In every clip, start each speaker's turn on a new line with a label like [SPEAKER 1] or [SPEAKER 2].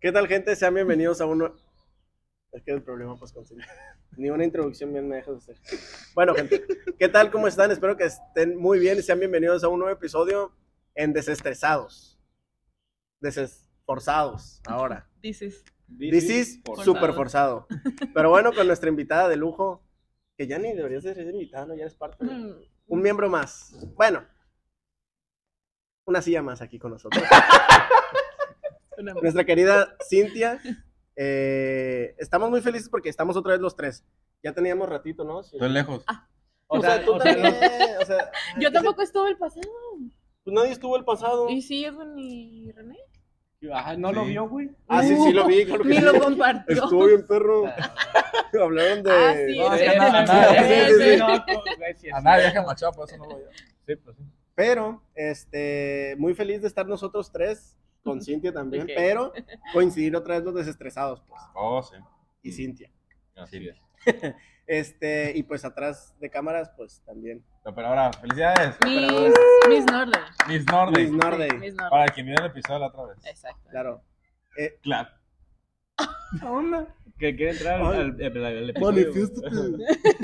[SPEAKER 1] ¿Qué tal, gente? Sean bienvenidos a uno. Es que el problema, pues, conseguir. Ni una introducción bien me dejas hacer. Bueno, gente, ¿qué tal? ¿Cómo están? Espero que estén muy bien y sean bienvenidos a un nuevo episodio en Desestresados. Desesforzados, ahora.
[SPEAKER 2] Dices,
[SPEAKER 1] This is
[SPEAKER 2] Forzado.
[SPEAKER 1] súper forzado. Pero bueno, con nuestra invitada de lujo, que ya ni deberías de ser invitada, ¿no? Ya eres parte. de-
[SPEAKER 2] "Mm,
[SPEAKER 1] Un miembro más. Bueno, una silla más aquí con nosotros.
[SPEAKER 2] una-
[SPEAKER 1] nuestra querida Cintia. eh, estamos muy felices porque estamos otra vez los tres. Ya teníamos ratito, ¿no? Sí.
[SPEAKER 3] Estoy lejos.
[SPEAKER 2] Ah.
[SPEAKER 1] O
[SPEAKER 2] O
[SPEAKER 1] sea,
[SPEAKER 2] sea,
[SPEAKER 1] tú
[SPEAKER 2] o sea,
[SPEAKER 1] también, o sea,
[SPEAKER 2] Yo tampoco estuve el pasado.
[SPEAKER 1] pues nadie estuvo el pasado.
[SPEAKER 2] ¿Y si Edwin y René?
[SPEAKER 4] Ajá, no lo
[SPEAKER 3] Sí.
[SPEAKER 4] vio, güey.
[SPEAKER 1] Ah, sí, sí, lo vi. claro que
[SPEAKER 2] Ni
[SPEAKER 1] sí.
[SPEAKER 2] lo compartió.
[SPEAKER 1] Estuvo bien, perro. Hablaron de.
[SPEAKER 2] Ah, sí,
[SPEAKER 4] No,
[SPEAKER 2] es
[SPEAKER 4] es que
[SPEAKER 2] que
[SPEAKER 4] nada,
[SPEAKER 2] no,
[SPEAKER 4] nada,
[SPEAKER 2] es
[SPEAKER 1] sí,
[SPEAKER 2] que
[SPEAKER 1] sí, sí.
[SPEAKER 2] no.
[SPEAKER 4] No, pues, güey, sí,
[SPEAKER 3] A
[SPEAKER 4] es-
[SPEAKER 3] nadie deja machado, por eso no voy yo.
[SPEAKER 4] sí, pues, sí.
[SPEAKER 1] Pero, este, muy feliz de estar nosotros tres, con Cintia también,
[SPEAKER 2] Ok.
[SPEAKER 1] pero coincidir otra vez los desestresados, pues,
[SPEAKER 3] Oh, sí.
[SPEAKER 1] y Cintia.
[SPEAKER 3] Así es.
[SPEAKER 1] Este, y pues atrás de cámaras, pues también.
[SPEAKER 3] Pero ahora, felicidades,
[SPEAKER 2] Miss, Miss Northern.
[SPEAKER 3] Miss Nordic.
[SPEAKER 1] Luis Norday,
[SPEAKER 2] Sí, Miss Northern.
[SPEAKER 3] Para quien vio el episodio la otra vez.
[SPEAKER 2] Exacto.
[SPEAKER 1] claro. Eh,
[SPEAKER 3] Clap.
[SPEAKER 4] Que quiere entrar
[SPEAKER 1] Ay.
[SPEAKER 4] al, al- al episodio. güey.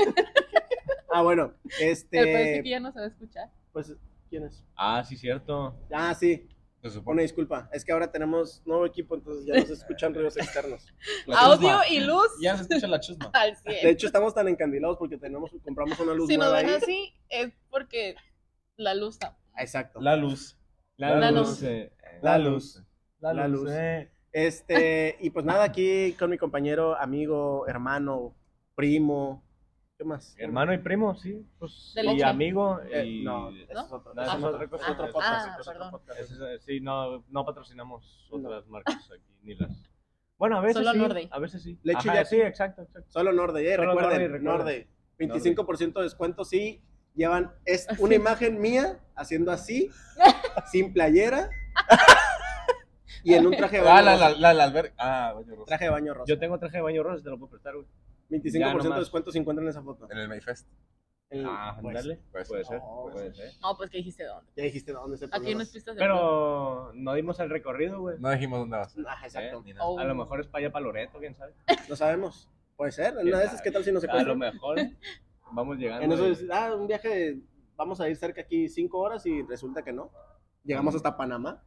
[SPEAKER 1] ah, bueno,
[SPEAKER 2] El peor es que
[SPEAKER 1] este,
[SPEAKER 2] ya no sabe escuchar.
[SPEAKER 1] pues, ¿quién es?
[SPEAKER 4] Ah, sí, cierto.
[SPEAKER 1] Ah, sí,
[SPEAKER 3] Se
[SPEAKER 1] una
[SPEAKER 3] supone.
[SPEAKER 1] disculpa, es que ahora tenemos nuevo equipo, entonces ya nos escuchan ruidos externos.
[SPEAKER 3] La
[SPEAKER 2] Audio
[SPEAKER 3] chusma.
[SPEAKER 2] y luz
[SPEAKER 3] Ya se escucha la chusma.
[SPEAKER 2] al
[SPEAKER 1] De
[SPEAKER 2] 100.
[SPEAKER 1] hecho, estamos tan encandilados porque tenemos, compramos una luz
[SPEAKER 2] Si nos
[SPEAKER 1] nueva
[SPEAKER 2] ven
[SPEAKER 1] ahí.
[SPEAKER 2] así, es porque la luz está.
[SPEAKER 1] Exacto.
[SPEAKER 3] La luz.
[SPEAKER 4] La,
[SPEAKER 1] La
[SPEAKER 4] luz.
[SPEAKER 2] luz.
[SPEAKER 4] eh,
[SPEAKER 1] La luz.
[SPEAKER 3] La luz.
[SPEAKER 1] La luz.
[SPEAKER 3] eh.
[SPEAKER 1] Este, y pues nada, aquí con mi compañero, amigo, hermano, primo, ¿qué más?
[SPEAKER 4] Hermano y primo, sí. Pues,
[SPEAKER 2] De
[SPEAKER 4] y
[SPEAKER 2] leche.
[SPEAKER 4] amigo.
[SPEAKER 1] Eh,
[SPEAKER 4] y...
[SPEAKER 1] no, eso es otro,
[SPEAKER 4] No,
[SPEAKER 1] eso es
[SPEAKER 4] eso es otra
[SPEAKER 1] otro,
[SPEAKER 4] cosa.
[SPEAKER 1] es otro
[SPEAKER 4] Ah,
[SPEAKER 1] podcast,
[SPEAKER 2] ah,
[SPEAKER 1] es otro
[SPEAKER 2] perdón.
[SPEAKER 1] podcast.
[SPEAKER 4] Eso es- sí, no, no patrocinamos
[SPEAKER 1] No.
[SPEAKER 4] otras marcas aquí, ni las. Bueno, a veces
[SPEAKER 2] Solo
[SPEAKER 4] sí.
[SPEAKER 2] Nordic.
[SPEAKER 4] A veces sí.
[SPEAKER 1] Leche y
[SPEAKER 4] Ajá,
[SPEAKER 1] Yaki.
[SPEAKER 4] sí, exacto, exacto.
[SPEAKER 1] Solo Norde, eh,
[SPEAKER 4] Solo
[SPEAKER 1] recuerden,
[SPEAKER 4] Norde, recuerden.
[SPEAKER 1] Norde, 25% de descuento si llevan es
[SPEAKER 2] Así.
[SPEAKER 1] una imagen mía haciendo así, sin playera y en un traje de
[SPEAKER 3] Ah,
[SPEAKER 1] baño
[SPEAKER 3] la,
[SPEAKER 1] rosa.
[SPEAKER 3] la, la, la alberca. Ah, baño rosa.
[SPEAKER 1] Traje de baño rosa.
[SPEAKER 4] Yo tengo traje de baño rosa, te lo puedo prestar, güey.
[SPEAKER 1] 25%
[SPEAKER 4] ya
[SPEAKER 1] de
[SPEAKER 4] nomás.
[SPEAKER 1] descuento si encuentran esa foto.
[SPEAKER 3] En el Mayfest.
[SPEAKER 1] El-
[SPEAKER 4] Ah,
[SPEAKER 1] pues,
[SPEAKER 4] ándale.
[SPEAKER 3] pues,
[SPEAKER 4] puede ser,
[SPEAKER 1] no,
[SPEAKER 4] puede
[SPEAKER 1] pues,
[SPEAKER 4] ser.
[SPEAKER 2] No, pues que dijiste dónde.
[SPEAKER 1] Ya dijiste dónde se
[SPEAKER 2] Aquí no es pistas de juego.
[SPEAKER 4] Pero no dimos el recorrido, güey.
[SPEAKER 3] No dijimos dónde vas.
[SPEAKER 1] Ah, exacto.
[SPEAKER 3] Eh, ni nada.
[SPEAKER 2] Oh.
[SPEAKER 4] A lo mejor es para allá, para Loreto, quién sabe.
[SPEAKER 1] No sabemos. Puede ser. En
[SPEAKER 4] Eh. ¿Quién
[SPEAKER 1] una de esas,
[SPEAKER 4] sabe? Ah,
[SPEAKER 1] ¿qué tal si no se
[SPEAKER 4] A lo
[SPEAKER 1] cuesta?
[SPEAKER 4] mejor vamos llegando.
[SPEAKER 1] En eso
[SPEAKER 4] y-
[SPEAKER 1] es, ah, un viaje, de- vamos a ir cerca aquí cinco horas y resulta que no. Llegamos hasta Panamá,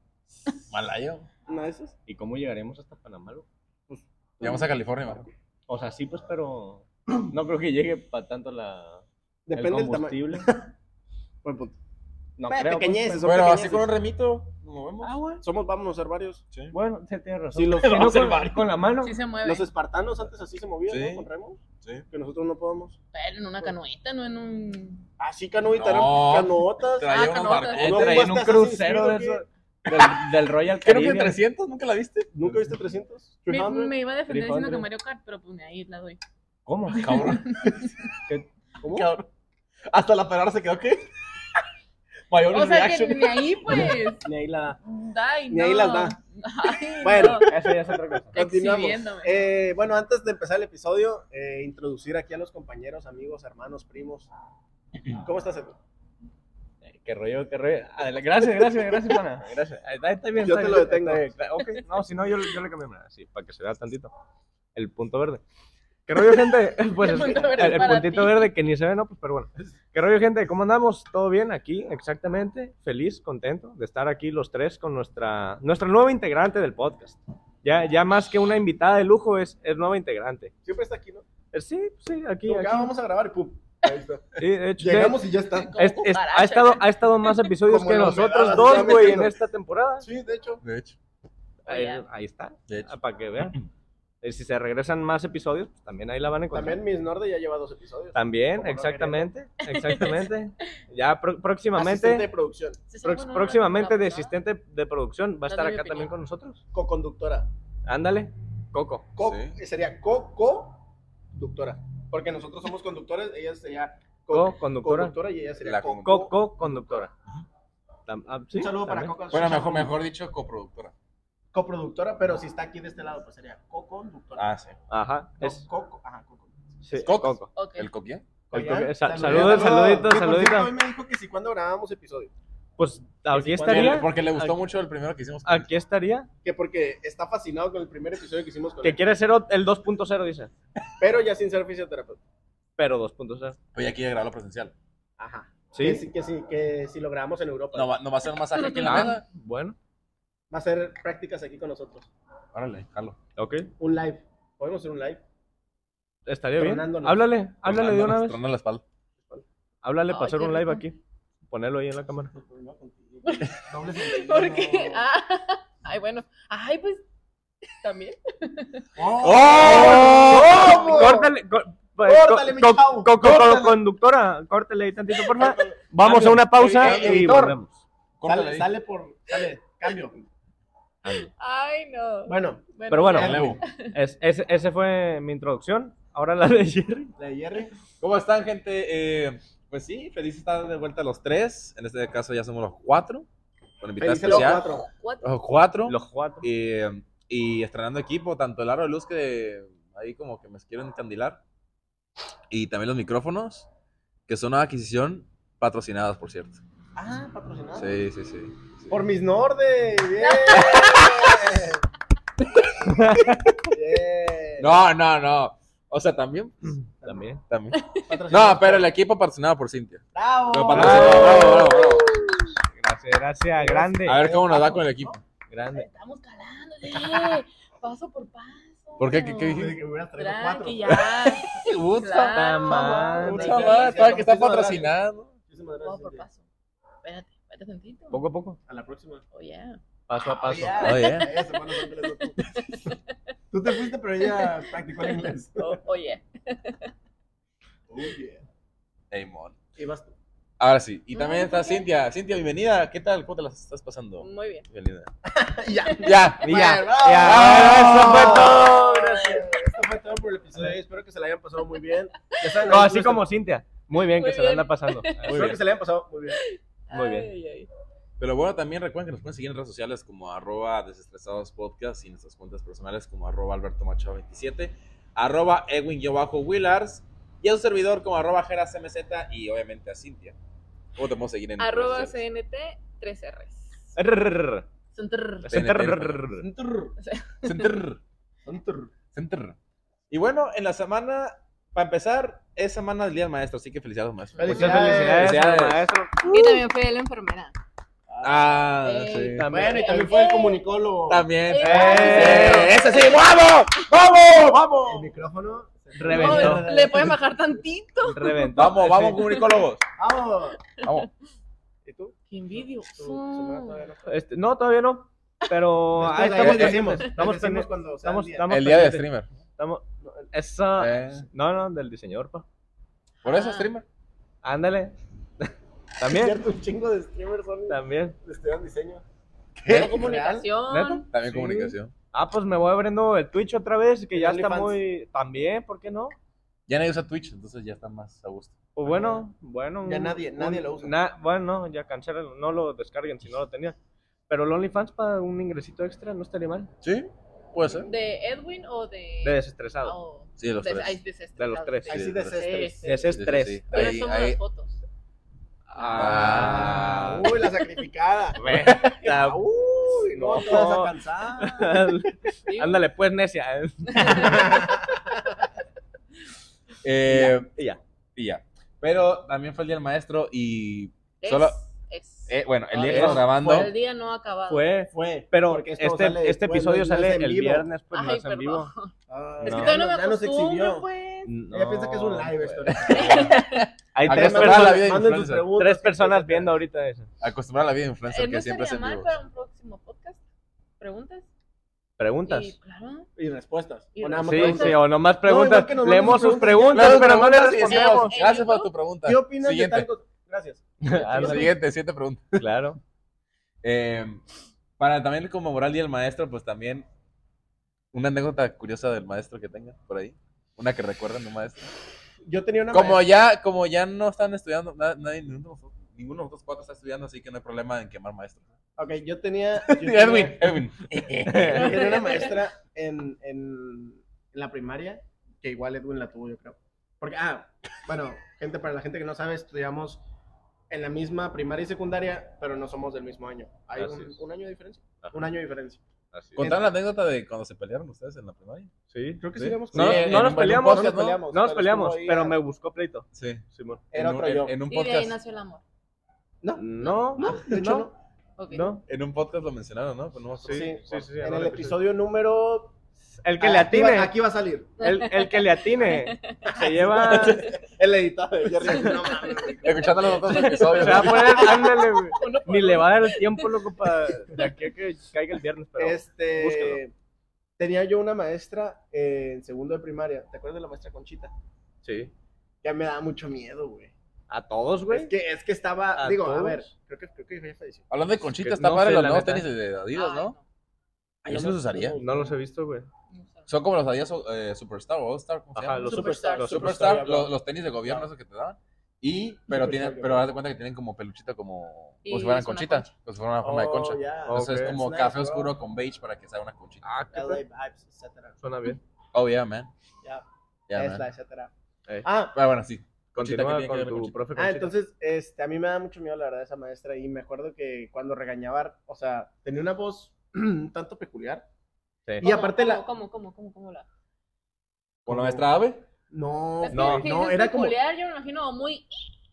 [SPEAKER 3] Malayo.
[SPEAKER 1] una de esas.
[SPEAKER 4] ¿Y cómo llegaremos hasta Panamá? güey?
[SPEAKER 3] Llegamos a California, ¿verdad?
[SPEAKER 4] O sea, sí, pues, pero no creo que llegue para tanto la.
[SPEAKER 1] Depende
[SPEAKER 4] el
[SPEAKER 1] del tamaño.
[SPEAKER 4] combustible.
[SPEAKER 1] Buen punto.
[SPEAKER 4] No
[SPEAKER 1] Pe-
[SPEAKER 4] creo. pues,
[SPEAKER 1] pequeñeces,
[SPEAKER 4] pero-
[SPEAKER 1] son
[SPEAKER 3] Bueno, así
[SPEAKER 1] pequeñeces.
[SPEAKER 3] con un remito. Nos movemos.
[SPEAKER 4] Ah, güey.
[SPEAKER 1] Somos, vamos a ser varios.
[SPEAKER 3] Sí.
[SPEAKER 4] Bueno, sí, tienes razón.
[SPEAKER 1] Sí, lo-
[SPEAKER 4] Si no,
[SPEAKER 1] vamos al
[SPEAKER 4] con,
[SPEAKER 1] barco.
[SPEAKER 4] con la mano.
[SPEAKER 2] Sí se mueve.
[SPEAKER 1] Los espartanos antes así se movían,
[SPEAKER 3] Sí.
[SPEAKER 1] ¿no? Con remos,
[SPEAKER 3] Sí.
[SPEAKER 1] que nosotros no Ah, podemos.
[SPEAKER 2] Pero en una canoeta, no en un.
[SPEAKER 1] Así canoita,
[SPEAKER 3] No.
[SPEAKER 1] eran canotas.
[SPEAKER 3] Traía
[SPEAKER 2] Ah,
[SPEAKER 3] unos
[SPEAKER 2] no,
[SPEAKER 4] Eh,
[SPEAKER 3] barcos.
[SPEAKER 1] no,
[SPEAKER 4] traían un
[SPEAKER 1] ¿jugaste Assassin's
[SPEAKER 4] crucero de
[SPEAKER 1] Creed o
[SPEAKER 4] eso. Del, del Royal
[SPEAKER 3] Creo que
[SPEAKER 4] Caribbean.
[SPEAKER 3] 300, ¿nunca la viste?
[SPEAKER 1] ¿Nunca viste 300?
[SPEAKER 2] Me,
[SPEAKER 1] 300.
[SPEAKER 2] me iba a defender diciendo que
[SPEAKER 4] 300.
[SPEAKER 2] Mario Kart, pero pues ni ahí la doy.
[SPEAKER 4] ¿Cómo?
[SPEAKER 3] Cabrón.
[SPEAKER 4] ¿Qué-
[SPEAKER 1] ¿Cómo?
[SPEAKER 3] Cabrón. Hasta la palabra se quedó que. Mayor
[SPEAKER 2] O sea que
[SPEAKER 3] reaction.
[SPEAKER 2] ni ahí, pues.
[SPEAKER 1] Ni ahí la da.
[SPEAKER 2] Ay,
[SPEAKER 1] Ni ahí
[SPEAKER 2] no.
[SPEAKER 1] las da.
[SPEAKER 2] Ay,
[SPEAKER 1] Bueno.
[SPEAKER 2] no.
[SPEAKER 4] Eso ya es otra cosa.
[SPEAKER 1] Continuamos.
[SPEAKER 2] Exhibiéndome.
[SPEAKER 1] Eh, bueno, antes de empezar el episodio, eh, introducir aquí a los compañeros, amigos, hermanos, primos. ¿Cómo estás, Edu?
[SPEAKER 4] Eh, Qué rollo, qué rollo. Adela- Gracias, gracias, gracias, pana. Gracias. Ahí Está, está bien.
[SPEAKER 1] Yo
[SPEAKER 4] está
[SPEAKER 1] te
[SPEAKER 4] bien,
[SPEAKER 1] lo
[SPEAKER 4] está
[SPEAKER 1] detengo.
[SPEAKER 4] bien, está- ok. No, si no, yo, yo le cambio. mira, Así, para que se vea tantito. El punto verde. ¿Qué rollo, gente? Pues
[SPEAKER 2] El
[SPEAKER 4] es que-
[SPEAKER 2] punto verde
[SPEAKER 4] el, el
[SPEAKER 2] para
[SPEAKER 4] puntito
[SPEAKER 2] ti.
[SPEAKER 4] verde que ni se ve, no, pues, pero bueno. ¿Qué rollo, gente? ¿Cómo andamos? ¿Todo bien aquí? Exactamente. Feliz, contento de estar aquí los tres con nuestra, nuestra nueva integrante del podcast. Ya, ya más que una invitada de lujo, es, es nueva integrante.
[SPEAKER 1] Siempre está aquí, ¿no?
[SPEAKER 4] Eh, Sí, sí, aquí.
[SPEAKER 1] Como que,
[SPEAKER 4] aquí.
[SPEAKER 1] ah, vamos a grabar y pum. Ahí está.
[SPEAKER 4] Sí, de hecho, sí.
[SPEAKER 1] Llegamos y ya está.
[SPEAKER 2] Como
[SPEAKER 4] Es- es-
[SPEAKER 2] cucaracha,
[SPEAKER 4] ha, estado, ha estado más episodios
[SPEAKER 1] Como
[SPEAKER 4] que
[SPEAKER 1] la
[SPEAKER 4] nosotros
[SPEAKER 1] humedad, ya
[SPEAKER 4] dos,
[SPEAKER 1] me
[SPEAKER 4] güey, en
[SPEAKER 1] entiendo.
[SPEAKER 4] esta temporada.
[SPEAKER 1] Sí, de hecho.
[SPEAKER 3] De hecho,
[SPEAKER 4] Ahí,
[SPEAKER 2] Oye.
[SPEAKER 4] ahí está,
[SPEAKER 3] de
[SPEAKER 1] Ah,
[SPEAKER 3] hecho.
[SPEAKER 4] para que vean. Eh, Si se regresan más episodios, pues también ahí la van a encontrar.
[SPEAKER 1] También Miss Norde ya lleva dos episodios.
[SPEAKER 4] También,
[SPEAKER 1] Como no
[SPEAKER 4] exactamente, exactamente. Ya pró-
[SPEAKER 1] Asistente
[SPEAKER 4] próximamente,
[SPEAKER 1] de producción,
[SPEAKER 2] Sí, sí,
[SPEAKER 4] prox-
[SPEAKER 2] bueno,
[SPEAKER 4] próximamente
[SPEAKER 2] la-
[SPEAKER 4] de
[SPEAKER 2] la-
[SPEAKER 4] asistente de producción va a
[SPEAKER 2] Dale
[SPEAKER 4] estar
[SPEAKER 2] mi
[SPEAKER 4] acá
[SPEAKER 2] opinión.
[SPEAKER 4] también con nosotros.
[SPEAKER 1] co-conductora.
[SPEAKER 4] Ándale, Coco.
[SPEAKER 1] Co-
[SPEAKER 3] Sí.
[SPEAKER 1] Sería co-conductora. Porque nosotros somos conductores, ella sería co-
[SPEAKER 4] Co-conductora.
[SPEAKER 1] conductora y ella sería
[SPEAKER 3] La
[SPEAKER 1] co- co-
[SPEAKER 4] Coco conductora. Tam- ah, sí,
[SPEAKER 1] Un saludo para
[SPEAKER 4] también.
[SPEAKER 1] Coco.
[SPEAKER 3] Bueno, mejor, mejor dicho, coproductora.
[SPEAKER 1] Coproductora, pero si está aquí de este lado, pues sería co-conductora.
[SPEAKER 3] Ah, sí.
[SPEAKER 4] Ajá,
[SPEAKER 1] Co-
[SPEAKER 4] es
[SPEAKER 1] co- ajá, co-
[SPEAKER 4] sí,
[SPEAKER 3] es Coco.
[SPEAKER 4] Coco.
[SPEAKER 2] Ok.
[SPEAKER 3] ¿El coquía?
[SPEAKER 4] El
[SPEAKER 1] Oigan,
[SPEAKER 4] Coco- sa-
[SPEAKER 1] saludito.
[SPEAKER 4] saludos, saluditos,
[SPEAKER 1] Que por cierto,
[SPEAKER 4] saluditos.
[SPEAKER 1] Hoy me dijo que si cuando grabábamos episodio.
[SPEAKER 4] Pues aquí
[SPEAKER 1] Sí,
[SPEAKER 4] estaría.
[SPEAKER 3] Porque le gustó
[SPEAKER 4] Aquí-
[SPEAKER 3] mucho el primero que hicimos. con-
[SPEAKER 4] Aquí estaría.
[SPEAKER 1] Que porque está fascinado con el primer episodio que hicimos con
[SPEAKER 4] Que
[SPEAKER 1] él.
[SPEAKER 4] quiere ser ot- el 2.0, dice.
[SPEAKER 1] Pero ya sin ser fisioterapeuta.
[SPEAKER 4] Pero 2.0.
[SPEAKER 3] Oye, aquí llegará lo presencial.
[SPEAKER 1] Ajá. Que,
[SPEAKER 4] Sí.
[SPEAKER 1] sí- que, sí- que si lo grabamos en Europa.
[SPEAKER 3] No va, no va a ser un masaje aquí en la
[SPEAKER 4] Ah,
[SPEAKER 3] mesa.
[SPEAKER 4] bueno.
[SPEAKER 1] Va a hacer prácticas aquí con nosotros.
[SPEAKER 3] Órale, jalo.
[SPEAKER 4] Ok.
[SPEAKER 1] Un live. Podemos hacer un live.
[SPEAKER 4] Estaría bien.
[SPEAKER 1] Tronándonos.
[SPEAKER 4] Háblale, háblale de una
[SPEAKER 3] Tronándonos,
[SPEAKER 4] vez.
[SPEAKER 3] tronando la espalda.
[SPEAKER 4] Háblale para
[SPEAKER 2] Ay,
[SPEAKER 4] hacer
[SPEAKER 2] qué
[SPEAKER 4] un live
[SPEAKER 2] rico.
[SPEAKER 4] aquí. Ponerlo ahí en la cámara.
[SPEAKER 2] ¿Por qué? Ah, ay, bueno. Ay, pues. También.
[SPEAKER 1] ¡Oh!
[SPEAKER 4] Córtale, co-
[SPEAKER 1] Córtale,
[SPEAKER 4] co-
[SPEAKER 1] mi
[SPEAKER 4] co-
[SPEAKER 1] chavo,
[SPEAKER 4] co- co-
[SPEAKER 1] córtale.
[SPEAKER 4] conductora, córtale ahí tantito, por favor. Vamos a una pausa
[SPEAKER 1] Editor.
[SPEAKER 4] y volvemos.
[SPEAKER 3] Córtale
[SPEAKER 1] Sale,
[SPEAKER 3] ahí.
[SPEAKER 1] sale por. Sale. Cambio.
[SPEAKER 2] Ay, no.
[SPEAKER 1] Bueno,
[SPEAKER 4] Pero bueno,
[SPEAKER 3] Relevo.
[SPEAKER 4] es, ese- ese fue mi introducción. Ahora la de Jerry.
[SPEAKER 1] la de Jerry.
[SPEAKER 3] ¿Cómo están, gente? Eh, pues sí, feliz estar de vuelta los tres. En este caso ya somos los cuatro. Con invitados
[SPEAKER 1] Felices los
[SPEAKER 3] especial.
[SPEAKER 1] cuatro.
[SPEAKER 2] What?
[SPEAKER 3] Los cuatro.
[SPEAKER 4] Los cuatro.
[SPEAKER 3] Eh, y estrenando equipo, tanto el aro de luz que ahí como que me quieren encandilar. Y también los micrófonos, que son una adquisición patrocinados, por cierto.
[SPEAKER 1] Ah, patrocinado.
[SPEAKER 3] Sí, sí, sí. sí.
[SPEAKER 1] Por mis Norde. Bien. Bien.
[SPEAKER 3] No, no, no. O sea, también.
[SPEAKER 4] También.
[SPEAKER 3] también.
[SPEAKER 1] Patrocinado.
[SPEAKER 3] No, pero el equipo patrocinado por Cintia.
[SPEAKER 1] Bravo.
[SPEAKER 3] Lo patrocinado, bravo, bravo, bravo.
[SPEAKER 4] Gracias, gracias. Grande.
[SPEAKER 3] A ver cómo nos da con el equipo.
[SPEAKER 4] Grande.
[SPEAKER 2] Estamos calándole. Paso por paso.
[SPEAKER 3] ¿Por qué? ¿Qué- qué dijiste?
[SPEAKER 1] Que hubieras traído cuatro.
[SPEAKER 2] Tranqui, ya.
[SPEAKER 3] Puta
[SPEAKER 4] Puta
[SPEAKER 2] Claro.
[SPEAKER 4] madre.
[SPEAKER 3] madre,
[SPEAKER 1] Muchas gracias,
[SPEAKER 3] todavía que está
[SPEAKER 1] muchísimas gracias.
[SPEAKER 3] patrocinado.
[SPEAKER 1] Muchísimas
[SPEAKER 2] Paso por
[SPEAKER 1] gracias.
[SPEAKER 2] paso. Espérate, espérate tantito.
[SPEAKER 4] Poco a poco.
[SPEAKER 1] A la próxima.
[SPEAKER 2] Oh, yeah.
[SPEAKER 4] Paso a paso.
[SPEAKER 1] Ah,
[SPEAKER 3] Oye.
[SPEAKER 1] Ella se pone los ángeles, no tú. Tú te fuiste, pero ella practicó el inglés.
[SPEAKER 2] Oh, oh, yeah.
[SPEAKER 3] Ey, mon.
[SPEAKER 1] Y vas tú.
[SPEAKER 3] Ahora sí. Y
[SPEAKER 2] Mm,
[SPEAKER 3] también está
[SPEAKER 2] ¿por qué?
[SPEAKER 3] Cintia. Cintia, bienvenida. ¿Qué tal? ¿Cómo te las estás pasando?
[SPEAKER 2] Muy bien.
[SPEAKER 3] Bienvenida.
[SPEAKER 1] Ya.
[SPEAKER 3] Ya.
[SPEAKER 4] Y ya.
[SPEAKER 1] Bueno,
[SPEAKER 4] ya. Eso fue todo.
[SPEAKER 1] Gracias. Esto fue todo por el episodio. de hoy. Espero que se la hayan pasado muy bien. Ya saben,
[SPEAKER 4] No,
[SPEAKER 1] ahí
[SPEAKER 4] así
[SPEAKER 1] nuestro-
[SPEAKER 4] como Cintia. Muy bien, que
[SPEAKER 2] Muy
[SPEAKER 4] se la
[SPEAKER 2] bien.
[SPEAKER 4] anda pasando.
[SPEAKER 3] Muy
[SPEAKER 1] Espero
[SPEAKER 3] bien.
[SPEAKER 1] que se la hayan pasado muy bien.
[SPEAKER 4] Muy bien.
[SPEAKER 2] Ay, ay,
[SPEAKER 3] Pero bueno, también recuerden que nos pueden seguir en redes sociales como arroba desestresados podcast y nuestras cuentas personales como arroba alberto machado 27, arroba edwin yo bajo willars y a su servidor como arroba jeras mz y obviamente a Cintia. ¿Cómo te podemos seguir en
[SPEAKER 2] ay. Arroba
[SPEAKER 3] redes sociales?
[SPEAKER 2] CNT 3Rs.
[SPEAKER 4] Rrrr.
[SPEAKER 2] Son trrr.
[SPEAKER 3] TNT.
[SPEAKER 1] Santur,
[SPEAKER 3] Center.
[SPEAKER 1] santur.
[SPEAKER 3] Center. Y bueno, en la semana, para empezar, es semana del Día del Maestro, así que felicidades, maestro.
[SPEAKER 4] Muchas
[SPEAKER 1] Felicidades.
[SPEAKER 4] felicidades,
[SPEAKER 3] Felicidades.
[SPEAKER 4] maestro.
[SPEAKER 2] Y también fue la enfermera.
[SPEAKER 3] Ah,
[SPEAKER 2] Ey.
[SPEAKER 3] sí.
[SPEAKER 1] Bueno, y también fue el comunicólogo.
[SPEAKER 3] También.
[SPEAKER 2] Ey.
[SPEAKER 3] Eh, ¡Ese sí! ¡Vamos! ¡Vamos!
[SPEAKER 1] El
[SPEAKER 3] ¡Vamos!
[SPEAKER 1] micrófono.
[SPEAKER 4] Reventó.
[SPEAKER 2] No,
[SPEAKER 1] eh,
[SPEAKER 2] le pueden bajar tantito.
[SPEAKER 4] Reventó.
[SPEAKER 3] Vamos, vamos, comunicólogos.
[SPEAKER 1] Vamos.
[SPEAKER 3] Vamos.
[SPEAKER 1] ¿Y tú?
[SPEAKER 2] Qué envidio.
[SPEAKER 1] ¿Tu semana todavía no fue?
[SPEAKER 4] Este, no, todavía no. Pero
[SPEAKER 1] Después
[SPEAKER 4] Oh, ahí
[SPEAKER 1] les
[SPEAKER 4] estamos,
[SPEAKER 1] decimos, les
[SPEAKER 4] estamos,
[SPEAKER 1] decimos
[SPEAKER 4] estamos,
[SPEAKER 1] cuando sea
[SPEAKER 4] estamos,
[SPEAKER 1] el día.
[SPEAKER 4] estamos
[SPEAKER 3] El día de
[SPEAKER 4] pendientes.
[SPEAKER 3] streamer.
[SPEAKER 4] Estamos- esa-
[SPEAKER 3] Eh.
[SPEAKER 4] No, no, del diseñador, pa.
[SPEAKER 3] Por eso
[SPEAKER 2] Ah.
[SPEAKER 3] streamer.
[SPEAKER 4] Ándale.
[SPEAKER 1] Es
[SPEAKER 4] También,
[SPEAKER 1] cierto, un chingo de streamers son
[SPEAKER 4] también.
[SPEAKER 1] estudian diseño.
[SPEAKER 2] Luego
[SPEAKER 1] ¿Real?
[SPEAKER 2] comunicación.
[SPEAKER 4] ¿Neta?
[SPEAKER 1] Sí.
[SPEAKER 3] También comunicación.
[SPEAKER 4] Ah, pues me voy abriendo el Twitch otra vez, que
[SPEAKER 1] El
[SPEAKER 4] ya está
[SPEAKER 1] OnlyFans.
[SPEAKER 4] muy... También, ¿por qué no?
[SPEAKER 3] Ya nadie usa Twitch, entonces ya está más a gusto.
[SPEAKER 4] Pues bueno, bueno.
[SPEAKER 1] Ya
[SPEAKER 4] un-
[SPEAKER 1] nadie-
[SPEAKER 4] un-
[SPEAKER 1] nadie lo usa.
[SPEAKER 4] na- bueno, ya cancelen, no lo descarguen si no lo tenían. Pero el OnlyFans para un ingresito extra no estaría mal.
[SPEAKER 3] ¿Sí? Puede ser.
[SPEAKER 2] ¿De Edwin o de.?
[SPEAKER 4] De desestresado.
[SPEAKER 2] Oh,
[SPEAKER 3] Sí, los
[SPEAKER 2] de-
[SPEAKER 3] tres.
[SPEAKER 2] ay, desestresados.
[SPEAKER 4] De los tres.
[SPEAKER 1] Ahí sí
[SPEAKER 3] Sí,
[SPEAKER 1] desestres.
[SPEAKER 2] Sí, sí.
[SPEAKER 4] Ese es tres.
[SPEAKER 3] Sí, sí, sí.
[SPEAKER 2] Pero
[SPEAKER 3] Ahí,
[SPEAKER 2] son
[SPEAKER 3] ahí.
[SPEAKER 2] las fotos.
[SPEAKER 3] Ah.
[SPEAKER 1] Uy, la sacrificada. Ah,
[SPEAKER 4] Vete.
[SPEAKER 1] uh. Uy, no, te vas a cansar.
[SPEAKER 2] Sí.
[SPEAKER 4] Ándale, pues, necia.
[SPEAKER 3] Eh,
[SPEAKER 4] Y ya.
[SPEAKER 3] y ya. Pero también fue el día del maestro y.
[SPEAKER 2] Es,
[SPEAKER 3] Solo-
[SPEAKER 2] es.
[SPEAKER 3] eh, bueno, el día
[SPEAKER 4] Es-
[SPEAKER 3] que estamos grabando.
[SPEAKER 2] El día no ha acabado.
[SPEAKER 4] Fue,
[SPEAKER 1] Fue.
[SPEAKER 4] pero
[SPEAKER 1] porque esto
[SPEAKER 4] este,
[SPEAKER 1] sale
[SPEAKER 4] este
[SPEAKER 1] después,
[SPEAKER 4] episodio
[SPEAKER 1] no- no es
[SPEAKER 4] sale
[SPEAKER 1] en
[SPEAKER 4] el
[SPEAKER 1] vivo.
[SPEAKER 4] viernes, pues no
[SPEAKER 2] Ay,
[SPEAKER 4] es en
[SPEAKER 2] perdón.
[SPEAKER 4] vivo.
[SPEAKER 1] Ah,
[SPEAKER 2] Es que
[SPEAKER 4] No.
[SPEAKER 2] todavía no me
[SPEAKER 1] ya nos
[SPEAKER 2] acostumbro,
[SPEAKER 1] exhibió.
[SPEAKER 2] pues.
[SPEAKER 1] Ella piensa que es un live esto.
[SPEAKER 4] Hay
[SPEAKER 3] Acá
[SPEAKER 4] tres,
[SPEAKER 3] está
[SPEAKER 4] personas-
[SPEAKER 3] la vida de
[SPEAKER 4] manden sus
[SPEAKER 3] influencer.
[SPEAKER 4] preguntas, tres personas viendo ahorita eso.
[SPEAKER 3] Acostumbrar a la vida de
[SPEAKER 2] Eh,
[SPEAKER 3] influencer
[SPEAKER 2] no
[SPEAKER 3] que siempre
[SPEAKER 2] estaría
[SPEAKER 3] se
[SPEAKER 2] mal
[SPEAKER 3] vivo.
[SPEAKER 2] para un próximo podcast. ¿Preguntas?
[SPEAKER 4] Preguntas.
[SPEAKER 2] Y, claro.
[SPEAKER 1] Y respuestas.
[SPEAKER 2] Y
[SPEAKER 1] O nada más
[SPEAKER 4] Sí,
[SPEAKER 1] preguntas.
[SPEAKER 4] sí, o nomás
[SPEAKER 1] igual
[SPEAKER 4] preguntas.
[SPEAKER 1] que nos manden
[SPEAKER 4] Leemos
[SPEAKER 1] sus
[SPEAKER 4] sus
[SPEAKER 1] preguntas.
[SPEAKER 4] preguntas,
[SPEAKER 3] Las
[SPEAKER 4] pero no les
[SPEAKER 3] preguntas y decimos,
[SPEAKER 4] respondemos.
[SPEAKER 2] respondemos.
[SPEAKER 3] Gracias por tu pregunta.
[SPEAKER 1] ¿Qué opinas
[SPEAKER 3] Siguiente.
[SPEAKER 1] de tal cosa? Gracias.
[SPEAKER 4] Ándale.
[SPEAKER 3] Siguiente, siguiente pregunta.
[SPEAKER 4] Claro.
[SPEAKER 3] Eh, para también conmemorar el día del maestro, pues también una anécdota curiosa del maestro que tenga por ahí. Una que recuerdan de un maestro.
[SPEAKER 1] Yo tenía una
[SPEAKER 3] Como
[SPEAKER 1] maestra-
[SPEAKER 3] ya, como ya no están estudiando, na- nadie, ninguno de nosotros- ninguno de nosotros cuatro está estudiando, así que no hay problema en quemar maestros.
[SPEAKER 1] Ok, yo tenía... yo tenía-
[SPEAKER 3] Edwin, Edwin.
[SPEAKER 1] Yo tenía una maestra en, en, en la primaria, que igual Edwin la tuvo, yo creo. Porque, ah, bueno, gente, para la gente que no sabe, estudiamos en la misma primaria y secundaria, pero no somos del mismo año. Hay
[SPEAKER 4] Así
[SPEAKER 1] un,
[SPEAKER 4] es.
[SPEAKER 1] un año de diferencia.
[SPEAKER 4] Ajá.
[SPEAKER 1] Un año de diferencia.
[SPEAKER 4] Así es.
[SPEAKER 3] ¿Contaron la anécdota de cuando se pelearon ustedes en la primaria?
[SPEAKER 4] Sí, creo que
[SPEAKER 3] sí.
[SPEAKER 4] sí.
[SPEAKER 1] digamos que
[SPEAKER 4] No,
[SPEAKER 1] sí.
[SPEAKER 3] en
[SPEAKER 4] no
[SPEAKER 3] un-
[SPEAKER 4] nos
[SPEAKER 3] en un
[SPEAKER 4] peleamos,
[SPEAKER 3] podcast,
[SPEAKER 1] no nos peleamos.
[SPEAKER 4] no nos peleamos,
[SPEAKER 1] estuvo ahí,
[SPEAKER 4] pero
[SPEAKER 1] ah,
[SPEAKER 4] me buscó pleito.
[SPEAKER 3] Sí.
[SPEAKER 4] Simón.
[SPEAKER 1] Era
[SPEAKER 3] en un,
[SPEAKER 1] otro yo.
[SPEAKER 3] En, en un
[SPEAKER 2] Y de ahí
[SPEAKER 3] podcast,
[SPEAKER 2] nació el amor.
[SPEAKER 4] No, no,
[SPEAKER 1] de hecho, no.
[SPEAKER 2] Ok.
[SPEAKER 4] no.
[SPEAKER 3] en un podcast lo mencionaron, ¿no? Pero no me acuerdo.
[SPEAKER 4] Sí,
[SPEAKER 1] Sí,
[SPEAKER 4] sí, sí,
[SPEAKER 1] en
[SPEAKER 4] ahora
[SPEAKER 1] el
[SPEAKER 4] le-
[SPEAKER 1] episodio número...
[SPEAKER 4] El que
[SPEAKER 1] Ah,
[SPEAKER 4] le
[SPEAKER 1] aquí va-
[SPEAKER 4] atine,
[SPEAKER 1] Aquí va a salir.
[SPEAKER 4] el, el que le atine, se lleva, se
[SPEAKER 1] El editado de Jerry. No mames, güey.
[SPEAKER 3] Escuchando los otros episodios.
[SPEAKER 4] va a poner, ándale, güey.
[SPEAKER 2] Uno por
[SPEAKER 4] Ni le
[SPEAKER 2] uno.
[SPEAKER 4] va a dar el tiempo, loco, para de aquí a que caiga el viernes, pero
[SPEAKER 1] Este,
[SPEAKER 4] búsquelo.
[SPEAKER 1] tenía yo una maestra eh, en segundo de primaria. ¿Te acuerdas de la maestra Conchita?
[SPEAKER 4] sí.
[SPEAKER 1] Ya me daba mucho miedo, güey.
[SPEAKER 4] A todos, güey.
[SPEAKER 1] Es que, es que estaba,
[SPEAKER 4] ¿A
[SPEAKER 1] digo, a
[SPEAKER 4] todos?
[SPEAKER 1] ver, creo que, creo que ya falleció.
[SPEAKER 3] Hablando de Conchita,
[SPEAKER 4] Que
[SPEAKER 3] está
[SPEAKER 4] no
[SPEAKER 3] padre
[SPEAKER 4] sé,
[SPEAKER 3] los
[SPEAKER 4] la
[SPEAKER 3] nuevos
[SPEAKER 4] neta.
[SPEAKER 3] tenis de Adidas,
[SPEAKER 2] Ay,
[SPEAKER 3] ¿no? Ah, yo sí los usaría.
[SPEAKER 4] No los he visto, güey.
[SPEAKER 2] no, no sé.
[SPEAKER 3] Son como los Adidas eh, Superstar o All-Star, ¿cómo se
[SPEAKER 4] Ajá,
[SPEAKER 3] llaman?
[SPEAKER 4] los
[SPEAKER 2] Superstar.
[SPEAKER 4] superstars.
[SPEAKER 3] Los
[SPEAKER 4] Los
[SPEAKER 3] Superstar,
[SPEAKER 1] Superstar, ya
[SPEAKER 3] lo-
[SPEAKER 1] hablaba.
[SPEAKER 3] los tenis de gobierno,
[SPEAKER 1] Ajá.
[SPEAKER 3] esos que te daban. Y, pero tienen,
[SPEAKER 1] Superstar, ya
[SPEAKER 3] pero
[SPEAKER 1] hablaba.
[SPEAKER 3] haz de cuenta que tienen como peluchita como, como
[SPEAKER 2] Y
[SPEAKER 3] si fueran
[SPEAKER 2] es una
[SPEAKER 3] conchita,
[SPEAKER 2] concha.
[SPEAKER 3] como si fueran una forma de concha.
[SPEAKER 1] ya.
[SPEAKER 4] Oh,
[SPEAKER 3] Entonces
[SPEAKER 4] ok.
[SPEAKER 3] es como
[SPEAKER 1] Nice,
[SPEAKER 3] café
[SPEAKER 1] bro.
[SPEAKER 3] oscuro con beige para que sea una conchita.
[SPEAKER 4] Ah, qué
[SPEAKER 1] LA
[SPEAKER 4] pe-
[SPEAKER 1] vibes, etcétera.
[SPEAKER 4] Suena bien.
[SPEAKER 3] Oh, yeah, man.
[SPEAKER 1] Ya,
[SPEAKER 3] Yeah,
[SPEAKER 1] Tesla,
[SPEAKER 3] man.
[SPEAKER 1] etcétera.
[SPEAKER 4] Ey.
[SPEAKER 1] Ah,
[SPEAKER 3] Ah, bueno, sí. Conchita, ¿qué
[SPEAKER 4] Continúa
[SPEAKER 3] tiene que
[SPEAKER 4] con
[SPEAKER 3] ver
[SPEAKER 4] tu
[SPEAKER 3] Conchita?
[SPEAKER 4] profe
[SPEAKER 1] ah,
[SPEAKER 4] Conchita.
[SPEAKER 1] entonces, este, a mí me da mucho miedo la verdad esa maestra y me acuerdo que cuando regañaba, o sea, tenía una voz un tanto peculiar.
[SPEAKER 4] Sí.
[SPEAKER 1] Y aparte la-
[SPEAKER 2] ¿Cómo, cómo, cómo, cómo la?
[SPEAKER 3] ¿Con la maestra Ave?
[SPEAKER 1] No,
[SPEAKER 2] Es que
[SPEAKER 1] no,
[SPEAKER 2] si
[SPEAKER 1] no,
[SPEAKER 2] dices
[SPEAKER 1] era como,
[SPEAKER 2] peculiar, yo me imagino muy...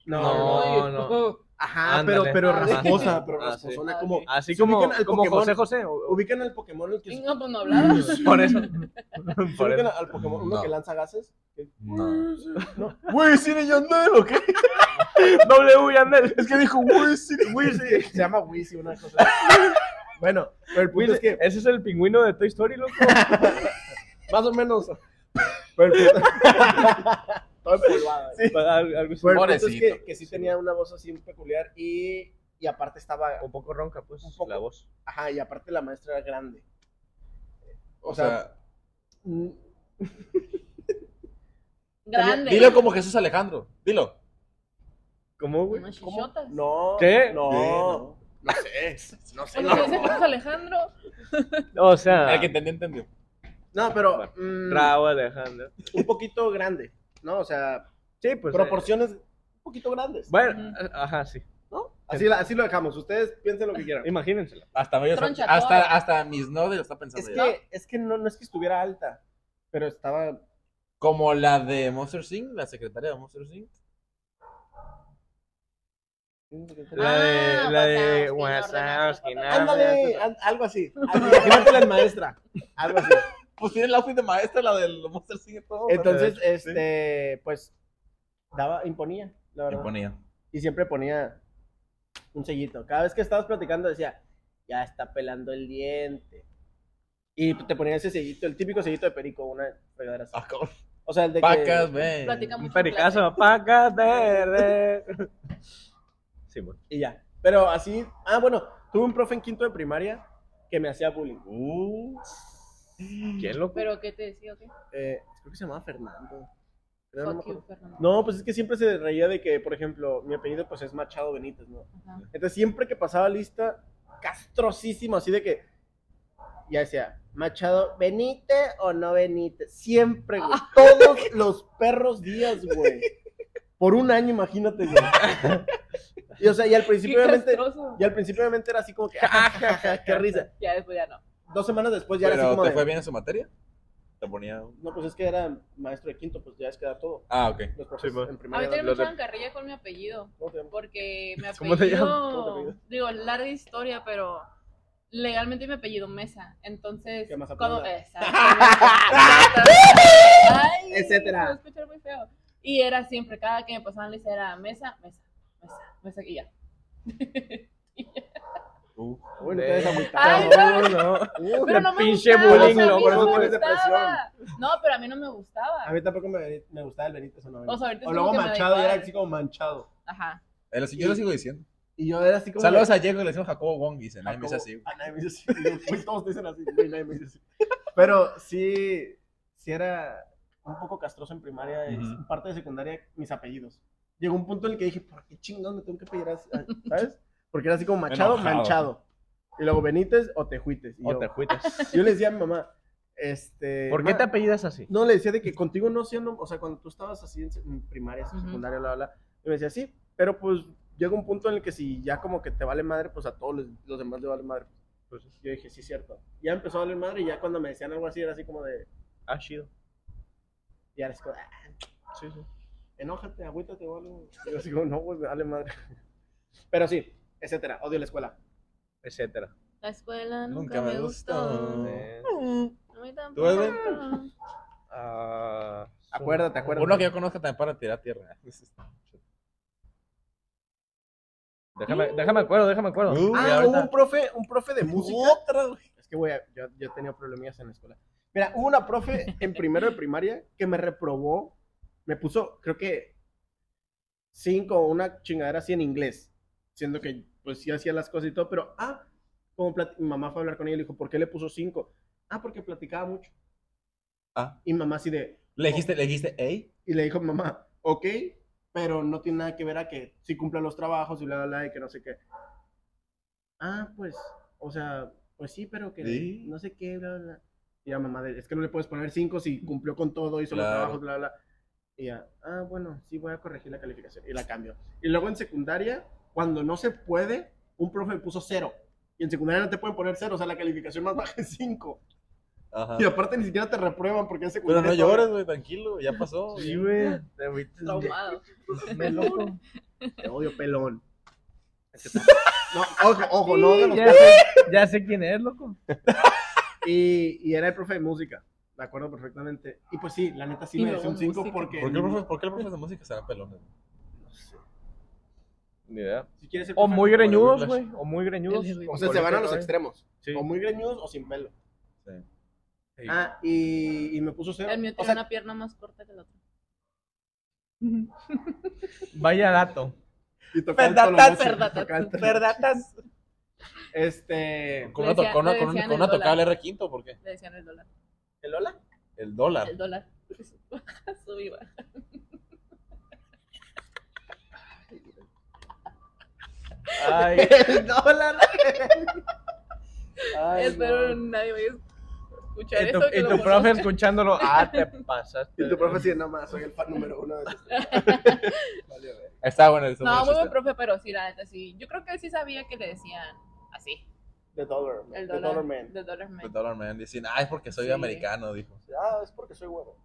[SPEAKER 1] no,
[SPEAKER 4] No.
[SPEAKER 2] muy-
[SPEAKER 1] Ajá, pero,
[SPEAKER 4] Ándale.
[SPEAKER 1] pero
[SPEAKER 2] Ah, sí.
[SPEAKER 1] rasposa, pero
[SPEAKER 4] Ah, sí.
[SPEAKER 1] rasposona,
[SPEAKER 2] Ah,
[SPEAKER 1] como,
[SPEAKER 2] ok.
[SPEAKER 4] Así
[SPEAKER 1] ¿Se ubican
[SPEAKER 4] como,
[SPEAKER 1] al
[SPEAKER 4] como
[SPEAKER 1] Pokémon?
[SPEAKER 4] José José. o- o-
[SPEAKER 1] ubican al Pokémon el que
[SPEAKER 2] No, pues no hablaba.
[SPEAKER 4] Por eso.
[SPEAKER 1] ¿Se
[SPEAKER 4] Por
[SPEAKER 1] ubican
[SPEAKER 4] eso.
[SPEAKER 1] al Pokémon uno
[SPEAKER 3] No.
[SPEAKER 1] que lanza gases?
[SPEAKER 3] No.
[SPEAKER 1] No.
[SPEAKER 3] Güey, Siri Yandel, ¿o qué?
[SPEAKER 4] W Yandel.
[SPEAKER 3] Es que dijo, güey, Siri.
[SPEAKER 1] Wheezy. Se llama Wheezy, una cosa. así. bueno, pero el punto Pues es que
[SPEAKER 4] Ese es el pingüino de Toy Story, loco.
[SPEAKER 1] más o menos. Pero el punto, todo empolvado. Sí.
[SPEAKER 4] Al- algo así.
[SPEAKER 1] Pero el punto es que,
[SPEAKER 3] Pobrecito.
[SPEAKER 1] que sí tenía una voz así peculiar y, y aparte estaba,
[SPEAKER 4] Un poco ronca, pues,
[SPEAKER 1] Un poco.
[SPEAKER 4] la voz.
[SPEAKER 1] ajá, y aparte la maestra era grande.
[SPEAKER 3] O sea,
[SPEAKER 1] Mm,
[SPEAKER 2] Grande.
[SPEAKER 3] dilo como Jesús Alejandro. Dilo.
[SPEAKER 4] ¿Cómo, güey?
[SPEAKER 2] Unas
[SPEAKER 1] ¿cómo?
[SPEAKER 2] chichotas.
[SPEAKER 1] No.
[SPEAKER 4] ¿Qué?
[SPEAKER 1] No.
[SPEAKER 3] Sí,
[SPEAKER 1] No sé. No sé.
[SPEAKER 2] Bueno, ese Jesús Alejandro.
[SPEAKER 4] O sea,
[SPEAKER 3] El que entendió, entendió.
[SPEAKER 1] No, pero mm,
[SPEAKER 4] bravo, Alejandro.
[SPEAKER 1] un poquito grande, ¿no? O sea,
[SPEAKER 4] Sí, pues. eh,
[SPEAKER 1] proporciones un poquito grandes.
[SPEAKER 4] bueno, eh, ajá, sí.
[SPEAKER 1] ¿no? Así, la- así lo dejamos. Ustedes piensen lo que quieran.
[SPEAKER 4] Em, Imagínenselo.
[SPEAKER 3] Hasta medio
[SPEAKER 2] Troncha,
[SPEAKER 3] hasta,
[SPEAKER 2] toda.
[SPEAKER 3] hasta mis nodes lo está pensando.
[SPEAKER 1] Es
[SPEAKER 4] em,
[SPEAKER 3] ya.
[SPEAKER 4] ah.
[SPEAKER 1] que, es que no, no es que estuviera alta, pero estaba.
[SPEAKER 3] Como la de Monster Inc., la secretaria de Monster Inc.
[SPEAKER 1] mm,
[SPEAKER 4] La de-
[SPEAKER 2] Ah,
[SPEAKER 4] la de
[SPEAKER 2] Wazowski, no,
[SPEAKER 4] Wazowski,
[SPEAKER 2] no, no,
[SPEAKER 4] nada.
[SPEAKER 1] Ándale, an- algo así. Llévatela la maestra. Algo así.
[SPEAKER 3] Pues tiene el outfit de maestra, la del Monster Inc. y todo.
[SPEAKER 1] Entonces, este, pues, daba, imponía, la verdad.
[SPEAKER 3] ponía.
[SPEAKER 1] Y siempre ponía un sellito. Cada vez que estabas platicando decía, ya está pelando el diente. Y te ponía ese sellito, el típico sellito de perico, una regadera así.
[SPEAKER 3] Ah, cabrón.
[SPEAKER 1] O sea, el de
[SPEAKER 3] Pacas,
[SPEAKER 1] que.
[SPEAKER 3] ven.
[SPEAKER 2] Platica mucho
[SPEAKER 4] Un
[SPEAKER 2] en
[SPEAKER 4] pericazo, paca verde. Sí, bueno.
[SPEAKER 1] Y ya. Pero así. Ah, bueno, tuve un profe en quinto de primaria que me hacía bullying.
[SPEAKER 3] Uh.
[SPEAKER 4] ¿Quién
[SPEAKER 2] clase.
[SPEAKER 4] loco?
[SPEAKER 2] Pero ¿qué te decía? o ¿Qué?
[SPEAKER 1] Eh, creo que se llamaba Fernando. Pero no, me
[SPEAKER 2] Fuck you,
[SPEAKER 1] acuerdo.
[SPEAKER 2] Fernando.
[SPEAKER 1] No, pues es que siempre se reía de que, por ejemplo, mi apellido pues es Machado Benítez, ¿no?
[SPEAKER 2] Ajá.
[SPEAKER 1] Entonces siempre que pasaba lista, castrosísimo, así de que ya decía, Machado, Benítez o no Benítez. Siempre, güey.
[SPEAKER 2] Ah.
[SPEAKER 1] Todos los perros días, güey. Por un año, imagínate, güey. Y o sea, y al
[SPEAKER 2] Qué
[SPEAKER 1] principio obviamente,
[SPEAKER 2] castroso.
[SPEAKER 1] y al principio obviamente era así como que, "Ah, ja, ja, qué risa.
[SPEAKER 2] Ya después ya no.
[SPEAKER 1] Dos semanas después ya era así
[SPEAKER 3] Pero
[SPEAKER 1] como
[SPEAKER 3] ¿te
[SPEAKER 1] de,
[SPEAKER 3] fue bien en su materia? Te ponía. un-
[SPEAKER 1] no, pues es que era maestro de quinto, pues ya es que da todo.
[SPEAKER 3] Ah, ok.
[SPEAKER 1] Los profes
[SPEAKER 4] Sí, pues.
[SPEAKER 1] en
[SPEAKER 2] A mí
[SPEAKER 1] primaria.
[SPEAKER 2] también me
[SPEAKER 4] los de-
[SPEAKER 2] echaban carrilla con mi apellido.
[SPEAKER 1] ¿no? Te-
[SPEAKER 2] Porque mi
[SPEAKER 4] ¿Cómo te llamas?
[SPEAKER 1] ¿Cómo te
[SPEAKER 2] apellido,
[SPEAKER 1] apellidas?
[SPEAKER 2] digo, larga historia, pero legalmente mi apellido Mesa. Entonces,
[SPEAKER 1] ¿Qué más
[SPEAKER 2] cuando-
[SPEAKER 1] apellidas?
[SPEAKER 2] Exactamente. Ay,
[SPEAKER 1] Etcétera.
[SPEAKER 2] se va a escuchar muy feo. Y era siempre, cada que me pasaban lista era Mesa, Mesa, Mesa, Mesa, y ya.
[SPEAKER 3] Uh.
[SPEAKER 1] Uy, no te des agüitado.
[SPEAKER 2] Ay,
[SPEAKER 4] No, no.
[SPEAKER 1] Uh,
[SPEAKER 2] Pero no me
[SPEAKER 4] pinche
[SPEAKER 2] gustaba,
[SPEAKER 4] bullying,
[SPEAKER 2] o sea, a
[SPEAKER 4] lo-
[SPEAKER 2] mí
[SPEAKER 4] por eso
[SPEAKER 2] no me
[SPEAKER 1] tienes depresión.
[SPEAKER 2] gustaba. No, pero a mí no me
[SPEAKER 1] A
[SPEAKER 2] gustaba.
[SPEAKER 1] mí tampoco me, me gustaba el Benítez o no.
[SPEAKER 2] O sea, ahorita
[SPEAKER 1] o
[SPEAKER 2] es
[SPEAKER 1] luego
[SPEAKER 2] como que me da
[SPEAKER 1] manchado, y era
[SPEAKER 2] igual.
[SPEAKER 1] así como manchado.
[SPEAKER 2] Ajá.
[SPEAKER 3] Eh, lo- Yo lo sigo diciendo.
[SPEAKER 1] Y yo era así como.
[SPEAKER 3] Saludos a Diego y le decimos Jacobo Wong. Dicen,
[SPEAKER 1] a
[SPEAKER 3] nadie me dice así.
[SPEAKER 1] A nadie me dice así. Yo, pues, todos dicen así, güey, nadie me dice así. Pero sí, sí era un poco castroso en primaria y
[SPEAKER 3] Ujú.
[SPEAKER 1] parte de secundaria mis apellidos. Llegó un punto en el que dije, ¿por qué chingón me tengo que pedir así? ¿Sabes? Porque era así como Machado,
[SPEAKER 3] Enojado.
[SPEAKER 1] Manchado. Y luego Benítez o Tejuites. Y
[SPEAKER 4] O
[SPEAKER 1] yo,
[SPEAKER 4] te agüitas.
[SPEAKER 1] yo le decía a mi mamá, este.
[SPEAKER 4] ¿Por qué
[SPEAKER 1] "Ma,
[SPEAKER 4] te apellidas así?
[SPEAKER 1] No, le decía de que contigo no, sí, no, o sea, cuando tú estabas así en se- en primaria, en
[SPEAKER 2] Ujú.
[SPEAKER 1] secundaria, bla, bla, bla, y me decía, sí, pero pues llega un punto en el que si ya como que te vale madre, pues a todos los, los demás le vale madre. Pues yo dije, sí, cierto. Ya empezó a valer madre y ya cuando me decían algo así era así como de,
[SPEAKER 4] Ah, chido.
[SPEAKER 1] y ahora es como, ah, enójate, agüítate o algo. Y Yo así como, no, güey, me vale madre. Pero sí, etcétera, odio la escuela.
[SPEAKER 4] Etcétera.
[SPEAKER 2] La escuela
[SPEAKER 3] Nunca
[SPEAKER 2] nunca,
[SPEAKER 3] me
[SPEAKER 2] me
[SPEAKER 3] gustó.
[SPEAKER 2] gustó.
[SPEAKER 4] Eh,
[SPEAKER 2] A mí
[SPEAKER 3] ¿Tú, Edwin?
[SPEAKER 2] tampoco.
[SPEAKER 4] ah,
[SPEAKER 1] Acuérdate, acuérdate.
[SPEAKER 3] Uno que yo conozco también para tirar tierra. este.
[SPEAKER 4] Déjame, déjame acuerdo, déjame acuerdo.
[SPEAKER 3] Uh,
[SPEAKER 1] Ah,
[SPEAKER 3] y ahorita-
[SPEAKER 1] hubo un profe, un profe de música.
[SPEAKER 3] Otra, güey.
[SPEAKER 1] Es que, güey, yo, yo he tenido problemillas en la escuela. Mira, hubo una profe en primero de primaria que me reprobó, me puso, creo que, cinco o una chingadera así en inglés. Siendo que, pues, sí hacía las cosas y todo, pero, ah, como plat- mi mamá fue a hablar con ella y le dijo, ¿por qué le puso cinco? Ah, porque platicaba mucho.
[SPEAKER 3] Ah,
[SPEAKER 1] Y mamá así de,
[SPEAKER 3] le dijiste, le dijiste, hey.
[SPEAKER 1] y le dijo a mi mamá, ok, pero no tiene nada que ver a que si cumpla los trabajos y bla, bla, bla, y que no sé qué. Ah, pues, o sea, pues sí, pero que
[SPEAKER 3] Sí.
[SPEAKER 1] no sé qué, bla, bla, bla. Y ya, mamá, de- es que no le puedes poner cinco si cumplió con todo, hizo
[SPEAKER 3] Claro.
[SPEAKER 1] los trabajos, bla, bla. Y ya, ah, bueno, sí, voy a corregir la calificación. Y la cambio. Y luego en secundaria, cuando no se puede, un profe me puso cero. Y en secundaria no te pueden poner cero, o sea, la calificación más baja es cinco.
[SPEAKER 3] Ajá.
[SPEAKER 1] Y aparte ni siquiera te reprueban porque en
[SPEAKER 3] Pero
[SPEAKER 1] secundaria...
[SPEAKER 3] no llores, güey, tranquilo, ya pasó.
[SPEAKER 4] Sí, güey. Te fuiste-
[SPEAKER 2] Traumado.
[SPEAKER 1] Me loco. Te odio, pelón. No, ojo, ojo, no de los
[SPEAKER 4] ya, sé, ya sé quién es, loco.
[SPEAKER 1] y, y era el profe de música. Me acuerdo perfectamente. Y pues sí, la neta sí
[SPEAKER 2] Y pues
[SPEAKER 1] me decía
[SPEAKER 2] luego
[SPEAKER 1] un 5
[SPEAKER 2] música.
[SPEAKER 1] porque.
[SPEAKER 3] ¿Por qué, los profes- ¿Por qué los profes de música serán pelones?
[SPEAKER 1] no sé.
[SPEAKER 4] Ni idea.
[SPEAKER 1] Si quieres ser
[SPEAKER 4] O
[SPEAKER 1] profe-
[SPEAKER 4] muy greñudos,
[SPEAKER 3] Flash.
[SPEAKER 4] güey. O muy greñudos.
[SPEAKER 2] El-
[SPEAKER 4] con
[SPEAKER 1] O sea, se van a los
[SPEAKER 4] coleta,
[SPEAKER 1] extremos.
[SPEAKER 4] Sí.
[SPEAKER 1] O muy greñudos o sin pelo.
[SPEAKER 3] Sí.
[SPEAKER 4] Sí.
[SPEAKER 1] Ah, y, y me puso cero.
[SPEAKER 2] El mío
[SPEAKER 1] O
[SPEAKER 2] tiene
[SPEAKER 1] sea,
[SPEAKER 2] una pierna más corta que la otra.
[SPEAKER 4] Vaya dato.
[SPEAKER 1] y tocaba el tono noche,
[SPEAKER 2] verdatazo.
[SPEAKER 1] tocaba el tono.
[SPEAKER 3] Verdatas.
[SPEAKER 1] Este.
[SPEAKER 3] Con una, to-
[SPEAKER 2] decía-
[SPEAKER 3] con una,
[SPEAKER 2] le
[SPEAKER 3] con un-
[SPEAKER 2] decían
[SPEAKER 3] con
[SPEAKER 2] el
[SPEAKER 3] una tocada
[SPEAKER 2] dólar.
[SPEAKER 3] el R quinto, ¿por qué?
[SPEAKER 2] Le decían el dólar.
[SPEAKER 1] ¿El Lola?
[SPEAKER 3] El dólar.
[SPEAKER 2] El dólar. Subí, baja.
[SPEAKER 4] Ay,
[SPEAKER 1] ¡El Lola!
[SPEAKER 4] ay,
[SPEAKER 2] Espero
[SPEAKER 4] no.
[SPEAKER 2] nadie vaya a escuchar
[SPEAKER 4] Y tu,
[SPEAKER 2] eso. que
[SPEAKER 4] y
[SPEAKER 2] lo
[SPEAKER 4] tu
[SPEAKER 2] conozca.
[SPEAKER 4] profe escuchándolo. Ah, te pasaste.
[SPEAKER 1] Y tu profe sí, nada más, soy el fan número uno de este-". esos. Vale, a ver.
[SPEAKER 3] Está bueno. Está
[SPEAKER 2] No,
[SPEAKER 3] bueno,
[SPEAKER 2] muy buen
[SPEAKER 3] está-
[SPEAKER 2] profe, pero sí, la neta, sí. Yo creo que él sí sabía que le decían así.
[SPEAKER 1] The Dollar Man.
[SPEAKER 2] El
[SPEAKER 1] The
[SPEAKER 2] dólar.
[SPEAKER 1] Dollar Man.
[SPEAKER 2] The Dollar Man.
[SPEAKER 3] El dólar man. Dicen, ah, es porque soy
[SPEAKER 2] Sí.
[SPEAKER 3] americano, dijo.
[SPEAKER 1] Ah, es porque soy huevo.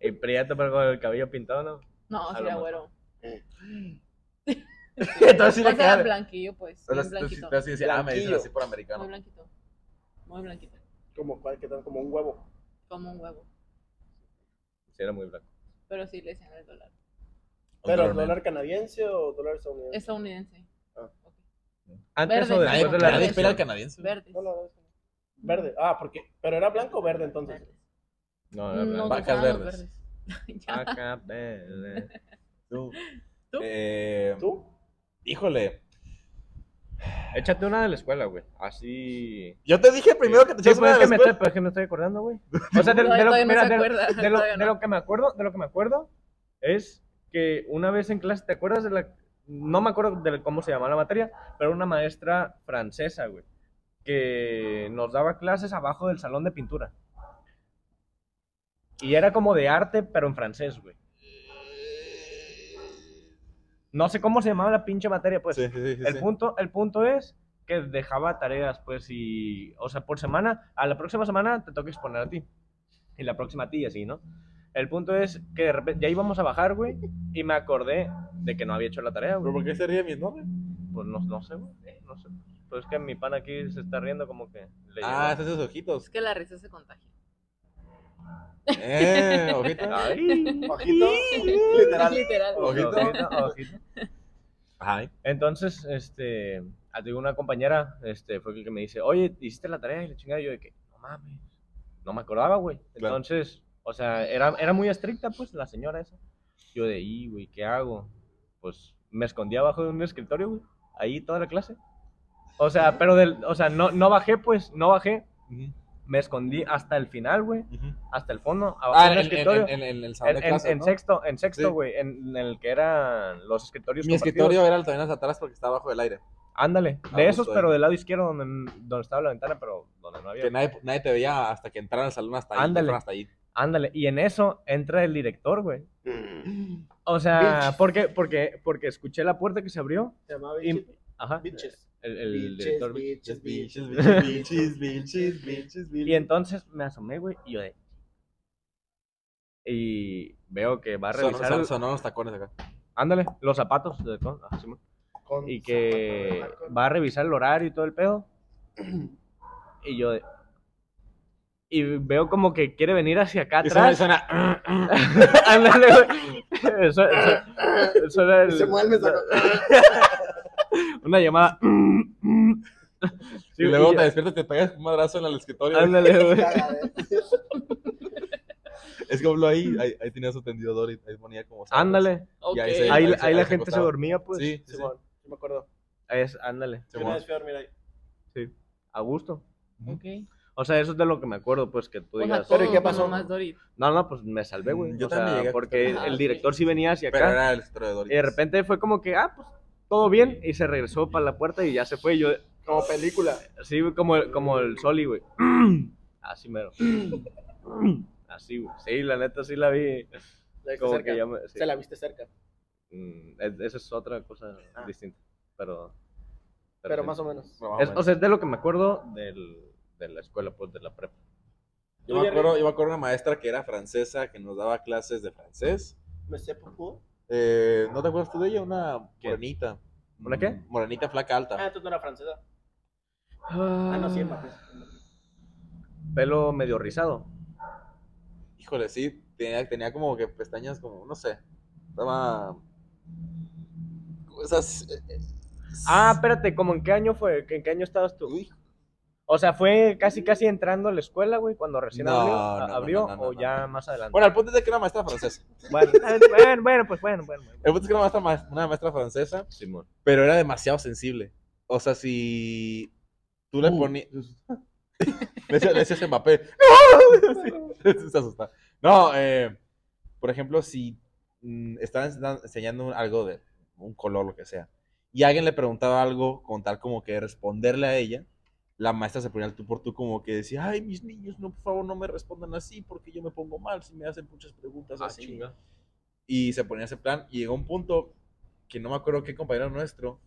[SPEAKER 4] Y prieto, pero con el cabello pintado, ¿no?
[SPEAKER 2] No,
[SPEAKER 4] A
[SPEAKER 2] sí,
[SPEAKER 4] lo
[SPEAKER 2] era
[SPEAKER 4] mejor.
[SPEAKER 2] güero.
[SPEAKER 4] Entonces sí
[SPEAKER 2] O sea,
[SPEAKER 4] le queda.
[SPEAKER 2] blanquillo, pues. bien
[SPEAKER 3] Entonces, entonces,
[SPEAKER 2] blanquito.
[SPEAKER 3] entonces decía, ah, me dicen
[SPEAKER 1] Blanquillo.
[SPEAKER 3] así por
[SPEAKER 2] Muy
[SPEAKER 3] americano.
[SPEAKER 2] blanquito. Muy blanquito.
[SPEAKER 1] Como cual, que tal, como un huevo.
[SPEAKER 2] Como un huevo.
[SPEAKER 4] Sí, era muy blanco.
[SPEAKER 2] Pero sí le decían el dólar.
[SPEAKER 1] Pero
[SPEAKER 3] man.
[SPEAKER 1] dólar canadiense o dólar estadounidense.
[SPEAKER 2] Estadounidense.
[SPEAKER 1] Ah.
[SPEAKER 2] Ok.
[SPEAKER 4] Antes
[SPEAKER 2] Verde.
[SPEAKER 4] o
[SPEAKER 3] Nadie,
[SPEAKER 4] después de la
[SPEAKER 3] nadie
[SPEAKER 2] Verde.
[SPEAKER 3] espera al
[SPEAKER 4] revolución.
[SPEAKER 3] canadiense. güey.
[SPEAKER 2] Verdes.
[SPEAKER 1] No, la verdad es que no. Verde. Ah, porque. Pero era blanco o verde entonces.
[SPEAKER 2] Verdes.
[SPEAKER 4] No, era
[SPEAKER 2] No,
[SPEAKER 4] blanco.
[SPEAKER 3] Vacas
[SPEAKER 2] vacas verdes.
[SPEAKER 3] verdes.
[SPEAKER 2] ya.
[SPEAKER 4] Vaca verde.
[SPEAKER 3] Tú.
[SPEAKER 2] ¿Tú?
[SPEAKER 3] Eh,
[SPEAKER 1] ¿Tú?
[SPEAKER 3] Híjole.
[SPEAKER 4] Échate una de la escuela, güey. Así.
[SPEAKER 3] Yo te dije primero que te
[SPEAKER 4] Sí,
[SPEAKER 3] echas
[SPEAKER 4] pues
[SPEAKER 3] una
[SPEAKER 4] es
[SPEAKER 3] de
[SPEAKER 4] que,
[SPEAKER 3] la
[SPEAKER 4] me
[SPEAKER 3] escuela.
[SPEAKER 4] estoy, pues, es que me estoy acordando, güey. O sea, de,
[SPEAKER 2] No,
[SPEAKER 4] de lo,
[SPEAKER 2] todavía no
[SPEAKER 4] mira,
[SPEAKER 2] se
[SPEAKER 4] de-
[SPEAKER 2] acuerda,
[SPEAKER 4] de lo-
[SPEAKER 2] todavía
[SPEAKER 4] de
[SPEAKER 2] no.
[SPEAKER 4] lo que me acuerdo, de lo que me acuerdo es que una vez en clase, ¿te acuerdas de la no me acuerdo de cómo se llamaba la materia, pero una maestra francesa, güey, que nos daba clases abajo del salón de pintura. Y era como de arte, pero en francés, güey. No sé cómo se llamaba la pinche materia, pues.
[SPEAKER 3] Sí, sí, sí,
[SPEAKER 4] El
[SPEAKER 3] sí.
[SPEAKER 4] punto, el punto es que dejaba tareas, pues, y, o sea, por semana, a la próxima semana te toca exponer a ti. Y la próxima a ti, y así, ¿no? El punto es que de repente ya íbamos a bajar, güey, y me acordé de que no había hecho la tarea,
[SPEAKER 3] ¿Pero
[SPEAKER 4] güey.
[SPEAKER 3] por qué se ríe mi nombre?
[SPEAKER 4] Pues no, no sé, güey, no sé. Pues es que mi pan aquí se está riendo como que le
[SPEAKER 3] Ah,
[SPEAKER 4] llegó.
[SPEAKER 3] es esos ojitos.
[SPEAKER 2] Es que la risa se contagia.
[SPEAKER 3] Eh, ojitos.
[SPEAKER 4] Ay,
[SPEAKER 1] Ojito. Literal.
[SPEAKER 2] Literal.
[SPEAKER 3] Ojito.
[SPEAKER 4] ojito.
[SPEAKER 3] Ay.
[SPEAKER 4] Entonces, este, a ti una compañera, este, fue el que me dice, oye, ¿hiciste la tarea? Y la chingada, y yo de que, no mames, no me acordaba, güey.
[SPEAKER 3] Claro.
[SPEAKER 4] Entonces, o sea, era, era muy estricta, pues, la señora esa. Yo de, y, güey, ¿qué hago? Pues, me escondí abajo de un escritorio, güey, ahí toda la clase. O sea, pero del, o sea, no, no bajé, pues, no bajé.
[SPEAKER 3] Ujú,
[SPEAKER 4] Me escondí hasta el final, güey,
[SPEAKER 3] ujú.
[SPEAKER 4] hasta el fondo, abajo de
[SPEAKER 3] Ah, en,
[SPEAKER 4] un
[SPEAKER 3] en,
[SPEAKER 4] escritorio.
[SPEAKER 3] en- en- en el salón
[SPEAKER 4] En,
[SPEAKER 3] de
[SPEAKER 4] en-
[SPEAKER 3] clases,
[SPEAKER 4] en
[SPEAKER 3] ¿no?
[SPEAKER 4] sexto, en
[SPEAKER 3] Sí.
[SPEAKER 4] sexto, güey, en, en el que eran los escritorios
[SPEAKER 3] Mi
[SPEAKER 4] compartidos.
[SPEAKER 3] escritorio era el también hasta atrás porque está abajo del aire.
[SPEAKER 4] Ándale,
[SPEAKER 3] Ah,
[SPEAKER 4] de esos,
[SPEAKER 3] justo ahí.
[SPEAKER 4] pero del lado izquierdo donde, donde estaba la ventana, pero donde no había.
[SPEAKER 3] Que nadie, nadie te veía hasta que entraran al salón hasta ahí.
[SPEAKER 4] Ándale.
[SPEAKER 3] fueron Hasta ahí.
[SPEAKER 4] Ándale, y en eso entra el director, güey. O sea, porque, porque, porque escuché la puerta que se abrió.
[SPEAKER 1] Se llamaba
[SPEAKER 4] y-
[SPEAKER 1] Bitches.
[SPEAKER 4] Ajá.
[SPEAKER 1] Bitches.
[SPEAKER 4] El, el director.
[SPEAKER 1] Bitches, bitches, bitches, bitches, bitches, bitches,
[SPEAKER 4] Y
[SPEAKER 1] bitches.
[SPEAKER 4] entonces me asomé, güey, y yo de. Y veo que va a
[SPEAKER 3] Son,
[SPEAKER 4] revisar.
[SPEAKER 3] son-
[SPEAKER 4] el-
[SPEAKER 3] sonaron los tacones acá.
[SPEAKER 4] Ándale, los zapatos. de- con- ah, Simón.
[SPEAKER 1] Con
[SPEAKER 4] y que
[SPEAKER 1] zapato de taco.
[SPEAKER 4] va a revisar el horario y todo el pedo. Y yo de- Y veo como que quiere venir hacia acá
[SPEAKER 3] Y suena,
[SPEAKER 4] atrás.
[SPEAKER 3] suena,
[SPEAKER 4] Ándale, güey. Su- su- suena el-
[SPEAKER 1] Se mueve el saco.
[SPEAKER 4] una llamada. Sí,
[SPEAKER 3] y luego
[SPEAKER 4] y-
[SPEAKER 3] te despiertas y te pegas un madrazo en el escritorio.
[SPEAKER 4] Ándale, güey.
[SPEAKER 3] Es que habló ahí, ahí, ahí tenía su tendidor y ahí ponía como... sábanas.
[SPEAKER 4] Ándale.
[SPEAKER 2] Ok.
[SPEAKER 3] Y ahí se-
[SPEAKER 4] Ahí, ahí la
[SPEAKER 3] se
[SPEAKER 4] gente se
[SPEAKER 3] acostaba.
[SPEAKER 4] dormía, pues.
[SPEAKER 3] Sí, sí, sí.
[SPEAKER 1] Simón, yo me acuerdo.
[SPEAKER 4] Ahí es- ándale.
[SPEAKER 1] Yo
[SPEAKER 3] Se
[SPEAKER 1] una
[SPEAKER 3] mueve.
[SPEAKER 1] vez fui a dormir ahí.
[SPEAKER 4] A gusto.
[SPEAKER 2] Ok.
[SPEAKER 4] O sea, eso es de lo que me acuerdo, pues, que tú
[SPEAKER 2] O sea,
[SPEAKER 4] digas.
[SPEAKER 1] Pero, ¿y
[SPEAKER 2] todo,
[SPEAKER 1] qué
[SPEAKER 2] no
[SPEAKER 1] pasó?
[SPEAKER 2] nomás Dorit.
[SPEAKER 4] No, no, pues me salvé, güey.
[SPEAKER 3] Mm, yo
[SPEAKER 4] o
[SPEAKER 3] también
[SPEAKER 4] sea,
[SPEAKER 3] llegué a-
[SPEAKER 4] porque
[SPEAKER 2] Ah,
[SPEAKER 4] el
[SPEAKER 2] ok.
[SPEAKER 4] director sí venía hacia
[SPEAKER 3] Pero
[SPEAKER 4] acá.
[SPEAKER 3] era el escritorio de
[SPEAKER 4] Y
[SPEAKER 3] Doritos.
[SPEAKER 4] de repente fue como que, ah, pues todo bien. Y se regresó para la puerta y ya se fue. Y yo,
[SPEAKER 1] Como película.
[SPEAKER 4] así güey, como, el- como el Soli, güey. Así mero. Así, güey. Sí, la neta sí la vi.
[SPEAKER 1] la viste
[SPEAKER 4] Como
[SPEAKER 1] cerca.
[SPEAKER 4] que ya me. sí.
[SPEAKER 1] Se la viste cerca.
[SPEAKER 4] Mm, es- Esa es otra cosa
[SPEAKER 1] Ah.
[SPEAKER 4] distinta. Pero.
[SPEAKER 1] Pero
[SPEAKER 4] sí.
[SPEAKER 1] más o menos.
[SPEAKER 3] Bueno,
[SPEAKER 4] Es-
[SPEAKER 3] bueno.
[SPEAKER 4] o sea, es de lo que me acuerdo del, de la escuela, pues, de la prepa.
[SPEAKER 3] yo, me acuerdo, yo me acuerdo de una maestra que era francesa que nos daba clases de francés.
[SPEAKER 1] Me sé popó.
[SPEAKER 3] Eh, ¿No te acuerdas tú de ella? Una
[SPEAKER 4] ¿Qué?
[SPEAKER 3] morenita.
[SPEAKER 4] ¿Una qué?
[SPEAKER 3] Mm, Morenita flaca
[SPEAKER 1] Ah,
[SPEAKER 3] alta.
[SPEAKER 1] entonces no era francesa.
[SPEAKER 4] Ah,
[SPEAKER 1] Ah, no, sí, en Mbappé.
[SPEAKER 4] Pelo medio rizado.
[SPEAKER 3] Híjole, sí, tenía, tenía como que pestañas como, no sé. Estaba... Esas... eh,
[SPEAKER 4] Ah, espérate, ¿cómo en qué año fue? ¿En qué año estabas tú?
[SPEAKER 3] Uy.
[SPEAKER 4] O sea, fue casi casi entrando a la escuela, güey, cuando recién
[SPEAKER 3] No,
[SPEAKER 4] abrió,
[SPEAKER 3] no,
[SPEAKER 4] a-
[SPEAKER 3] no,
[SPEAKER 4] abrió
[SPEAKER 3] no, no,
[SPEAKER 4] o
[SPEAKER 3] no,
[SPEAKER 4] ya
[SPEAKER 3] no.
[SPEAKER 4] más adelante.
[SPEAKER 3] Bueno, el punto es de que era maestra francesa.
[SPEAKER 4] Bueno, bueno, bueno, pues bueno, bueno. bueno.
[SPEAKER 3] El punto es que era maestra- maestra- una maestra francesa,
[SPEAKER 4] Simón.
[SPEAKER 3] pero era demasiado sensible. O sea, si tú le
[SPEAKER 1] Uh.
[SPEAKER 3] ponías... le decías- le decías a Mbappé. ¡No! Sí, se asusta. No, eh, por ejemplo, si mm, estaban enseñan- enseñando un- algo de un color, lo que sea, y alguien le preguntaba algo con tal como que responderle a ella, la maestra se ponía al tú por tú como que decía, ay, mis niños, no, por favor, no me respondan así porque yo me pongo mal si me hacen muchas preguntas
[SPEAKER 4] Ah,
[SPEAKER 3] así
[SPEAKER 4] chinga.
[SPEAKER 3] y se ponía ese plan y llegó un punto que no me acuerdo qué compañero nuestro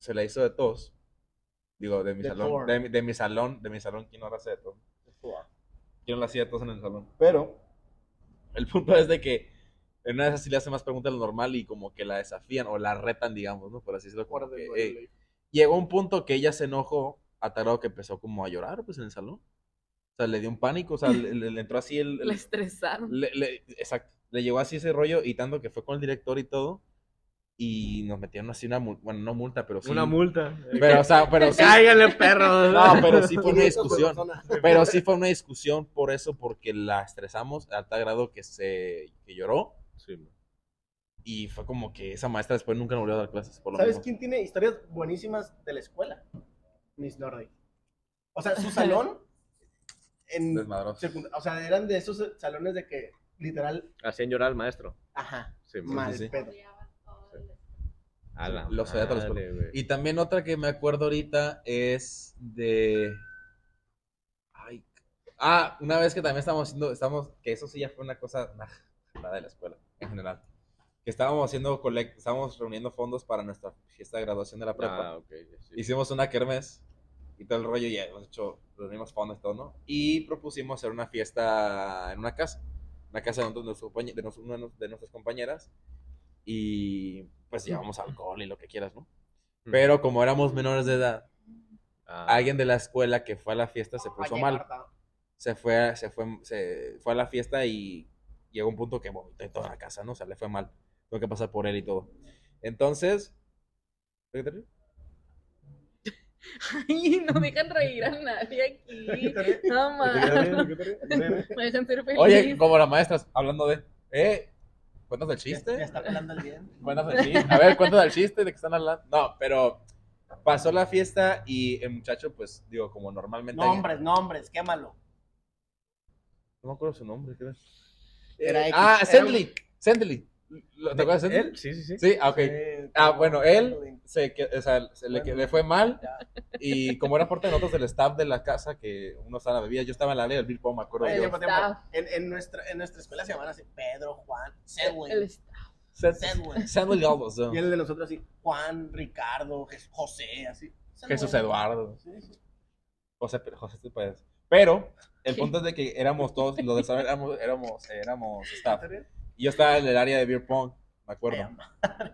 [SPEAKER 3] se la hizo de tos digo de mi
[SPEAKER 1] De
[SPEAKER 3] salón
[SPEAKER 1] tor.
[SPEAKER 3] de mi, de mi salón de mi salón quién no la hace de tos quién no la hacía de tos en el salón
[SPEAKER 1] Pero,
[SPEAKER 3] el punto es de que en una de esas sí le hacen más preguntas de lo normal y como que la desafían o la retan digamos no por así decirlo como
[SPEAKER 1] fuera de
[SPEAKER 3] que,
[SPEAKER 1] duelo,
[SPEAKER 3] "Ey".
[SPEAKER 1] le dijo.
[SPEAKER 3] llegó un punto que ella se enojó a tal grado que empezó como a llorar pues en el salón o sea le dio un pánico o sea le, le- le entró así el-
[SPEAKER 2] La
[SPEAKER 3] el,
[SPEAKER 2] estresaron.
[SPEAKER 3] le, le- exacto. Le llegó así ese rollo y tanto que fue con el director y todo. Y nos metieron así una multa. Bueno, no multa, pero sí.
[SPEAKER 4] Una multa.
[SPEAKER 3] Pero, o sea, pero sí.
[SPEAKER 4] Cáiganle, perros.
[SPEAKER 3] No, pero sí fue una
[SPEAKER 1] 500 por
[SPEAKER 3] discusión.
[SPEAKER 1] persona.
[SPEAKER 3] Pero sí fue una discusión por eso, porque la estresamos a tal grado que se que lloró. Y fue como que esa maestra después nunca nos volvió a dar clases. Por lo
[SPEAKER 1] ¿Sabes
[SPEAKER 3] mismo.
[SPEAKER 1] quién tiene historias buenísimas de la escuela? Miss Norday. O sea, su salón. En
[SPEAKER 3] Desmadrosa.
[SPEAKER 1] secund- o sea, eran de esos salones de que literal.
[SPEAKER 4] Hacían llorar al maestro.
[SPEAKER 1] Ajá.
[SPEAKER 4] Sí,
[SPEAKER 1] Mal
[SPEAKER 3] sí.
[SPEAKER 1] pedo.
[SPEAKER 4] A la
[SPEAKER 3] Los odiaba a todos los
[SPEAKER 4] madre, güey.
[SPEAKER 3] Y también otra que me acuerdo ahorita es de. Ay. Ah, una vez que también estábamos haciendo, estamos, que eso sí ya fue una cosa, una jalada de la escuela, en general. Que estábamos haciendo colect, estábamos reuniendo fondos para nuestra fiesta de graduación de la prepa.
[SPEAKER 4] Ah, ok, sí.
[SPEAKER 3] Hicimos una kermés y todo el rollo, y hemos hecho, reunimos fondos y todo, ¿no? Y propusimos hacer una fiesta en una casa, una casa de, uno de, nuestros compañe- de, nos- una de nuestras compañeras, y pues llevamos alcohol y lo que quieras, ¿no? Pero como éramos menores de edad,
[SPEAKER 4] Ah,
[SPEAKER 3] alguien de la escuela que fue a la fiesta se puso
[SPEAKER 1] Oye,
[SPEAKER 3] mal.
[SPEAKER 1] Marta,
[SPEAKER 3] Se fue, se fue, se fue a la fiesta y llegó un punto que vomitó en toda la casa, ¿no? O sea, le fue mal. Tuve que pasar por él y todo. Entonces, ¿qué te ríes?
[SPEAKER 2] Ay, no dejan reír a nadie aquí. No mames.
[SPEAKER 1] Ya
[SPEAKER 2] Me dejan ser feliz.
[SPEAKER 3] oye, como las maestras, hablando de, ¿eh? ¿Cuentas el chiste?
[SPEAKER 1] ya está pelando el bien.
[SPEAKER 3] Cuéntanos el chiste. A ver, cuéntanos el chiste de que están hablando. No, pero pasó la fiesta y el muchacho, pues, digo, como normalmente.
[SPEAKER 1] Nombres, nombres, quémalo.
[SPEAKER 3] No me acuerdo su nombre, ¿qué era?
[SPEAKER 1] Era
[SPEAKER 3] Eh,
[SPEAKER 1] X,
[SPEAKER 3] ah,
[SPEAKER 1] era
[SPEAKER 3] Sendly. Sendly. ¿Lo- ¿Te acuerdas de él?
[SPEAKER 4] él? Sí, sí, sí.
[SPEAKER 3] Sí, ah, ok.
[SPEAKER 1] Sí,
[SPEAKER 3] Ah, bueno, él
[SPEAKER 1] Franklin.
[SPEAKER 3] se, que- o sea, se le, que- le fue mal y como era parte de nosotros del staff de la casa, que uno estaba bebida, yo estaba en la área del beer pong, me acuerdo
[SPEAKER 1] Oye,
[SPEAKER 2] El
[SPEAKER 3] yo.
[SPEAKER 1] tiempo, tiempo.
[SPEAKER 2] staff.
[SPEAKER 1] En, en nuestra, en nuestra escuela se llamaban así Pedro, Juan,
[SPEAKER 2] El
[SPEAKER 1] Sedwin,
[SPEAKER 2] staff.
[SPEAKER 1] Sedwin.
[SPEAKER 3] Samuel Galvez, ¿no?
[SPEAKER 1] Y el de nosotros así, Juan, Ricardo, Jes- José, así. Sedwin.
[SPEAKER 3] Jesús Eduardo.
[SPEAKER 1] Sí, sí.
[SPEAKER 3] José, José Este Páez. Pero el punto es de que éramos todos, los de saber, éramos, éramos, éramos staff. Y yo estaba en el área de beer pong, me acuerdo.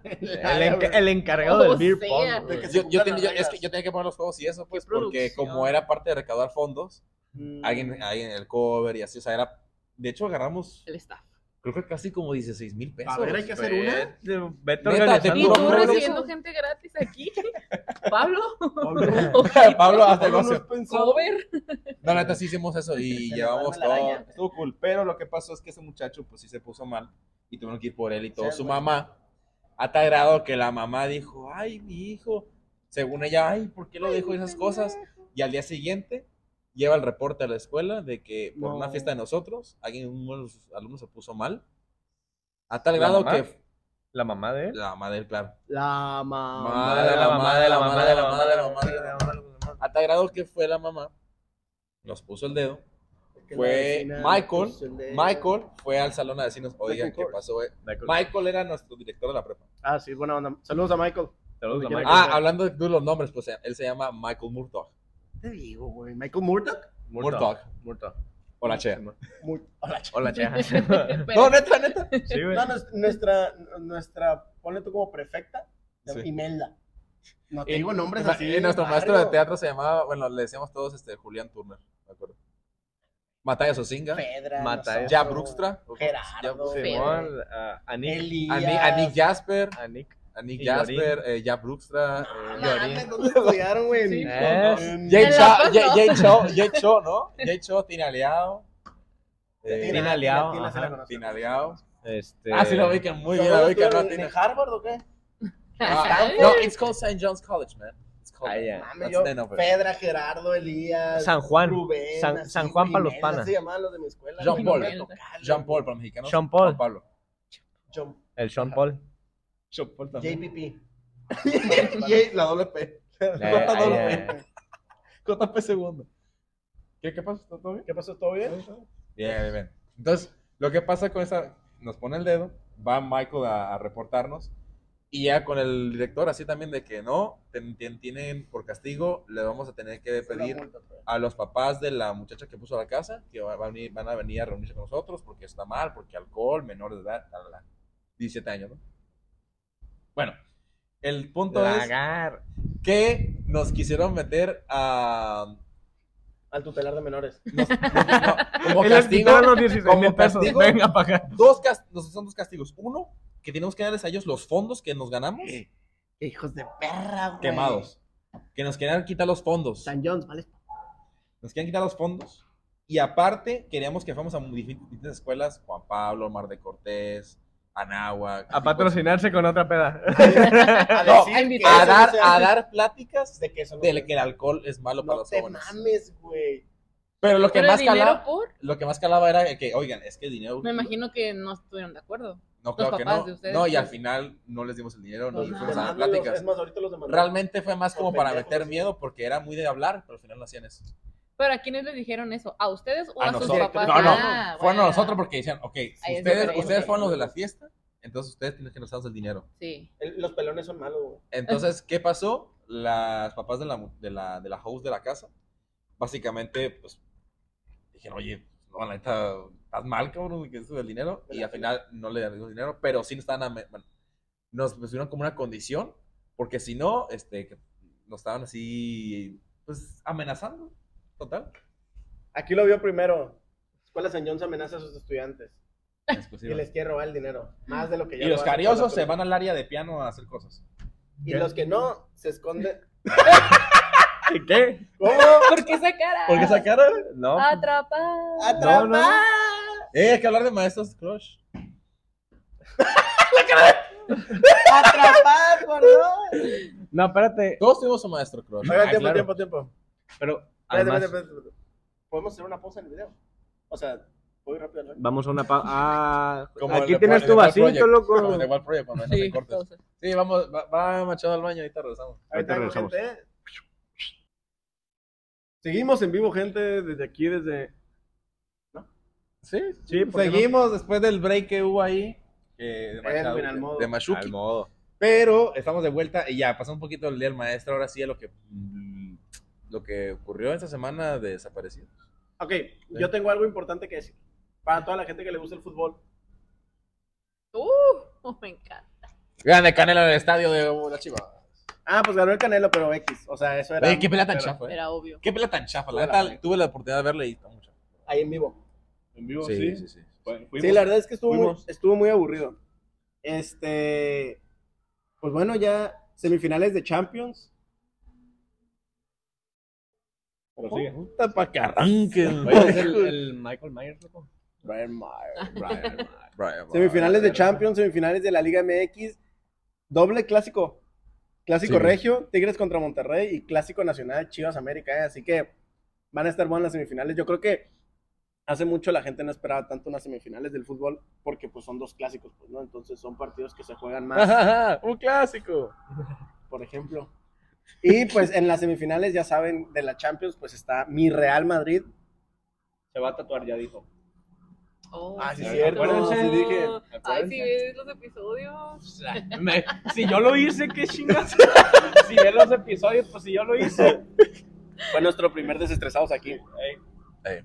[SPEAKER 4] El, enca- el encargado
[SPEAKER 2] O
[SPEAKER 4] del beer
[SPEAKER 2] sea.
[SPEAKER 4] pong.
[SPEAKER 1] De
[SPEAKER 4] güey.
[SPEAKER 1] que se
[SPEAKER 3] Yo, yo
[SPEAKER 1] cumplan
[SPEAKER 3] tenía-
[SPEAKER 1] las
[SPEAKER 3] yo- es
[SPEAKER 1] reglas.
[SPEAKER 3] que yo tenía que poner los juegos y eso, pues,
[SPEAKER 2] Qué
[SPEAKER 3] porque
[SPEAKER 2] producción.
[SPEAKER 3] como era parte de recaudar fondos,
[SPEAKER 1] Mm.
[SPEAKER 3] alguien, alguien el cover y así, o sea, era... De hecho, agarramos,
[SPEAKER 2] El staff.
[SPEAKER 3] creo que casi como 16 mil pesos.
[SPEAKER 1] A ver, hay que hacer una.
[SPEAKER 4] De- Vete
[SPEAKER 3] Neta,
[SPEAKER 4] organizando.
[SPEAKER 3] te
[SPEAKER 2] ¿Y tú
[SPEAKER 3] Pablo,
[SPEAKER 2] recibiendo gente gratis aquí? ¿Pablo?
[SPEAKER 1] Pablo,
[SPEAKER 3] Pablo,
[SPEAKER 1] Pablo
[SPEAKER 3] hasta negocio.
[SPEAKER 1] nos pensó.
[SPEAKER 2] ¿Cover?
[SPEAKER 3] No, neta, sí hicimos eso y
[SPEAKER 1] Se
[SPEAKER 3] llevamos
[SPEAKER 1] le va la
[SPEAKER 3] todo.
[SPEAKER 1] araña.
[SPEAKER 3] Estuvo cool. Pero lo que pasó es que ese muchacho, pues sí se puso mal y tuvieron que ir por él y todo.
[SPEAKER 1] Sí,
[SPEAKER 3] su
[SPEAKER 1] güey.
[SPEAKER 3] mamá, a tal grado que la mamá dijo: Ay, mi hijo. Según ella, ay, ¿por qué lo dijo esas cosas? Y al día siguiente lleva el reporte a la escuela de que por una
[SPEAKER 1] No.
[SPEAKER 3] fiesta de nosotros, alguien, uno de los alumnos se puso mal. A tal
[SPEAKER 4] ¿La
[SPEAKER 3] grado
[SPEAKER 4] mamá?
[SPEAKER 3] que
[SPEAKER 4] La mamá de él.
[SPEAKER 3] la mamá del claro.
[SPEAKER 1] La
[SPEAKER 3] Mamá de
[SPEAKER 1] mamá.
[SPEAKER 3] la mamá de la mamá de la mamá de la
[SPEAKER 4] mamá de la mamá de la mamá.
[SPEAKER 3] A tal grado que fue la mamá, nos puso el dedo.
[SPEAKER 1] Que la
[SPEAKER 3] Fue
[SPEAKER 1] vecina
[SPEAKER 3] Michael.
[SPEAKER 1] puso el dedo.
[SPEAKER 3] Michael fue al salón a decirnos, oigan,
[SPEAKER 1] Of
[SPEAKER 3] ¿qué
[SPEAKER 1] course.
[SPEAKER 3] pasó? eh?".
[SPEAKER 4] De acuerdo.
[SPEAKER 3] Michael era nuestro director de la prepa.
[SPEAKER 1] Ah, sí, buena onda. Saludos a Michael.
[SPEAKER 4] Saludos a
[SPEAKER 1] Ah,
[SPEAKER 4] Michael.
[SPEAKER 3] Ah, hablando de los nombres, pues él se llama Michael Murtaugh.
[SPEAKER 1] Te digo, güey. Michael Murdoch.
[SPEAKER 3] Murtaugh.
[SPEAKER 4] Murtaugh.
[SPEAKER 3] Hola, Chea.
[SPEAKER 1] Mur- Hola, ch-
[SPEAKER 4] Hola, Cheja.
[SPEAKER 3] No,
[SPEAKER 2] Pero-
[SPEAKER 3] neta, neta.
[SPEAKER 4] Sí, güey.
[SPEAKER 1] No, nos- nuestra, nuestra, ponle tú como prefecta,
[SPEAKER 3] Sí.
[SPEAKER 1] Imelda. No te
[SPEAKER 3] Y-
[SPEAKER 1] digo nombres
[SPEAKER 3] y ma-
[SPEAKER 1] así.
[SPEAKER 3] y Eh, nuestro
[SPEAKER 1] barrio.
[SPEAKER 3] maestro de teatro se llamaba, bueno, le decíamos todos este, Julián Turner, me acuerdo. Matías Osinga,
[SPEAKER 1] Pedra.
[SPEAKER 4] Mata-
[SPEAKER 1] nosotros,
[SPEAKER 3] Ya Bruxtra,
[SPEAKER 1] Gerardo.
[SPEAKER 3] Ya-
[SPEAKER 4] Simón, a- a Nick.
[SPEAKER 3] a Nick-
[SPEAKER 1] Elías.
[SPEAKER 3] a Nick Jasper,
[SPEAKER 4] A Nick.
[SPEAKER 3] a Nick
[SPEAKER 4] Y
[SPEAKER 3] Jasper, eh, Ya Bruxtra, eh,
[SPEAKER 1] No, mames, ¿Dónde estudiaron, güey?
[SPEAKER 2] Sí,
[SPEAKER 3] pues.
[SPEAKER 4] Eh,
[SPEAKER 1] En-
[SPEAKER 3] Jay
[SPEAKER 2] En
[SPEAKER 3] Cho,
[SPEAKER 2] la paz,
[SPEAKER 3] Jay-
[SPEAKER 2] ¿no?
[SPEAKER 3] Jay Cho, Jay Cho, ¿no? Jay Cho, Tina Leao. Eh,
[SPEAKER 1] Tina-
[SPEAKER 4] Aliao,
[SPEAKER 1] Tina se la
[SPEAKER 4] ajá,
[SPEAKER 1] conoce.
[SPEAKER 3] Tina Leao.
[SPEAKER 4] Este...
[SPEAKER 3] Ah, sí, lo ubican muy bien,
[SPEAKER 1] ¿Solo
[SPEAKER 3] lo ubican,
[SPEAKER 1] estudiaron
[SPEAKER 3] ¿no?
[SPEAKER 1] en-
[SPEAKER 3] Tina.
[SPEAKER 1] ¿En Harvard o qué?
[SPEAKER 3] Ah,
[SPEAKER 2] Ay,
[SPEAKER 3] No, it's called St. John's College, man. It's called
[SPEAKER 4] Ah, ya.
[SPEAKER 1] Mame,
[SPEAKER 3] That's
[SPEAKER 1] yo,
[SPEAKER 3] the number.
[SPEAKER 1] Pedra, Gerardo, Elías.
[SPEAKER 4] San Juan.
[SPEAKER 1] Rubén,
[SPEAKER 4] San-
[SPEAKER 1] así,
[SPEAKER 4] San Juan
[SPEAKER 1] güey,
[SPEAKER 4] para los
[SPEAKER 1] Imelda,
[SPEAKER 4] panas.
[SPEAKER 1] Se llamaban los de mi escuela.
[SPEAKER 3] Jean
[SPEAKER 1] güey,
[SPEAKER 3] Paul.
[SPEAKER 1] nombres locales,
[SPEAKER 3] Jean
[SPEAKER 1] güey.
[SPEAKER 3] Paul para mexicanos.
[SPEAKER 4] Sean Paul.
[SPEAKER 3] Juan Pablo.
[SPEAKER 1] Jean-
[SPEAKER 4] El Sean Paul.
[SPEAKER 3] Sean Paul
[SPEAKER 1] JPP. J- la doble P.
[SPEAKER 4] Eh,
[SPEAKER 1] La doble
[SPEAKER 4] ahí,
[SPEAKER 1] P.
[SPEAKER 3] JP segundo. ¿Qué, qué pasa? ¿Todo bien?
[SPEAKER 1] ¿Qué pasó? ¿Todo bien?
[SPEAKER 3] Bien, bien, bien. Entonces, lo que pasa con esa, nos pone el dedo, va Michael a, a reportarnos y ya con el director así también de que no, ten- ten- tienen por castigo, le vamos a tener que pedir
[SPEAKER 1] pues.
[SPEAKER 3] a los papás de la muchacha que puso la casa que va- van a venir, van a, venir a reunirse con nosotros porque está mal, porque alcohol, menores de edad, la, la, la. 17 años, ¿no? Bueno, el punto es
[SPEAKER 4] Lagar.
[SPEAKER 3] que nos quisieron meter a...
[SPEAKER 1] Al tutelar de menores.
[SPEAKER 3] nos- nos- no, como
[SPEAKER 4] Y les
[SPEAKER 3] castigo,
[SPEAKER 4] quitaron los 16
[SPEAKER 3] como
[SPEAKER 4] mil pesos.
[SPEAKER 3] castigo.
[SPEAKER 4] Venga para acá.
[SPEAKER 3] dos cas- nos- son dos castigos. Uno, que tenemos que darles a ellos los fondos que nos ganamos
[SPEAKER 1] Hijos de perra, güey.
[SPEAKER 3] quemados. Que nos querían quitar los fondos.
[SPEAKER 1] San John's, ¿vale?
[SPEAKER 3] Nos querían quitar los fondos. Y aparte, queríamos que fuéramos a muy dif- distintas escuelas. Juan Pablo, Mar de Cortés, Anáhuac.
[SPEAKER 4] A patrocinarse con otra peda.
[SPEAKER 1] A
[SPEAKER 3] No,
[SPEAKER 1] decir
[SPEAKER 2] a
[SPEAKER 1] que eso
[SPEAKER 2] invitar.
[SPEAKER 3] A
[SPEAKER 1] no
[SPEAKER 3] dar,
[SPEAKER 1] se
[SPEAKER 3] a
[SPEAKER 1] hace.
[SPEAKER 3] dar pláticas de
[SPEAKER 1] De que eso no
[SPEAKER 3] de
[SPEAKER 1] se
[SPEAKER 3] que el alcohol es malo para
[SPEAKER 1] No
[SPEAKER 3] los
[SPEAKER 1] te
[SPEAKER 3] jóvenes.
[SPEAKER 1] mames, güey.
[SPEAKER 3] Pero lo que,
[SPEAKER 2] Pero el
[SPEAKER 3] más
[SPEAKER 2] dinero
[SPEAKER 3] calaba,
[SPEAKER 2] por,
[SPEAKER 3] lo que más calaba era que, oigan, es que el dinero...
[SPEAKER 2] me imagino que no estuvieron de acuerdo.
[SPEAKER 3] No, claro que
[SPEAKER 2] papás
[SPEAKER 3] no.
[SPEAKER 2] de ustedes,
[SPEAKER 3] No, y
[SPEAKER 2] pues.
[SPEAKER 3] al final no les dimos el dinero,
[SPEAKER 2] Pues
[SPEAKER 3] nos
[SPEAKER 2] no.
[SPEAKER 3] fuimos a dar
[SPEAKER 1] Demándalos,
[SPEAKER 3] pláticas.
[SPEAKER 1] Es más, ahorita los demandaron.
[SPEAKER 3] Realmente fue más como
[SPEAKER 1] Por
[SPEAKER 3] para
[SPEAKER 1] pendejos.
[SPEAKER 3] meter miedo porque era muy de hablar, pero al final no hacían eso.
[SPEAKER 2] ¿Pero a quiénes les dijeron eso? ¿A ustedes o
[SPEAKER 3] A
[SPEAKER 2] a, sus
[SPEAKER 3] nosotros.
[SPEAKER 2] papás?
[SPEAKER 3] No, no,
[SPEAKER 2] Ah,
[SPEAKER 3] fueron
[SPEAKER 2] bueno.
[SPEAKER 3] a nosotros porque decían, ok, si
[SPEAKER 2] es
[SPEAKER 3] ustedes,
[SPEAKER 2] diferente.
[SPEAKER 3] ustedes fueron los de la fiesta, entonces ustedes tienen que nos darnos el dinero.
[SPEAKER 2] Sí.
[SPEAKER 1] El- los pelones son malos, güey.
[SPEAKER 3] Entonces, ¿qué pasó? Las papás de la, mu- de la, de la host de la casa, básicamente, pues, dijeron, oye, no, la neta, estás mal, cabrón, que es eso del dinero. Y al final no le dieron dinero, pero sí nos estaban, ame- bueno, nos pusieron como una condición, porque si no, este, que nos estaban así, pues, amenazando, total.
[SPEAKER 1] Aquí lo vio primero. Escuela San John's amenaza a sus estudiantes.
[SPEAKER 3] Exclusiva.
[SPEAKER 1] Y les quiere robar el dinero. Más de lo que ya
[SPEAKER 3] Y
[SPEAKER 1] lo
[SPEAKER 3] los
[SPEAKER 1] hace con
[SPEAKER 3] cariosos
[SPEAKER 1] la
[SPEAKER 3] se van al área de piano a hacer cosas.
[SPEAKER 1] Y los que no, se esconden. ¡Oh!
[SPEAKER 4] ¿Qué?
[SPEAKER 1] ¿Cómo?
[SPEAKER 2] ¿Por qué esa cara?
[SPEAKER 3] ¿Por qué sacaron?
[SPEAKER 4] No.
[SPEAKER 2] Atrapar.
[SPEAKER 1] ¡Atrapar!
[SPEAKER 4] No, no, no.
[SPEAKER 3] Eh, hay que hablar de maestros crush.
[SPEAKER 1] ¡Atrapar, gordón!
[SPEAKER 4] No, espérate.
[SPEAKER 3] Todos tuvimos un maestro crush.
[SPEAKER 1] Oigan,
[SPEAKER 4] Ah,
[SPEAKER 1] tiempo,
[SPEAKER 4] claro.
[SPEAKER 1] tiempo, tiempo.
[SPEAKER 4] Pero
[SPEAKER 1] Espérate,
[SPEAKER 4] además,
[SPEAKER 1] espérate, espérate, espérate. ¿Podemos hacer una pausa en el video? O sea, Voy rápido, ¿no?
[SPEAKER 4] Vamos a una pausa. Ah,
[SPEAKER 3] Como el
[SPEAKER 4] aquí
[SPEAKER 3] de-
[SPEAKER 4] tienes
[SPEAKER 3] el
[SPEAKER 4] tu
[SPEAKER 3] de Wild
[SPEAKER 4] vasito,
[SPEAKER 3] Project, como
[SPEAKER 4] loco.
[SPEAKER 3] el de Wild Project, cuando nos
[SPEAKER 2] Sí,
[SPEAKER 3] recortes.
[SPEAKER 2] entonces.
[SPEAKER 3] Sí, vamos, va, va Machado al baño, ahorita regresamos.
[SPEAKER 1] Ahorita
[SPEAKER 4] Ahorita
[SPEAKER 1] vengo,
[SPEAKER 4] regresamos.
[SPEAKER 1] gente, ¿eh? Seguimos en vivo, gente, desde aquí, desde...
[SPEAKER 3] Sí,
[SPEAKER 4] Sí, ¿por qué no?
[SPEAKER 3] seguimos después del break que hubo ahí. eh, de, Machado,
[SPEAKER 1] Edwin, al modo.
[SPEAKER 3] de Mashuki.
[SPEAKER 4] Al modo.
[SPEAKER 3] Pero estamos de vuelta y ya pasó un poquito el día del maestro. Ahora sí a lo que mm, lo que ocurrió esta semana de desaparecidos.
[SPEAKER 1] Ok, yo tengo algo importante que decir. Para toda la gente que le gusta el fútbol.
[SPEAKER 2] Uh, oh, me encanta.
[SPEAKER 3] Vean de Canelo en el estadio de la Chiva.
[SPEAKER 1] Ah, pues ganó el Canelo, pero X. O sea, eso era...
[SPEAKER 3] Oye, qué pelea tan
[SPEAKER 1] pero-
[SPEAKER 3] chafa, eh.
[SPEAKER 2] Era obvio.
[SPEAKER 3] Qué pelea tan chafa. La
[SPEAKER 1] Hola,
[SPEAKER 3] neta,
[SPEAKER 1] amigo.
[SPEAKER 3] tuve la oportunidad de verla y está muy chafa.
[SPEAKER 1] Ahí en vivo.
[SPEAKER 5] En vivo, sí.
[SPEAKER 3] Sí, sí, sí.
[SPEAKER 5] Bueno, fuimos.
[SPEAKER 1] Sí, la verdad es que estuvo muy,
[SPEAKER 5] Fuimos.
[SPEAKER 1] estuvo muy aburrido. Este, pues bueno, ya semifinales de Champions.
[SPEAKER 5] Pero sigue.
[SPEAKER 3] Puta pa' que arranque.
[SPEAKER 5] Oye, es el, el Michael Myers, loco.
[SPEAKER 1] Brian Myers.
[SPEAKER 5] Brian Myers.
[SPEAKER 1] Semifinales de Champions, semifinales de la Liga MX, doble clásico. Clásico
[SPEAKER 3] Sí.
[SPEAKER 1] regio, Tigres contra Monterrey y clásico nacional, Chivas América. ¿eh? Así que van a estar buenas las semifinales. Yo creo que hace mucho la gente no esperaba tanto unas semifinales del fútbol porque pues son dos clásicos, pues, ¿no? Entonces son partidos que se juegan más.
[SPEAKER 3] un clásico.
[SPEAKER 1] por ejemplo. Y pues en las semifinales, ya saben, de la Champions, pues está mi Real Madrid.
[SPEAKER 5] Se va a tatuar, ya dijo.
[SPEAKER 2] Oh,
[SPEAKER 1] Ah, sí,
[SPEAKER 2] sí,
[SPEAKER 1] cierto.
[SPEAKER 5] Acuérdense,
[SPEAKER 2] no.
[SPEAKER 5] dije,
[SPEAKER 2] Ay,
[SPEAKER 5] acuérdense.
[SPEAKER 2] si ves los episodios.
[SPEAKER 5] Me- si yo lo hice, qué chingas. si ves los episodios, pues si yo lo hice.
[SPEAKER 1] Fue nuestro primer desestresados aquí.
[SPEAKER 5] Ey,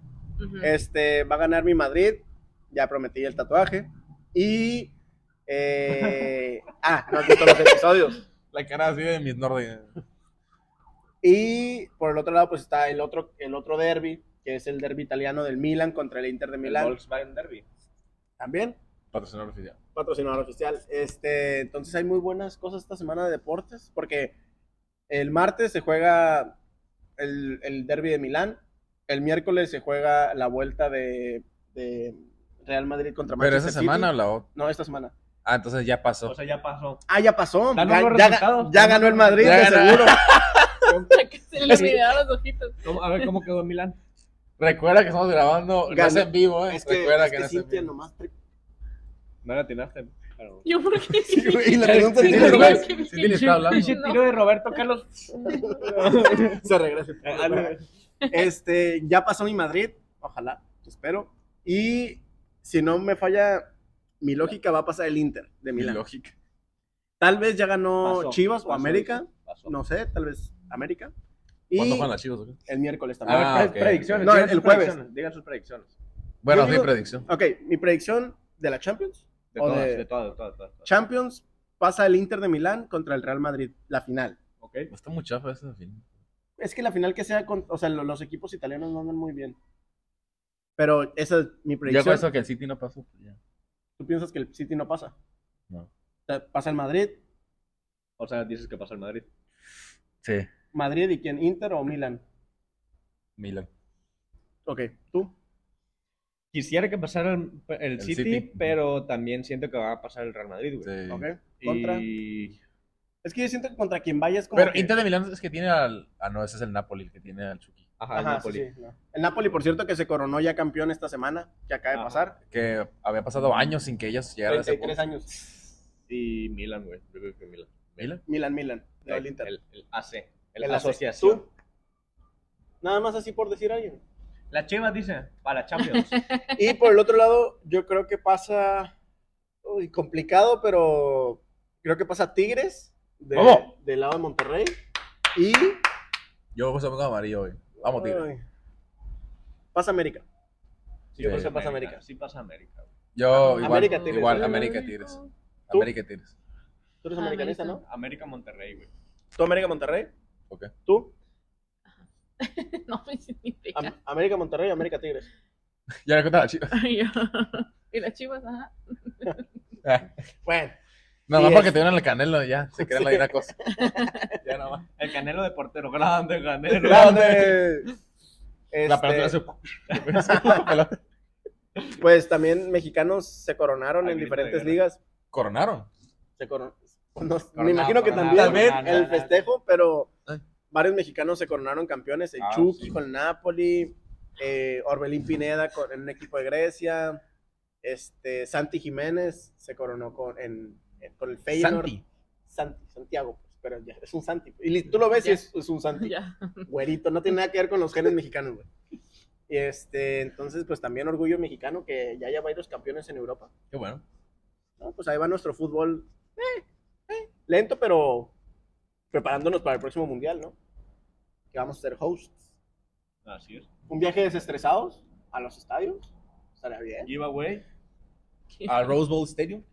[SPEAKER 2] Ujú.
[SPEAKER 1] Este, va a ganar mi Madrid. Ya prometí el tatuaje. Y. eh, ah, no has visto los episodios.
[SPEAKER 3] La cara así de mis nórdicos.
[SPEAKER 1] Y por el otro lado, pues está el otro, el otro derby, que es el derby italiano del Milan contra el Inter de
[SPEAKER 5] el
[SPEAKER 1] Milán.
[SPEAKER 5] Volkswagen Derby.
[SPEAKER 1] También,
[SPEAKER 3] Patrocinador oficial.
[SPEAKER 1] patrocinador oficial. Este, entonces hay muy buenas cosas esta semana de deportes, porque el martes se juega el, el derby de Milán, el miércoles se juega la vuelta de, de Real Madrid contra
[SPEAKER 3] ¿Pero
[SPEAKER 1] Manchester
[SPEAKER 3] esa
[SPEAKER 1] City.
[SPEAKER 3] semana o la otra?
[SPEAKER 1] No, esta semana.
[SPEAKER 3] Ah, entonces ya pasó.
[SPEAKER 5] O sea, ya pasó.
[SPEAKER 1] Ah, ya pasó. Ya,
[SPEAKER 5] Danos los
[SPEAKER 1] ya-
[SPEAKER 5] resultados.
[SPEAKER 1] ya ganó el Madrid,
[SPEAKER 3] Ya
[SPEAKER 1] de
[SPEAKER 3] ganó.
[SPEAKER 1] seguro.
[SPEAKER 2] Que se le olvidaron los ojitos.
[SPEAKER 5] ¿Cómo- a ver cómo quedó en Milán.
[SPEAKER 3] Recuerda que estamos grabando, no
[SPEAKER 1] Gana.
[SPEAKER 3] es en vivo, ¿eh?
[SPEAKER 1] Es que,
[SPEAKER 3] Recuerda
[SPEAKER 1] es
[SPEAKER 3] que,
[SPEAKER 1] que
[SPEAKER 3] no es en
[SPEAKER 1] Cintia
[SPEAKER 3] vivo.
[SPEAKER 1] nomás tri-
[SPEAKER 5] No la atinaste. Pero...
[SPEAKER 2] Yo por qué.
[SPEAKER 1] Y la pregunta
[SPEAKER 2] Sí,
[SPEAKER 1] es-
[SPEAKER 2] pero-
[SPEAKER 3] güey,
[SPEAKER 2] que-
[SPEAKER 3] sí le está hablando.
[SPEAKER 5] Pinche tiro de Roberto Carlos.
[SPEAKER 1] se regresa.
[SPEAKER 5] Ah, no.
[SPEAKER 1] Este, ya pasó mi Madrid, ojalá, espero. Y si no me falla mi lógica, va a pasar el Inter de
[SPEAKER 3] Mi
[SPEAKER 1] Milán.
[SPEAKER 3] lógica.
[SPEAKER 1] Tal vez ya ganó
[SPEAKER 5] Pasó,
[SPEAKER 1] Chivas o
[SPEAKER 5] pasó,
[SPEAKER 1] América,
[SPEAKER 5] pasó.
[SPEAKER 1] no sé, tal vez América.
[SPEAKER 3] ¿Cuándo
[SPEAKER 1] Y
[SPEAKER 3] juegan las chivas? o qué?
[SPEAKER 1] el miércoles
[SPEAKER 5] A ver,
[SPEAKER 1] también.
[SPEAKER 3] Ah,
[SPEAKER 5] pre-
[SPEAKER 3] ok.
[SPEAKER 5] predicciones.
[SPEAKER 1] No,
[SPEAKER 5] digan
[SPEAKER 1] el
[SPEAKER 5] sus
[SPEAKER 1] jueves.
[SPEAKER 5] predicciones, Digan sus predicciones.
[SPEAKER 3] Bueno,
[SPEAKER 1] Yo
[SPEAKER 3] sí,
[SPEAKER 1] digo-
[SPEAKER 3] predicción.
[SPEAKER 1] Ok, mi predicción de la Champions.
[SPEAKER 5] De
[SPEAKER 1] O
[SPEAKER 5] todas,
[SPEAKER 1] de-
[SPEAKER 5] de todas, de todas, de todas.
[SPEAKER 1] Champions pasa el Inter de Milán contra el Real Madrid, la final.
[SPEAKER 5] Ok.
[SPEAKER 3] Está muy chafa esa fin.
[SPEAKER 1] Es que la final que sea, con, o sea, lo- los equipos italianos no andan muy bien. Pero esa es mi
[SPEAKER 3] Yo
[SPEAKER 1] predicción.
[SPEAKER 3] pienso que el City no pasó. pues ya.
[SPEAKER 1] ¿Tú piensas que el City no pasa?
[SPEAKER 3] No.
[SPEAKER 1] O sea, Pasa el Madrid,
[SPEAKER 5] O sea, dices que pasa el Madrid.
[SPEAKER 3] Sí,
[SPEAKER 1] Madrid y quién, Inter o Milan.
[SPEAKER 3] Milan.
[SPEAKER 1] Ok, tú.
[SPEAKER 5] Quisiera que pasara el, el
[SPEAKER 3] El
[SPEAKER 5] City,
[SPEAKER 3] City.
[SPEAKER 5] pero también siento que va a pasar el Real Madrid, güey.
[SPEAKER 3] Sí.
[SPEAKER 1] Ok, contra.
[SPEAKER 5] Y...
[SPEAKER 1] Es que yo siento que contra quien vayas como
[SPEAKER 3] Pero
[SPEAKER 1] que-
[SPEAKER 3] Inter de Milán es que tiene al. Ah, no, ese es el Napoli, el que tiene al Chucky.
[SPEAKER 5] Ajá, el
[SPEAKER 1] Ajá,
[SPEAKER 5] Napoli.
[SPEAKER 1] sí, sí, no. El Napoli, por cierto, que se coronó ya campeón esta semana, que acaba de
[SPEAKER 5] Ajá.
[SPEAKER 1] pasar.
[SPEAKER 3] Que había pasado años sin que ellos llegaran a ese
[SPEAKER 1] 33
[SPEAKER 3] punto.
[SPEAKER 1] años.
[SPEAKER 5] Y Milan, güey. Yo creo que Milan.
[SPEAKER 3] Milan.
[SPEAKER 1] Milan, Milan. no el Inter.
[SPEAKER 5] El, el AC. El
[SPEAKER 1] El AC.
[SPEAKER 5] asociación.
[SPEAKER 1] ¿Tú? Nada más así por decir alguien.
[SPEAKER 5] La Chivas dice, para Champions.
[SPEAKER 1] Y por el otro lado, yo creo que pasa. Uy, complicado, pero creo que pasa Tigres de-
[SPEAKER 3] ¿Cómo?
[SPEAKER 1] del lado de Monterrey. Y.
[SPEAKER 3] Yo José Manuel Amarillo hoy. Vamos, Tigre.
[SPEAKER 1] Ay, Pasa América.
[SPEAKER 5] Sí, yo
[SPEAKER 3] Sí,
[SPEAKER 5] creo que pasa
[SPEAKER 3] América.
[SPEAKER 5] América. Sí pasa América. güey.
[SPEAKER 3] Yo
[SPEAKER 1] América
[SPEAKER 3] igual. América
[SPEAKER 1] Tigres.
[SPEAKER 3] Tigres. Igual, América Tigres.
[SPEAKER 1] ¿Tú?
[SPEAKER 3] América Tigres.
[SPEAKER 1] Tú eres americanista, ¿no?
[SPEAKER 5] América Monterrey, güey.
[SPEAKER 1] ¿Tú América Monterrey?
[SPEAKER 3] Ok.
[SPEAKER 1] ¿Tú?
[SPEAKER 2] No me hice ni idea.
[SPEAKER 1] Am- América Monterrey, América Tigres.
[SPEAKER 3] Ya le contaba, chicos.
[SPEAKER 2] Ay, ya. Y las chivas, ajá.
[SPEAKER 1] Bueno.
[SPEAKER 3] Nada más
[SPEAKER 1] Sí,
[SPEAKER 3] porque
[SPEAKER 1] es.
[SPEAKER 3] te dieron el canelo, ya. Se creen la misma cosa. Ya nada más.
[SPEAKER 5] El Canelo de portero. Grande, Canelo.
[SPEAKER 1] Grande.
[SPEAKER 3] La pelota
[SPEAKER 1] Este,
[SPEAKER 3] la hace- la pelota-
[SPEAKER 1] pues también mexicanos se coronaron
[SPEAKER 5] Al
[SPEAKER 1] en
[SPEAKER 5] grito de
[SPEAKER 1] diferentes
[SPEAKER 5] guerra.
[SPEAKER 1] ligas.
[SPEAKER 3] Coronaron.
[SPEAKER 1] Se coron- no, me
[SPEAKER 5] Coronado,
[SPEAKER 1] imagino que
[SPEAKER 5] coronado,
[SPEAKER 1] también
[SPEAKER 5] coronado,
[SPEAKER 1] el
[SPEAKER 5] coronado.
[SPEAKER 1] festejo, pero
[SPEAKER 3] Ay.
[SPEAKER 1] varios mexicanos se coronaron campeones. El
[SPEAKER 5] Ah,
[SPEAKER 1] Chucky
[SPEAKER 5] sí.
[SPEAKER 1] con Napoli, eh, Orbelín Pineda con- en un equipo de Grecia, este, Santi Jiménez se coronó con, en, en- con el Feyenoord.
[SPEAKER 3] Santi.
[SPEAKER 1] Santi, Santiago, pues, pero ya, es un Santi. Y li- tú lo ves y
[SPEAKER 2] Ya.
[SPEAKER 1] es, es un Santi,
[SPEAKER 2] Ya.
[SPEAKER 1] güerito, no tiene nada que ver con los genes mexicanos, güey. Y, Este, entonces, pues también orgullo mexicano que ya haya varios campeones en Europa.
[SPEAKER 3] Qué bueno.
[SPEAKER 1] No, pues ahí va nuestro fútbol. eh, eh, lento, pero preparándonos para el próximo mundial, ¿no? Que vamos a ser hosts.
[SPEAKER 4] Así es.
[SPEAKER 1] Un viaje desestresados a los estadios. Estaría bien.
[SPEAKER 4] Giveaway.
[SPEAKER 3] Al Rose Bowl Stadium.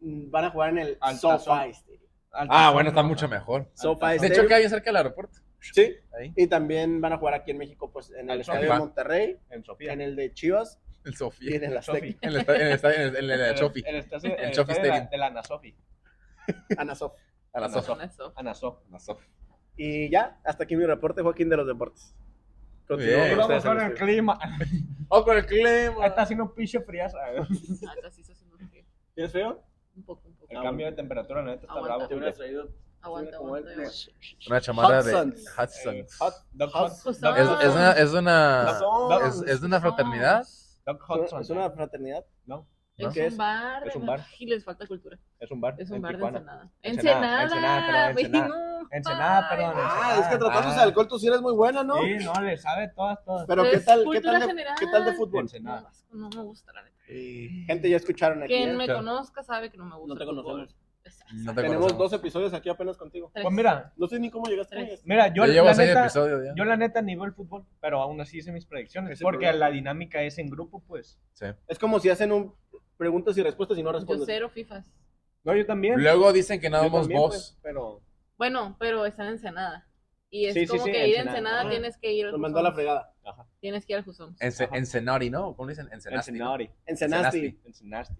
[SPEAKER 1] Mm, Van a jugar en el
[SPEAKER 4] Al
[SPEAKER 1] SoFi
[SPEAKER 4] tazón.
[SPEAKER 1] Stadium.
[SPEAKER 3] Ah, bueno, está mucho mejor.
[SPEAKER 1] SoFi
[SPEAKER 3] De hecho,
[SPEAKER 1] Stadium.
[SPEAKER 3] acá bien cerca del aeropuerto.
[SPEAKER 1] Sí.
[SPEAKER 3] Ahí.
[SPEAKER 1] Y también van a jugar aquí en México, pues en el
[SPEAKER 4] Al
[SPEAKER 1] estadio de
[SPEAKER 3] SoFi.
[SPEAKER 1] Monterrey,
[SPEAKER 4] En Sofía.
[SPEAKER 1] en el de Chivas
[SPEAKER 3] El
[SPEAKER 1] y
[SPEAKER 3] Sofía.
[SPEAKER 1] en el Azteca.
[SPEAKER 4] Sofi.
[SPEAKER 3] En el esta- en el esta- en el- en el
[SPEAKER 4] En el-
[SPEAKER 3] Chofi.
[SPEAKER 4] en el estadio-
[SPEAKER 3] El
[SPEAKER 4] en el
[SPEAKER 3] Chofi
[SPEAKER 4] estadio de la-
[SPEAKER 3] Stadium.
[SPEAKER 4] De la Ana Sofi.
[SPEAKER 1] Ana Sof.
[SPEAKER 3] A la
[SPEAKER 4] no,
[SPEAKER 3] Sofi.
[SPEAKER 4] no.
[SPEAKER 2] Una sopa.
[SPEAKER 4] Ana Sof.
[SPEAKER 3] A la Sofi.
[SPEAKER 1] Y ya, hasta aquí mi reporte, Joaquín de los Deportes.
[SPEAKER 3] bien.
[SPEAKER 1] con
[SPEAKER 3] Ahí
[SPEAKER 1] ustedes en estudio.
[SPEAKER 4] clima.
[SPEAKER 3] Oh, con el clima.
[SPEAKER 4] Está haciendo un pinche friazo.
[SPEAKER 2] Ah, está así, está haciendo frío.
[SPEAKER 4] ¿Tienes frío?
[SPEAKER 2] Un poco, un poco.
[SPEAKER 4] El cambio de temperatura, la neta, está
[SPEAKER 2] Aguanta.
[SPEAKER 4] bravo. Eh,
[SPEAKER 2] Te
[SPEAKER 4] traído
[SPEAKER 2] Aguanta,
[SPEAKER 1] como
[SPEAKER 2] aguanta.
[SPEAKER 1] el-
[SPEAKER 2] aguanta.
[SPEAKER 3] Una chamarra de
[SPEAKER 1] Hudson's.
[SPEAKER 3] Hudson.
[SPEAKER 4] Hot Dog
[SPEAKER 1] Hot-
[SPEAKER 4] Hudson.
[SPEAKER 2] Pues
[SPEAKER 4] Doc
[SPEAKER 3] Es,
[SPEAKER 2] somos-
[SPEAKER 3] es una, es, una,
[SPEAKER 4] Hudson.
[SPEAKER 3] es, es de una fraternidad.
[SPEAKER 4] Doc
[SPEAKER 1] Ah, ¿Es
[SPEAKER 4] Hudson.
[SPEAKER 1] una- ¿Es una fraternidad?
[SPEAKER 2] Ah, Es
[SPEAKER 1] ¿Qué
[SPEAKER 2] un
[SPEAKER 1] es?
[SPEAKER 2] bar.
[SPEAKER 4] Es un
[SPEAKER 2] de-
[SPEAKER 4] bar.
[SPEAKER 2] Y les falta cultura.
[SPEAKER 4] Es un bar.
[SPEAKER 2] Es un
[SPEAKER 4] en
[SPEAKER 2] bar de
[SPEAKER 4] Tijuana.
[SPEAKER 2] Ensenada. Ensenada.
[SPEAKER 4] Ensenada, Ensenada, perdón, Ensenada.
[SPEAKER 2] vino.
[SPEAKER 4] Ensenada,
[SPEAKER 2] Ay,
[SPEAKER 4] perdón.
[SPEAKER 1] Ah, es que
[SPEAKER 4] Ah.
[SPEAKER 1] tratados de alcohol tú sí eres muy buena, ¿no?
[SPEAKER 4] Sí, no, le sabe todas, todas.
[SPEAKER 1] Pero
[SPEAKER 2] Pues,
[SPEAKER 1] ¿qué tal, qué,
[SPEAKER 2] cultura
[SPEAKER 1] tal de,
[SPEAKER 2] general.
[SPEAKER 1] ¿qué tal de fútbol?
[SPEAKER 4] Ensenada.
[SPEAKER 2] No, no me gusta, la neta.
[SPEAKER 1] Gente, ya escucharon aquí. ¿eh?
[SPEAKER 2] Quien me
[SPEAKER 3] Claro.
[SPEAKER 2] conozca sabe que no me gusta.
[SPEAKER 1] No te
[SPEAKER 2] el fútbol.
[SPEAKER 1] conocemos.
[SPEAKER 2] Exacto.
[SPEAKER 3] No te
[SPEAKER 1] Tenemos
[SPEAKER 3] conocemos.
[SPEAKER 1] dos episodios aquí apenas contigo.
[SPEAKER 2] Tres.
[SPEAKER 4] Pues mira,
[SPEAKER 1] No sé ni cómo llegaste.
[SPEAKER 2] Tres.
[SPEAKER 1] güey.
[SPEAKER 4] mira, yo,
[SPEAKER 3] Yo, llevo
[SPEAKER 4] la
[SPEAKER 3] seis
[SPEAKER 4] neta,
[SPEAKER 3] episodios ya.
[SPEAKER 4] yo la neta ni veo el fútbol, pero aún así hice mis predicciones.
[SPEAKER 1] Ese
[SPEAKER 4] porque
[SPEAKER 1] problema.
[SPEAKER 4] la dinámica es en grupo, pues.
[SPEAKER 3] Sí.
[SPEAKER 1] Es como si hacen un preguntas y respuestas y no
[SPEAKER 2] Yo
[SPEAKER 1] respondes.
[SPEAKER 2] cero fifas.
[SPEAKER 4] No, yo también.
[SPEAKER 3] Luego dicen que nada
[SPEAKER 4] yo
[SPEAKER 3] más
[SPEAKER 4] también,
[SPEAKER 3] vos.
[SPEAKER 4] pues, pero
[SPEAKER 2] Bueno, pero está en Ensenada. Y es
[SPEAKER 4] Sí, sí,
[SPEAKER 2] como
[SPEAKER 4] sí,
[SPEAKER 2] que ir a
[SPEAKER 4] Ensenada.
[SPEAKER 2] Ensenada
[SPEAKER 4] Ajá.
[SPEAKER 2] tienes que ir al
[SPEAKER 1] Nos Ah, mandó a la
[SPEAKER 2] Jusons.
[SPEAKER 1] fregada.
[SPEAKER 2] Tienes que ir al Jusons.
[SPEAKER 3] Ence-
[SPEAKER 4] Ajá.
[SPEAKER 3] Encenari, ¿no? ¿Cómo le dicen? Encenasti.
[SPEAKER 4] Ensenari.
[SPEAKER 1] Encenasti.
[SPEAKER 4] Ensenasti.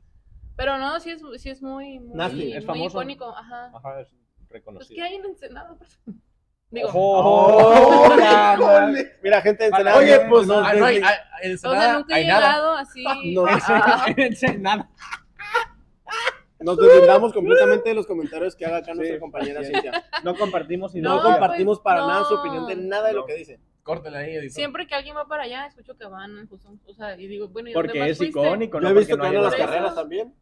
[SPEAKER 2] Pero no, sí es, sí es muy, muy,
[SPEAKER 1] Nasty, Ah,
[SPEAKER 4] es
[SPEAKER 2] muy
[SPEAKER 4] famoso.
[SPEAKER 2] icónico. Ajá.
[SPEAKER 4] Ajá, es
[SPEAKER 2] Pues
[SPEAKER 4] reconocido.
[SPEAKER 2] que hay en Ensenada. Digo,
[SPEAKER 4] ¡Ojo!
[SPEAKER 1] ¡Hola, madre! Oh, Mira, gente de Ensenada.
[SPEAKER 4] Oye, pues,
[SPEAKER 1] nos
[SPEAKER 3] Ah, no, hay,
[SPEAKER 1] desli-
[SPEAKER 3] hay- en
[SPEAKER 2] o sea,
[SPEAKER 3] Ensenada
[SPEAKER 2] nunca he
[SPEAKER 3] hay nada.
[SPEAKER 2] llegado así.
[SPEAKER 1] No.
[SPEAKER 2] a-
[SPEAKER 4] Ensenada.
[SPEAKER 1] nos deslindamos completamente de los comentarios que haga acá nuestra
[SPEAKER 4] Sí,
[SPEAKER 1] compañera
[SPEAKER 4] sí.
[SPEAKER 1] Cintia.
[SPEAKER 4] No compartimos
[SPEAKER 1] No,
[SPEAKER 2] No,
[SPEAKER 1] compartimos
[SPEAKER 2] pues,
[SPEAKER 1] para
[SPEAKER 2] no.
[SPEAKER 1] nada su opinión de nada de lo
[SPEAKER 4] No.
[SPEAKER 1] que dicen.
[SPEAKER 3] Córtale ahí, editor.
[SPEAKER 2] Siempre que alguien va para allá, escucho que van al Jusons. O sea, y digo, bueno, ¿y dónde
[SPEAKER 4] Porque
[SPEAKER 2] más
[SPEAKER 4] es
[SPEAKER 2] fuiste?
[SPEAKER 4] icónico,
[SPEAKER 1] Yo
[SPEAKER 4] ¿no?
[SPEAKER 1] he
[SPEAKER 4] Porque
[SPEAKER 1] visto
[SPEAKER 4] no
[SPEAKER 1] que van a
[SPEAKER 4] lleva-
[SPEAKER 1] las
[SPEAKER 2] Por eso.
[SPEAKER 1] carreras también.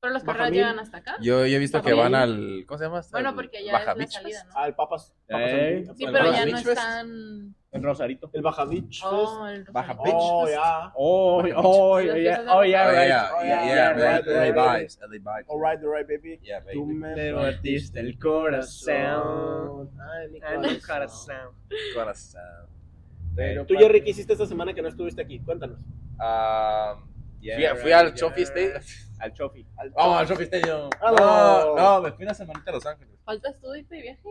[SPEAKER 2] Pero las
[SPEAKER 1] Baja
[SPEAKER 2] carreras
[SPEAKER 1] mil.
[SPEAKER 2] llegan hasta acá.
[SPEAKER 3] Yo, yo he visto que
[SPEAKER 2] También.
[SPEAKER 3] van al. ¿Cómo se llama? Hasta
[SPEAKER 2] Bueno,
[SPEAKER 3] el
[SPEAKER 2] porque ya
[SPEAKER 3] Baja
[SPEAKER 2] es la
[SPEAKER 3] Beach
[SPEAKER 2] salida,
[SPEAKER 3] Fest.
[SPEAKER 2] ¿no?
[SPEAKER 1] Ah, el Papas. Papas
[SPEAKER 4] Ey.
[SPEAKER 1] en-
[SPEAKER 2] Sí,
[SPEAKER 3] pues, Bueno,
[SPEAKER 2] pero
[SPEAKER 3] Baja
[SPEAKER 2] ya no
[SPEAKER 3] Beach Fest.
[SPEAKER 2] están.
[SPEAKER 4] En Rosarito.
[SPEAKER 1] El Baja Beach Fest.
[SPEAKER 2] Oh, el Rosario.
[SPEAKER 3] Baja Beach
[SPEAKER 1] Oh,
[SPEAKER 3] Fest.
[SPEAKER 1] ya.
[SPEAKER 4] Oh,
[SPEAKER 3] Baja
[SPEAKER 4] oh,
[SPEAKER 2] Beach.
[SPEAKER 4] yeah, oh, yeah,
[SPEAKER 3] Oh,
[SPEAKER 4] right.
[SPEAKER 3] yeah,
[SPEAKER 4] Oh,
[SPEAKER 3] yeah,
[SPEAKER 4] yeah,
[SPEAKER 3] yeah,
[SPEAKER 4] right,
[SPEAKER 3] right,
[SPEAKER 4] right,
[SPEAKER 3] LA
[SPEAKER 4] right.
[SPEAKER 3] vibes, LA vibes.
[SPEAKER 1] All right, all right, baby.
[SPEAKER 3] Yeah, baby.
[SPEAKER 1] Tú me
[SPEAKER 4] Te
[SPEAKER 1] partiste
[SPEAKER 4] partiste
[SPEAKER 1] el
[SPEAKER 4] el
[SPEAKER 1] corazón.
[SPEAKER 4] corazón.
[SPEAKER 1] Ay, mi
[SPEAKER 4] Ay, mi corazón.
[SPEAKER 3] Corazón.
[SPEAKER 4] Pero
[SPEAKER 1] Tú, Jerry, ¿qué hiciste esta semana que no estuviste aquí? Cuéntanos.
[SPEAKER 3] Ah,
[SPEAKER 4] Um, Yeah,
[SPEAKER 3] fui, a- fui
[SPEAKER 4] right,
[SPEAKER 3] al
[SPEAKER 4] yeah.
[SPEAKER 3] Chofi Stadium.
[SPEAKER 4] Al Chofi.
[SPEAKER 1] Al-
[SPEAKER 3] Vamos al Chofi Stadium. No,
[SPEAKER 1] Vamos.
[SPEAKER 3] no, me fui una semanita a Los Ángeles.
[SPEAKER 2] ¿Faltas tú de este viaje?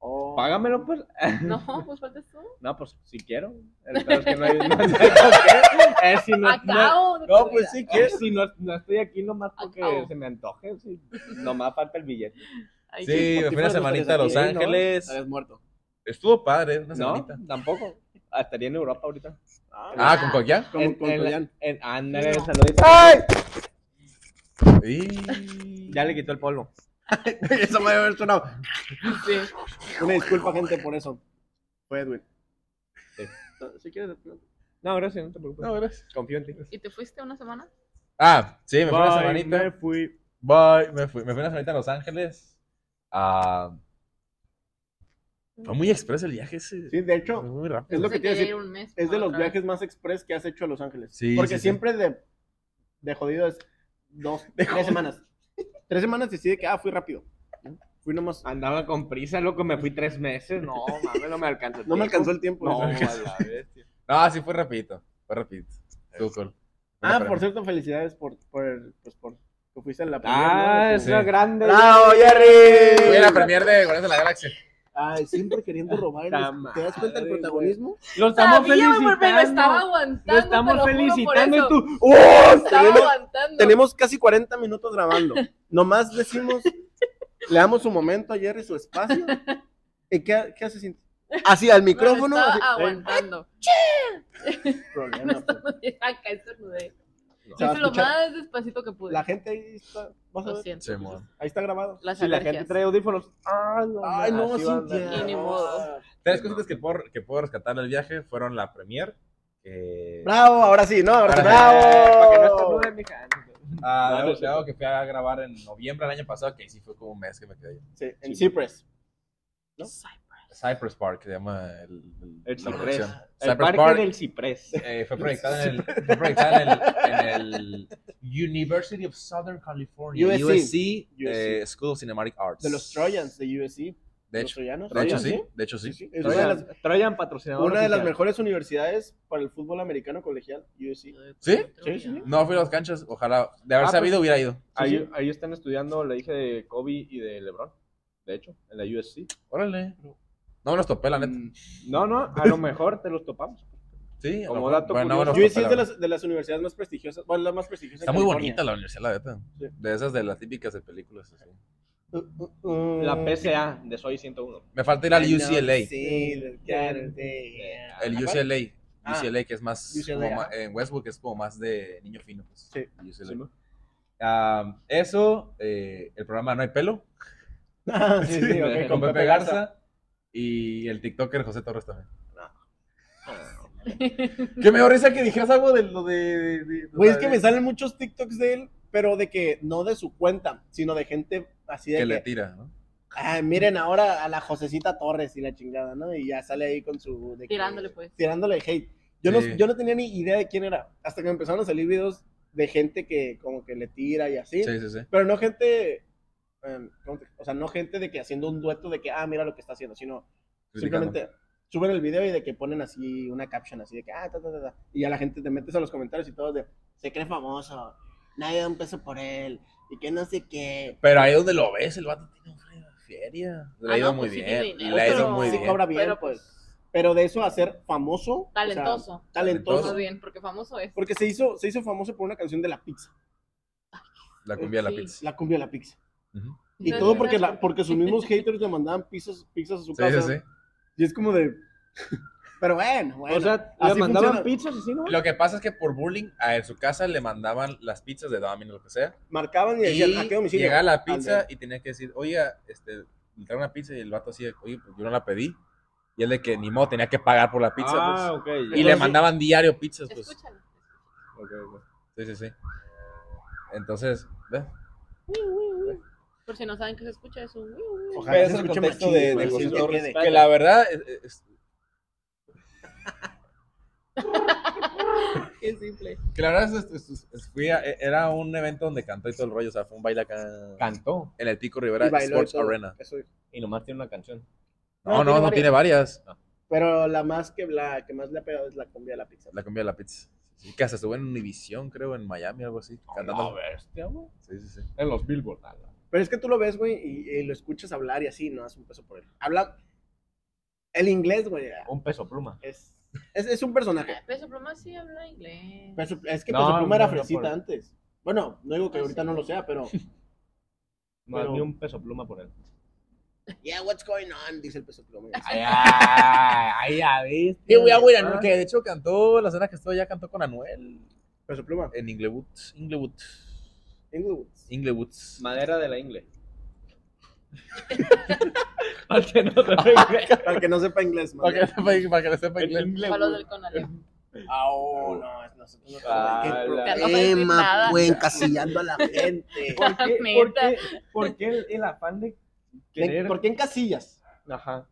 [SPEAKER 1] Oh.
[SPEAKER 4] Págamelo, pues.
[SPEAKER 2] No, pues faltas tú.
[SPEAKER 4] No, pues si quiero. El pedo es que no hay. No, sé por qué. Es si no, no,
[SPEAKER 2] Acabo oh, de
[SPEAKER 4] no, pues
[SPEAKER 2] tu
[SPEAKER 4] sí
[SPEAKER 2] vida.
[SPEAKER 4] quiero. Si no, no estoy aquí nomás porque
[SPEAKER 2] Acabo.
[SPEAKER 4] se me antoje. Sí. Nomás falta el billete.
[SPEAKER 2] Ay,
[SPEAKER 3] Sí, me
[SPEAKER 1] ¿Por qué
[SPEAKER 3] fui una
[SPEAKER 1] fueron
[SPEAKER 3] semanita a
[SPEAKER 1] ustedes
[SPEAKER 3] Los
[SPEAKER 1] aquí? Sí, ¿no?
[SPEAKER 3] Ángeles.
[SPEAKER 1] Habías muerto.
[SPEAKER 3] Estuvo padre, una
[SPEAKER 4] No,
[SPEAKER 3] semanita.
[SPEAKER 4] tampoco. Ah, Estaría en Europa ahorita.
[SPEAKER 3] Ah, ¿con Coquián?
[SPEAKER 1] Como
[SPEAKER 4] en,
[SPEAKER 1] con
[SPEAKER 4] en,
[SPEAKER 1] Julián.
[SPEAKER 4] en- ándale,
[SPEAKER 2] No.
[SPEAKER 4] saludito.
[SPEAKER 3] Y...
[SPEAKER 4] Ya le quitó el polvo.
[SPEAKER 1] Eso me debe haber sonado.
[SPEAKER 2] pues
[SPEAKER 1] Una disculpa, gente, por eso. Fue Edwin. Si quieres,
[SPEAKER 4] No, gracias, no te preocupes.
[SPEAKER 3] No, gracias.
[SPEAKER 4] Confío en ti.
[SPEAKER 2] ¿Y te fuiste una semana?
[SPEAKER 3] Ah, sí, me fui una
[SPEAKER 4] Bye,
[SPEAKER 3] semanita.
[SPEAKER 4] me fui.
[SPEAKER 3] Bye, me fui, me fui una semanita a Los Ángeles. Ah, fue muy expreso el viaje ese.
[SPEAKER 1] Sí, de
[SPEAKER 3] Fue
[SPEAKER 1] hecho,
[SPEAKER 3] muy
[SPEAKER 1] es
[SPEAKER 3] rápido.
[SPEAKER 1] lo que
[SPEAKER 2] Se
[SPEAKER 1] te iba a
[SPEAKER 2] quería
[SPEAKER 1] decir.
[SPEAKER 2] ir un mes
[SPEAKER 1] Es de
[SPEAKER 2] para
[SPEAKER 1] los
[SPEAKER 2] otra vez.
[SPEAKER 1] viajes más express que has hecho a Los Ángeles.
[SPEAKER 3] Sí,
[SPEAKER 1] Porque
[SPEAKER 3] sí, sí.
[SPEAKER 1] siempre de, de jodido es dos, tres semanas. Tres semanas y sí de que, ah, fui rápido. Fui nomás.
[SPEAKER 4] Andaba con prisa, loco, me fui tres meses. No, mames, no me alcanzó. el
[SPEAKER 1] No me
[SPEAKER 4] tiempo.
[SPEAKER 1] alcanzó el tiempo. Ah,
[SPEAKER 4] No, Oh, a
[SPEAKER 1] Eso.
[SPEAKER 4] la bestia.
[SPEAKER 3] No, sí, fue rapidito. Fue rapidito. Estuvo cool.
[SPEAKER 1] Ah, por cierto, felicidades por, por, el- pues por que fuiste en la
[SPEAKER 4] Ah,
[SPEAKER 1] ¿no?
[SPEAKER 4] es
[SPEAKER 3] sí.
[SPEAKER 4] una grande.
[SPEAKER 1] Jerry!
[SPEAKER 3] Fui a la premier de Guardianes de la Galaxia.
[SPEAKER 1] Ay, siempre queriendo robar.
[SPEAKER 4] Ta
[SPEAKER 1] el- ¿Te das cuenta del
[SPEAKER 4] madre,
[SPEAKER 1] protagonismo?
[SPEAKER 4] Lo estamos
[SPEAKER 2] Sabía, güey,
[SPEAKER 4] felicitando.
[SPEAKER 2] me lo estaba aguantando.
[SPEAKER 4] Lo estamos
[SPEAKER 2] te lo juro por
[SPEAKER 4] felicitando y
[SPEAKER 2] eso.
[SPEAKER 4] tú.
[SPEAKER 2] Lo
[SPEAKER 1] ¡Oh!
[SPEAKER 2] estaba
[SPEAKER 1] Tenemos,
[SPEAKER 2] aguantando.
[SPEAKER 1] tenemos casi 40 minutos grabando. Nomás decimos, le damos su momento a Jerry, su espacio. ¿Y qué, qué hace Cintia? Así, al
[SPEAKER 2] Me lo
[SPEAKER 1] micrófono.
[SPEAKER 2] estaba
[SPEAKER 1] así.
[SPEAKER 2] aguantando.
[SPEAKER 1] Ey, problema, pues.
[SPEAKER 2] Acá estornudé.
[SPEAKER 1] Se va a
[SPEAKER 2] Hice lo
[SPEAKER 1] escuchar.
[SPEAKER 2] más despacito que pude.
[SPEAKER 1] La gente ahí está, vas a
[SPEAKER 2] Lo
[SPEAKER 1] ver,
[SPEAKER 2] siento.
[SPEAKER 3] Sí, mon.
[SPEAKER 1] ahí está grabado.
[SPEAKER 2] Las
[SPEAKER 4] Si la
[SPEAKER 2] alergias.
[SPEAKER 4] gente trae audífonos. Ay, no,
[SPEAKER 1] Ay, no,
[SPEAKER 4] así va a andar.
[SPEAKER 1] Cintia.
[SPEAKER 2] Y ni modo.
[SPEAKER 3] Tres cositas que puedo, que puedo rescatar del viaje fueron la premier, eh,
[SPEAKER 1] Bravo, ahora sí, ¿no? Ahora sí,
[SPEAKER 3] Ahora sí.
[SPEAKER 5] Para que no
[SPEAKER 1] bravo.
[SPEAKER 5] estornude, mija.
[SPEAKER 3] a
[SPEAKER 5] No, no
[SPEAKER 3] ah, algo-
[SPEAKER 5] sé.
[SPEAKER 3] algo que fui a grabar en noviembre del año pasado, que ahí sí fue como un mes que me quedé ahí.
[SPEAKER 1] Sí, en Cypress. ¿No?
[SPEAKER 3] Cypress Park se llama el,
[SPEAKER 5] El
[SPEAKER 3] la
[SPEAKER 5] ciprés.
[SPEAKER 3] locación.
[SPEAKER 5] El
[SPEAKER 3] Cypress
[SPEAKER 5] parque
[SPEAKER 3] Park
[SPEAKER 5] del ciprés.
[SPEAKER 3] eh, fue proyectada en el, fue proyectada en el, en el University of Southern California,
[SPEAKER 1] USC.
[SPEAKER 3] USC, eh, School of Cinematic Arts.
[SPEAKER 1] De los Trojans de USC.
[SPEAKER 3] De
[SPEAKER 1] los
[SPEAKER 3] hecho,
[SPEAKER 1] troyanos.
[SPEAKER 3] de hecho
[SPEAKER 1] Troyans,
[SPEAKER 3] sí, de hecho sí.
[SPEAKER 1] Sí, sí. Es una de las,
[SPEAKER 5] Troyan, Troyan patrocinador.
[SPEAKER 1] una de las
[SPEAKER 5] oficial.
[SPEAKER 1] mejores universidades para el fútbol americano colegial, USC.
[SPEAKER 3] ¿Sí?
[SPEAKER 1] Sí, sí, sí.
[SPEAKER 3] No fui a las canchas, ojalá, de haber
[SPEAKER 5] Ah,
[SPEAKER 3] sabido
[SPEAKER 5] pues-
[SPEAKER 3] hubiera ido.
[SPEAKER 5] Ahí, ahí están estudiando la hija de Kobe y de LeBron. De hecho, en la USC.
[SPEAKER 3] Órale. No me los topé, la neta.
[SPEAKER 1] Mm,
[SPEAKER 5] No, no, a lo mejor te los topamos.
[SPEAKER 3] Sí, a lo
[SPEAKER 5] Como
[SPEAKER 3] mejor-
[SPEAKER 5] dato
[SPEAKER 3] bueno, no me los
[SPEAKER 5] curioso,
[SPEAKER 1] USC
[SPEAKER 3] topé,
[SPEAKER 1] es
[SPEAKER 3] la
[SPEAKER 1] de
[SPEAKER 3] verdad.
[SPEAKER 1] las, de las universidades más prestigiosas. Bueno, la más prestigiosa.
[SPEAKER 3] Está muy bonita la universidad, la neta.
[SPEAKER 1] Sí.
[SPEAKER 3] De esas de las típicas de películas. así.
[SPEAKER 5] La PSA de Soy 101.
[SPEAKER 3] Me falta ir al UCLA. El
[SPEAKER 1] ¿A cuál?
[SPEAKER 3] UCLA.
[SPEAKER 1] Ah,
[SPEAKER 3] UCLA, que es más.
[SPEAKER 1] UCLA,
[SPEAKER 3] como ma-
[SPEAKER 1] ajá.
[SPEAKER 3] en Westbrook es como más de niño fino. Pues.
[SPEAKER 1] Sí.
[SPEAKER 3] UCLA.
[SPEAKER 5] Sí, ¿no?
[SPEAKER 3] Ah, eso, eh, el programa No hay pelo.
[SPEAKER 1] Ah, sí, sí, ok,
[SPEAKER 3] con, Pepe Garza. Y el TikToker José Torres también. Que me dio risa que dijeras algo de lo de. de- de-
[SPEAKER 1] Güey, es
[SPEAKER 3] o sea,
[SPEAKER 1] que
[SPEAKER 3] de-
[SPEAKER 1] me salen muchos TikToks de él, pero de que no de su cuenta, sino de gente así de
[SPEAKER 3] que
[SPEAKER 1] que,
[SPEAKER 3] le tira, ¿no?
[SPEAKER 1] "Ah, miren ahora a la Josecita Torres y la chingada, ¿no? Y ya sale ahí con su... de que-
[SPEAKER 2] Tirándole, pues.
[SPEAKER 1] Tirándole hate. Yo, no,
[SPEAKER 3] Sí.
[SPEAKER 1] yo no tenía ni idea de quién era, hasta que me empezaron a salir videos de gente que como que le tira y así,
[SPEAKER 3] Sí, sí, sí.
[SPEAKER 1] pero no gente... em, ¿cómo te- o sea, no gente de que haciendo un dueto de que, ah, mira lo que está haciendo, sino
[SPEAKER 3] Criticando.
[SPEAKER 1] Simplemente suben el video y de que ponen así una caption así de que, ah, ta, ta, ta, ta. Y ya la gente te metes a los comentarios y todos de, se cree famoso, nadie da un peso por él, y que no sé qué.
[SPEAKER 3] Pero ahí donde lo ves, el vato tiene una feria. Le
[SPEAKER 2] Ah,
[SPEAKER 3] ha ido
[SPEAKER 2] no,
[SPEAKER 3] muy
[SPEAKER 2] pues sí tiene
[SPEAKER 3] bien.
[SPEAKER 2] dinero,
[SPEAKER 3] Le ha ido
[SPEAKER 1] Pero
[SPEAKER 3] muy
[SPEAKER 1] sí
[SPEAKER 3] bien.
[SPEAKER 1] cobra bien,
[SPEAKER 2] Pero,
[SPEAKER 1] pues. Pero de eso a ser famoso. o sea,
[SPEAKER 2] Talentoso.
[SPEAKER 1] talentoso.
[SPEAKER 2] Todo bien, porque famoso es.
[SPEAKER 1] Porque se hizo, se hizo famoso por una canción de la pizza,
[SPEAKER 3] La cumbia de la
[SPEAKER 2] Sí.
[SPEAKER 3] pizza.
[SPEAKER 1] la cumbia de la pizza.
[SPEAKER 3] Ujú.
[SPEAKER 1] Y
[SPEAKER 2] No,
[SPEAKER 1] todo
[SPEAKER 2] no,
[SPEAKER 1] porque,
[SPEAKER 2] no.
[SPEAKER 1] la, porque sus mismos haters le mandaban pizzas, pizzas a su
[SPEAKER 3] Sí,
[SPEAKER 1] casa.
[SPEAKER 3] sí, sí.
[SPEAKER 1] Y es como de. Pero bueno, bueno.
[SPEAKER 5] o sea, le
[SPEAKER 1] así
[SPEAKER 5] mandaban
[SPEAKER 1] funciona.
[SPEAKER 5] pizzas así, ¿no?
[SPEAKER 3] Lo que pasa es que por bullying a en su casa le mandaban las pizzas de Domino, lo que sea.
[SPEAKER 1] marcaban y decían, ¿a
[SPEAKER 3] Y
[SPEAKER 1] qué domicilio?
[SPEAKER 3] llegaba la
[SPEAKER 1] Al
[SPEAKER 3] pizza
[SPEAKER 1] de-
[SPEAKER 3] y tenía que decir, oiga, este, le trae una pizza y el vato así, de, oye, pues yo no la pedí. Y es de que ni modo tenía que pagar por la pizza.
[SPEAKER 5] ah,
[SPEAKER 3] pues.
[SPEAKER 5] ok.
[SPEAKER 3] Y
[SPEAKER 5] ya.
[SPEAKER 1] Entonces-
[SPEAKER 3] le mandaban diario pizzas, pues.
[SPEAKER 2] Escúchalo.
[SPEAKER 5] Ok, ok.
[SPEAKER 3] Sí, sí, sí. Entonces, ¿ves?
[SPEAKER 2] Por si no saben que se escucha, es un.
[SPEAKER 1] Ojalá
[SPEAKER 3] Pero
[SPEAKER 1] se
[SPEAKER 3] es el
[SPEAKER 1] escuche
[SPEAKER 3] contexto
[SPEAKER 1] machín,
[SPEAKER 3] de-
[SPEAKER 1] güey,
[SPEAKER 3] de
[SPEAKER 1] sí,
[SPEAKER 3] José
[SPEAKER 1] que
[SPEAKER 3] Torres.
[SPEAKER 1] quede.
[SPEAKER 3] Que la verdad es- es-
[SPEAKER 2] Qué simple.
[SPEAKER 3] Que la verdad es, es- es- es- fui a- e- era un evento donde cantó y todo el rollo, o sea, fue un baile acá
[SPEAKER 5] Cantó.
[SPEAKER 3] en el Pico Rivera
[SPEAKER 1] Y bailó y
[SPEAKER 3] Sports
[SPEAKER 1] todo.
[SPEAKER 3] Arena.
[SPEAKER 1] Eso es.
[SPEAKER 5] Y nomás tiene una canción.
[SPEAKER 3] No, no, no,
[SPEAKER 1] varias.
[SPEAKER 3] tiene varias.
[SPEAKER 1] Pero la más que la que más le ha pegado es la cumbia de la pizza.
[SPEAKER 3] La cumbia de la pizza. Sí, que hasta estuvo en Univision, creo, en Miami, algo así.
[SPEAKER 5] A
[SPEAKER 3] Cantando.
[SPEAKER 5] ver,
[SPEAKER 3] Sí, sí, sí.
[SPEAKER 5] En los Billboard. Ah, no.
[SPEAKER 1] Pero es que tú lo ves, güey, y, y lo escuchas hablar y así, no hace un peso por él. Habla el inglés, güey.
[SPEAKER 5] Un peso pluma.
[SPEAKER 1] Es, es, es un personaje.
[SPEAKER 2] Peso Pluma sí habla inglés.
[SPEAKER 1] Peso- es que
[SPEAKER 5] No,
[SPEAKER 1] Peso Pluma era
[SPEAKER 5] no, no,
[SPEAKER 1] fresita
[SPEAKER 5] por-
[SPEAKER 1] antes. Bueno, no digo que
[SPEAKER 2] Ah,
[SPEAKER 1] ahorita
[SPEAKER 2] sí.
[SPEAKER 1] no lo sea, pero
[SPEAKER 5] No,
[SPEAKER 1] Pero-
[SPEAKER 5] ni un peso pluma por él.
[SPEAKER 1] yeah, what's going on, dice el Peso Pluma.
[SPEAKER 5] Ay, ay, ay, ¿viste?
[SPEAKER 3] Y güey, ah, güey, Anuel, que de hecho cantó, la escena que estuvo allá cantó con Anuel
[SPEAKER 1] Peso Pluma.
[SPEAKER 3] en Inglewood. Inglewood.
[SPEAKER 1] Inglewood.
[SPEAKER 3] Inglewood.
[SPEAKER 5] Madera de la ingle. Para que no te venga.
[SPEAKER 1] Para que no sepa inglés, man.
[SPEAKER 3] Para que sepa- para que le sepa inglés.
[SPEAKER 2] Para los del Conalep.
[SPEAKER 1] Ah, oh, no, es nosotros no
[SPEAKER 5] Ah,
[SPEAKER 1] tenemos-
[SPEAKER 5] la-
[SPEAKER 1] Qué
[SPEAKER 2] Ya no sabes decir
[SPEAKER 1] problema,
[SPEAKER 2] nada.
[SPEAKER 1] güey, encasillando a la gente.
[SPEAKER 5] ¿Por qué, por
[SPEAKER 2] Neta.
[SPEAKER 5] qué, por qué el, el afán de querer?
[SPEAKER 1] ¿Por qué encasillas?
[SPEAKER 5] Ajá.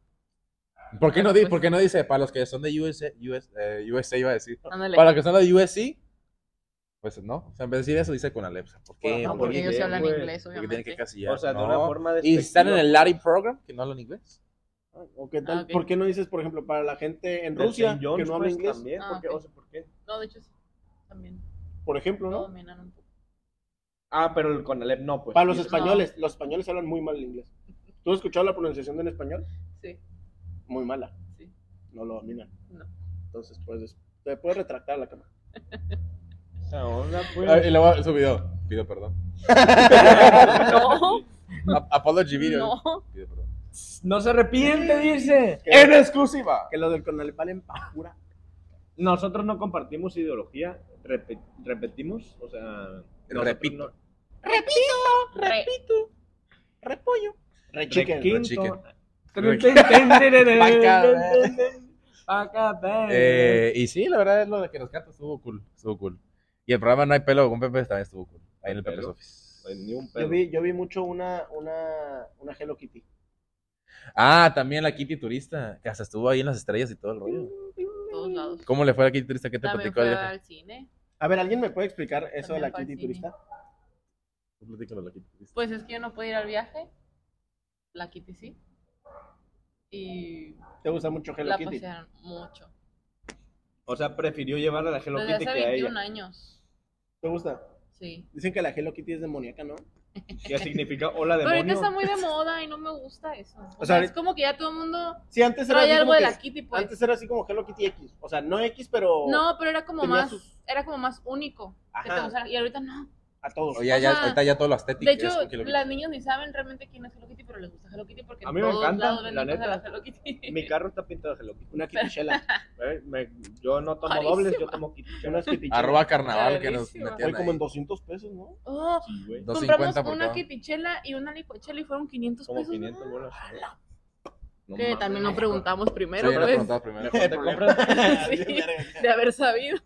[SPEAKER 3] ¿Por qué, no di-
[SPEAKER 2] Pues-
[SPEAKER 3] ¿Por qué no dice? Para los que son de USA, US, eh, USA iba a decir.
[SPEAKER 2] Ándale.
[SPEAKER 3] Para los que son de USC, pues no. O sea, en vez de decir eso, dice con Alepsa. ¿Por qué?
[SPEAKER 5] Pues,
[SPEAKER 2] No,
[SPEAKER 5] Por
[SPEAKER 2] porque ellos sí
[SPEAKER 5] inglés,
[SPEAKER 2] hablan
[SPEAKER 5] güey.
[SPEAKER 2] inglés,
[SPEAKER 3] Porque tienen que
[SPEAKER 2] obviamente.
[SPEAKER 3] casillar.
[SPEAKER 5] O sea, de
[SPEAKER 3] no.
[SPEAKER 5] una forma de.
[SPEAKER 3] Y están en el Larry Program, que no hablan inglés.
[SPEAKER 1] ¿O qué tal?
[SPEAKER 2] Ah, ok.
[SPEAKER 1] ¿Por qué no dices, por ejemplo, para la gente en Rusia que no habla inglés?
[SPEAKER 5] pues, También,
[SPEAKER 2] Ah,
[SPEAKER 5] ¿por qué?
[SPEAKER 2] ok.
[SPEAKER 5] O sea, ¿por qué?
[SPEAKER 2] No, de hecho sí. También.
[SPEAKER 1] Por ejemplo,
[SPEAKER 2] No
[SPEAKER 1] ¿no?
[SPEAKER 2] dominan un poco.
[SPEAKER 5] Ah, pero el Conalep no, pues.
[SPEAKER 1] Para los
[SPEAKER 5] Sí,
[SPEAKER 1] españoles, los españoles hablan muy mal el inglés. ¿Tú has escuchado la pronunciación de un español?
[SPEAKER 2] Sí,
[SPEAKER 1] Muy mala.
[SPEAKER 2] sí.
[SPEAKER 1] No lo dominan.
[SPEAKER 2] No.
[SPEAKER 1] Entonces, pues, te puedes retractar la cámara.
[SPEAKER 5] Esa onda, pues.
[SPEAKER 3] Ah, y luego su video. Pido perdón.
[SPEAKER 2] No,
[SPEAKER 3] A- Apology video.
[SPEAKER 2] no.
[SPEAKER 3] Pido perdón.
[SPEAKER 5] No se arrepiente, dice.
[SPEAKER 1] Que,
[SPEAKER 3] exclusiva!
[SPEAKER 1] que lo del Conalep valen pa' pura.
[SPEAKER 5] Nosotros no compartimos ideología. repe- repetimos, o sea. nosotros
[SPEAKER 3] Repito.
[SPEAKER 5] no-
[SPEAKER 2] Re.
[SPEAKER 1] Repollo. Rechiquen.
[SPEAKER 5] Requinto.
[SPEAKER 3] rechiquen.
[SPEAKER 5] Ten, ten, ten, ten, ten, ten,
[SPEAKER 3] Vaca,
[SPEAKER 5] ten, ten, ten. Acá,
[SPEAKER 3] Eh, y sí, la verdad es lo de que nos canta estuvo cool, estuvo cool. Y el programa No hay pelo con Pepe también estuvo cool. Ahí en el Pepe's
[SPEAKER 6] Pelo.
[SPEAKER 3] Office.
[SPEAKER 6] Ay, Ni un
[SPEAKER 1] Yo
[SPEAKER 6] pedo.
[SPEAKER 1] vi, yo vi mucho una, una, una Hello Kitty.
[SPEAKER 3] Ah, también la Kitty Turista, que hasta estuvo ahí en las estrellas y todo el rollo.
[SPEAKER 2] todos lados.
[SPEAKER 3] ¿Cómo le fue a la Kitty Turista que te
[SPEAKER 2] Mm. También
[SPEAKER 3] platicó
[SPEAKER 2] fue
[SPEAKER 3] el viaje?
[SPEAKER 2] al cine.
[SPEAKER 1] A ver, ¿alguien me puede explicar eso de
[SPEAKER 2] También
[SPEAKER 1] la
[SPEAKER 2] fue al
[SPEAKER 1] Kitty
[SPEAKER 2] cine.
[SPEAKER 1] turista?
[SPEAKER 6] Tú platícalo de la Kitty Turista.
[SPEAKER 2] Pues es que yo no pude ir al viaje. La Kitty sí. Y
[SPEAKER 1] ¿Te gusta mucho Hello
[SPEAKER 2] la
[SPEAKER 1] Kitty?
[SPEAKER 2] pasearon mucho.
[SPEAKER 4] O sea, prefirió llevar a la
[SPEAKER 1] Pues
[SPEAKER 4] Hello
[SPEAKER 2] Desde
[SPEAKER 4] Kitty
[SPEAKER 2] hace
[SPEAKER 4] que a
[SPEAKER 2] 21
[SPEAKER 4] ella.
[SPEAKER 2] años.
[SPEAKER 1] ¿Te gusta?
[SPEAKER 2] Sí.
[SPEAKER 1] Dicen que la Hello Kitty es demoníaca, ¿no?
[SPEAKER 4] ¿Qué significa hola
[SPEAKER 2] Pero ahorita
[SPEAKER 4] demonio?
[SPEAKER 2] está muy de moda y no me gusta eso. O,
[SPEAKER 1] O sea,
[SPEAKER 2] sea,
[SPEAKER 1] ahorita-
[SPEAKER 2] es como que ya todo el mundo
[SPEAKER 1] Sí, antes era
[SPEAKER 2] trae
[SPEAKER 1] así
[SPEAKER 2] algo
[SPEAKER 1] como
[SPEAKER 2] de
[SPEAKER 1] que-
[SPEAKER 2] la Kitty, pues.
[SPEAKER 1] Antes era así como Hello Kitty X. O sea, no X, pero
[SPEAKER 2] no, pero era como
[SPEAKER 1] tenía
[SPEAKER 2] más,
[SPEAKER 1] sus-
[SPEAKER 2] era como más único. que
[SPEAKER 1] Ajá.
[SPEAKER 2] te gustara. Y ahorita no.
[SPEAKER 1] a todos.
[SPEAKER 3] Oye, ya,
[SPEAKER 2] O sea,
[SPEAKER 3] ahorita ya todo lo estético
[SPEAKER 2] De hecho,
[SPEAKER 3] es con Hello Kitty.
[SPEAKER 2] las niñas ni saben realmente quién es Hello Kitty, pero les gusta Hello Kitty porque
[SPEAKER 4] A
[SPEAKER 2] en
[SPEAKER 4] mí me
[SPEAKER 2] todos
[SPEAKER 4] encanta,
[SPEAKER 2] lados venden
[SPEAKER 4] la
[SPEAKER 2] cosas de
[SPEAKER 4] neta.
[SPEAKER 2] la Hello Kitty.
[SPEAKER 4] Mi carro está pintado de Hello Kitty.
[SPEAKER 1] Una Kitty Shela.
[SPEAKER 4] Eh, me- yo no tomo
[SPEAKER 2] Carísima.
[SPEAKER 4] dobles, yo tomo Kitty. Yo no-
[SPEAKER 1] Unas Kitty
[SPEAKER 3] Arroba carnaval que nos
[SPEAKER 2] Clarísimo.
[SPEAKER 1] Fue
[SPEAKER 3] metían
[SPEAKER 1] como en
[SPEAKER 3] ahí.
[SPEAKER 1] 200 pesos, ¿no?
[SPEAKER 2] Oh,
[SPEAKER 6] Sí, güey.
[SPEAKER 2] compramos
[SPEAKER 3] 250 por
[SPEAKER 2] una
[SPEAKER 3] cada.
[SPEAKER 2] kitichela y una licuachela y fueron 500
[SPEAKER 4] Como
[SPEAKER 1] Pues,
[SPEAKER 2] pesos.
[SPEAKER 4] 500 bolas.
[SPEAKER 3] No
[SPEAKER 2] Que
[SPEAKER 3] mames,
[SPEAKER 2] también no
[SPEAKER 3] me
[SPEAKER 2] preguntamos
[SPEAKER 3] acuerdo.
[SPEAKER 2] primero,
[SPEAKER 3] Sí, no
[SPEAKER 2] pues,
[SPEAKER 3] preguntaba primero.
[SPEAKER 4] Mejor te compras-
[SPEAKER 2] Sí, de haber sabido.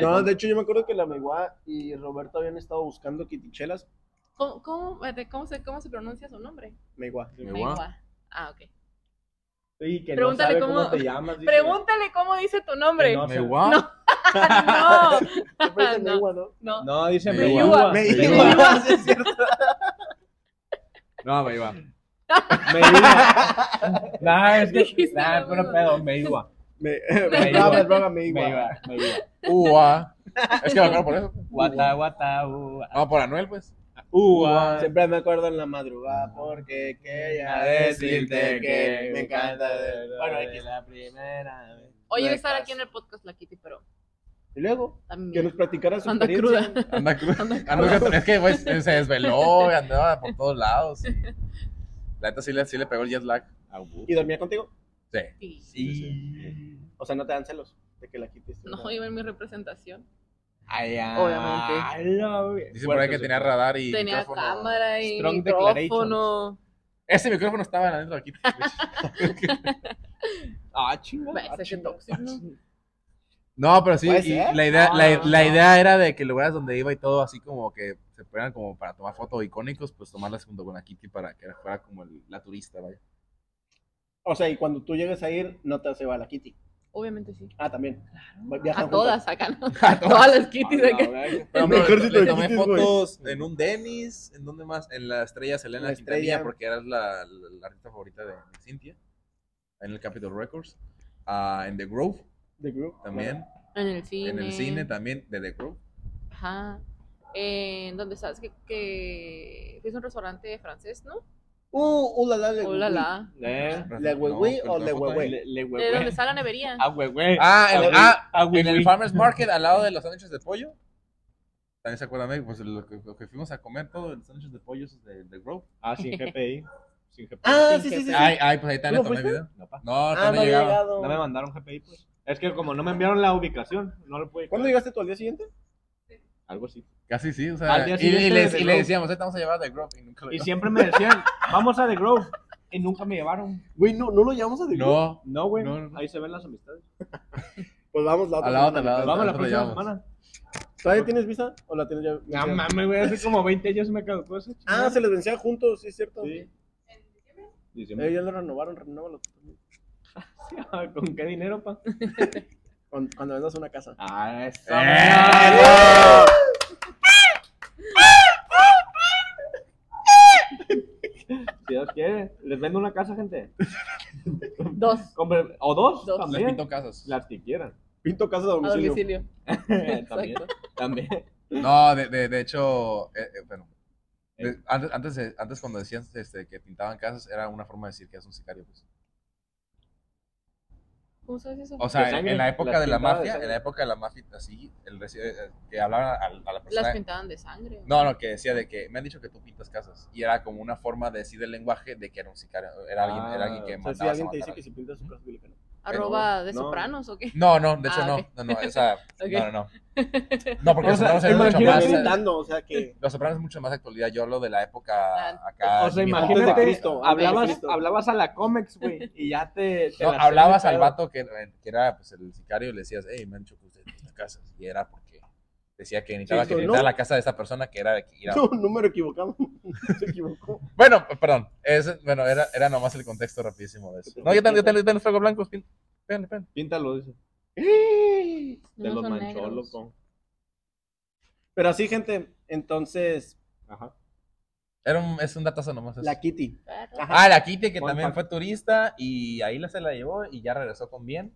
[SPEAKER 1] No, de hecho yo me acuerdo que la Megua y Roberto habían estado buscando Kitichelas.
[SPEAKER 2] ¿Cómo, cómo, espérate, cómo se, cómo se pronuncia su nombre?
[SPEAKER 1] Megua.
[SPEAKER 3] Me guau.
[SPEAKER 2] Mengua. Ah, ok.
[SPEAKER 4] Y que
[SPEAKER 2] Pregúntale
[SPEAKER 4] no sabe cómo,
[SPEAKER 2] cómo-
[SPEAKER 4] te llamas. dice.
[SPEAKER 2] Pregúntale cómo dice tu nombre.
[SPEAKER 4] Que no
[SPEAKER 2] No,
[SPEAKER 3] Me guau.
[SPEAKER 2] No. no,
[SPEAKER 1] Siempre dicen Megua, ¿no?
[SPEAKER 2] Ah, No. no.
[SPEAKER 4] No, dice me llama.
[SPEAKER 3] Me llama.
[SPEAKER 1] Me
[SPEAKER 4] Me
[SPEAKER 1] llama.
[SPEAKER 4] llama.
[SPEAKER 1] Sí, es cierto.
[SPEAKER 3] No, me iba.
[SPEAKER 4] Me llama.
[SPEAKER 5] Nah, es que.
[SPEAKER 2] Dijiste
[SPEAKER 5] Nah,
[SPEAKER 2] lo
[SPEAKER 5] pero
[SPEAKER 2] mismo.
[SPEAKER 5] pedo, me iba.
[SPEAKER 1] Me,
[SPEAKER 5] Me
[SPEAKER 1] Megua,
[SPEAKER 5] igual.
[SPEAKER 1] Megua,
[SPEAKER 5] Me
[SPEAKER 1] Megua.
[SPEAKER 5] iba, me iba.
[SPEAKER 3] Ua. Es que me acuerdo por eso.
[SPEAKER 5] Guata, guata, ua.
[SPEAKER 3] Vamos por Anuel, pues.
[SPEAKER 5] Ua.
[SPEAKER 1] Siempre me acuerdo en la madrugada porque quería decirte que me encanta. de- Bueno, X.
[SPEAKER 5] la primera vez.
[SPEAKER 2] Hoy iba a
[SPEAKER 1] me
[SPEAKER 2] estar
[SPEAKER 1] caso.
[SPEAKER 2] aquí en el podcast la Kitty, pero
[SPEAKER 1] Y luego, que nos
[SPEAKER 2] también
[SPEAKER 1] platicara su
[SPEAKER 2] anda
[SPEAKER 1] experiencia.
[SPEAKER 2] cruda.
[SPEAKER 3] Anda, anda- es que pues, se desveló, andaba por todos lados. y La neta sí le, sí le pegó el jet lag. a Ubu.
[SPEAKER 1] ¿Y dormía contigo?
[SPEAKER 3] Sí.
[SPEAKER 2] Sí.
[SPEAKER 1] O sea, no te dan celos de que la quites.
[SPEAKER 2] No, iba en mi representación.
[SPEAKER 5] Obviamente.
[SPEAKER 3] Dicen por ahí que tenía radar y
[SPEAKER 2] Tenía
[SPEAKER 3] micrófono.
[SPEAKER 2] cámara y
[SPEAKER 5] Strong
[SPEAKER 2] micrófono.
[SPEAKER 3] Ese micrófono estaba adentro aquí.
[SPEAKER 5] Ah, chinga.
[SPEAKER 2] Ves, ese tóxico.
[SPEAKER 3] No, pero sí,
[SPEAKER 1] ¿Puede
[SPEAKER 3] y
[SPEAKER 1] ser?
[SPEAKER 3] la idea,
[SPEAKER 5] No,
[SPEAKER 3] la,
[SPEAKER 5] no,
[SPEAKER 3] la
[SPEAKER 5] no.
[SPEAKER 3] idea era de que lugares donde iba y todo así como que se fueran como para tomar fotos icónicos, pues tomarlas junto con la Kitty para que fuera como el- la turista, vaya.
[SPEAKER 1] O sea, y cuando tú llegues a ir, no te hace va la Kitty.
[SPEAKER 2] Obviamente sí.
[SPEAKER 1] Ah, también. Viajan
[SPEAKER 2] A
[SPEAKER 1] juntas.
[SPEAKER 2] todas acá, ¿no? A todas las kitties acá.
[SPEAKER 3] Pero,
[SPEAKER 1] El mejor
[SPEAKER 3] le-
[SPEAKER 1] sitio
[SPEAKER 3] le
[SPEAKER 1] que
[SPEAKER 3] tomé
[SPEAKER 1] existe, güey.
[SPEAKER 3] fotos en un Denis, en donde más, en la estrella Selena
[SPEAKER 1] La
[SPEAKER 3] Quintanilla,
[SPEAKER 1] Estrella.
[SPEAKER 3] porque era la, la, la artista favorita de, de Cintia, en el Capitol Records, Ah, en The Grove
[SPEAKER 1] The Group.
[SPEAKER 3] también,
[SPEAKER 2] En el cine.
[SPEAKER 3] en el cine también, de The Grove.
[SPEAKER 2] Ajá. Eh, En donde sabes que, que es un restaurante francés, ¿no?
[SPEAKER 1] Uh, uh, la, la, le-
[SPEAKER 2] Hola la.
[SPEAKER 5] Eh,
[SPEAKER 1] ¿Le huehuí o le huehué?
[SPEAKER 5] Le, le
[SPEAKER 2] De donde
[SPEAKER 5] huehue.
[SPEAKER 2] está la nevería.
[SPEAKER 5] A huehue.
[SPEAKER 3] Ah,
[SPEAKER 5] A
[SPEAKER 3] el,
[SPEAKER 5] hue-
[SPEAKER 3] ah,
[SPEAKER 5] a
[SPEAKER 3] en el
[SPEAKER 5] huehue.
[SPEAKER 3] Farmer's Market, al lado de los sándwiches de pollo. También se acuerdan, pues lo que, lo que fuimos a comer todos los sándwiches de pollo esos de, de Grove.
[SPEAKER 5] Ah, sin GPI. Sin GPI.
[SPEAKER 1] Ah, sí, sí, sí. sí.
[SPEAKER 3] Ay, ay, pues ahí está,
[SPEAKER 1] ¿Tú
[SPEAKER 3] le
[SPEAKER 1] no
[SPEAKER 3] tomé
[SPEAKER 1] fuiste?
[SPEAKER 3] video.
[SPEAKER 5] No, pa.
[SPEAKER 3] No,
[SPEAKER 1] ah,
[SPEAKER 3] todavía
[SPEAKER 1] no
[SPEAKER 3] no
[SPEAKER 1] había
[SPEAKER 3] llegaba.
[SPEAKER 1] llegado.
[SPEAKER 5] No me mandaron GPI, pues. Es que como no me enviaron la ubicación, no lo pude.
[SPEAKER 1] ¿Cuándo llegaste tú al día siguiente?
[SPEAKER 5] Algo así.
[SPEAKER 3] Casi sí, o
[SPEAKER 5] Al
[SPEAKER 3] sea.
[SPEAKER 5] día
[SPEAKER 3] Y, y
[SPEAKER 5] siguiente
[SPEAKER 3] les-
[SPEAKER 5] de
[SPEAKER 3] y le
[SPEAKER 5] Grove.
[SPEAKER 3] decíamos, "Eh, te vamos a llevar de Grove. Y nunca lo
[SPEAKER 5] Y
[SPEAKER 3] llevamos.
[SPEAKER 5] siempre me decían, vamos a The Grove. Y nunca me llevaron.
[SPEAKER 1] Güey, no, no lo llevamos a The Group.
[SPEAKER 3] No,
[SPEAKER 5] No, güey.
[SPEAKER 3] No, no, no.
[SPEAKER 5] Ahí se ven las amistades.
[SPEAKER 1] Pues vamos la otra.
[SPEAKER 3] al lado,
[SPEAKER 1] semana.
[SPEAKER 3] al lado.
[SPEAKER 5] Vamos la
[SPEAKER 3] nosotros
[SPEAKER 5] próxima
[SPEAKER 3] llevamos.
[SPEAKER 5] semana.
[SPEAKER 1] ¿Todavía tienes visa? ¿O la tienes ya?
[SPEAKER 5] No
[SPEAKER 1] vencida?
[SPEAKER 5] mames, güey. Hace como 20 años me caducó eso.
[SPEAKER 1] Ah, se les vencía juntos, sí, es cierto.
[SPEAKER 5] Sí. Diciembre.
[SPEAKER 1] Eh, ya lo renovaron, renóvalo. tú también.
[SPEAKER 5] ¿Con qué dinero, pa?
[SPEAKER 1] Cuando, cuando vendas una casa.
[SPEAKER 5] Ah, eso.
[SPEAKER 3] Eh, ¡Eso!
[SPEAKER 5] Si Dios quiere. Les vendo una casa, gente.
[SPEAKER 2] Dos.
[SPEAKER 5] Compre- O dos,
[SPEAKER 2] Dos.
[SPEAKER 3] Les
[SPEAKER 5] también.
[SPEAKER 3] pinto casas.
[SPEAKER 5] Las que quieran.
[SPEAKER 1] Pinto casa a
[SPEAKER 2] A
[SPEAKER 1] domicilio.
[SPEAKER 2] domicilio.
[SPEAKER 5] también. También.
[SPEAKER 3] No, de, de, de hecho, eh, eh, bueno. de- antes, antes, de- antes cuando decían este, que pintaban casas, era una forma de decir que es un sicario. Pues.
[SPEAKER 2] ¿Cómo sabes eso?
[SPEAKER 3] O sea,
[SPEAKER 5] De
[SPEAKER 3] en,
[SPEAKER 5] sangre,
[SPEAKER 3] en la época
[SPEAKER 5] las
[SPEAKER 3] de la
[SPEAKER 5] pintadas de
[SPEAKER 3] mafia, en
[SPEAKER 5] sangre.
[SPEAKER 3] la época de la mafia, así, el reci- eh, que hablaban a, a la
[SPEAKER 2] Las
[SPEAKER 3] persona.
[SPEAKER 2] pintaban de sangre.
[SPEAKER 3] No, no, que decía de que me han dicho que tú pintas casas. Y era como una forma de decir el lenguaje de que era un sicario. Era alguien,
[SPEAKER 5] Ah,
[SPEAKER 3] era alguien que
[SPEAKER 1] O sea,
[SPEAKER 3] mandaba
[SPEAKER 1] si
[SPEAKER 3] a
[SPEAKER 1] alguien te
[SPEAKER 3] matar a
[SPEAKER 1] dice que
[SPEAKER 3] alguien.
[SPEAKER 1] si pintas su casa, dile que no.
[SPEAKER 2] arroba de
[SPEAKER 6] no.
[SPEAKER 2] sopranos o qué.
[SPEAKER 3] No, no, de hecho
[SPEAKER 2] Ah,
[SPEAKER 3] no.
[SPEAKER 2] ok.
[SPEAKER 3] No, no, o sea,
[SPEAKER 2] Ok.
[SPEAKER 3] no, no, no. No, porque
[SPEAKER 4] O
[SPEAKER 3] Los
[SPEAKER 4] sea,
[SPEAKER 3] Sopranos era
[SPEAKER 1] Yo
[SPEAKER 3] mucho
[SPEAKER 4] imagínate-
[SPEAKER 3] más.
[SPEAKER 1] gritando, o sea que.
[SPEAKER 3] Los Sopranos es mucho más actualidad. Yo hablo de la
[SPEAKER 2] Ah.
[SPEAKER 3] época acá.
[SPEAKER 4] O sea,
[SPEAKER 3] mi
[SPEAKER 1] Antes de
[SPEAKER 4] imagínate,
[SPEAKER 3] papá.
[SPEAKER 1] Cristo, antes de
[SPEAKER 4] Hablabas,
[SPEAKER 1] Cristo.
[SPEAKER 4] hablabas a la Comex, güey, y ya te. te
[SPEAKER 3] No,
[SPEAKER 4] la-
[SPEAKER 3] hablabas al vato que, era- que era pues, el sicario y le decías, hey, me han dicho que usted tiene casa. Y era porque decía que necesitaba
[SPEAKER 1] Sí,
[SPEAKER 3] que
[SPEAKER 1] no.
[SPEAKER 3] visitar la casa de esta persona que era de que ir a-
[SPEAKER 1] No, número equivocado. Se equivocó.
[SPEAKER 3] Bueno, p- perdón. Ese- bueno, era, era nomás el contexto rapidísimo de eso. No, yo también, yo también, yo también traigo blancos. pin- Pégale, pégale.
[SPEAKER 6] Píntalo, dice. Te
[SPEAKER 2] No
[SPEAKER 6] los
[SPEAKER 2] son
[SPEAKER 6] manchó,
[SPEAKER 2] negros.
[SPEAKER 6] loco.
[SPEAKER 1] Pero así, gente, entonces,
[SPEAKER 6] Ajá.
[SPEAKER 3] Era un, es un datazo nomás. eso.
[SPEAKER 1] la Kitty.
[SPEAKER 2] Perro.
[SPEAKER 1] Ajá.
[SPEAKER 3] Ah, la Kitty, que
[SPEAKER 6] Fun
[SPEAKER 3] también
[SPEAKER 6] fact.
[SPEAKER 3] fue turista y ahí la- se la llevó y ya regresó con bien.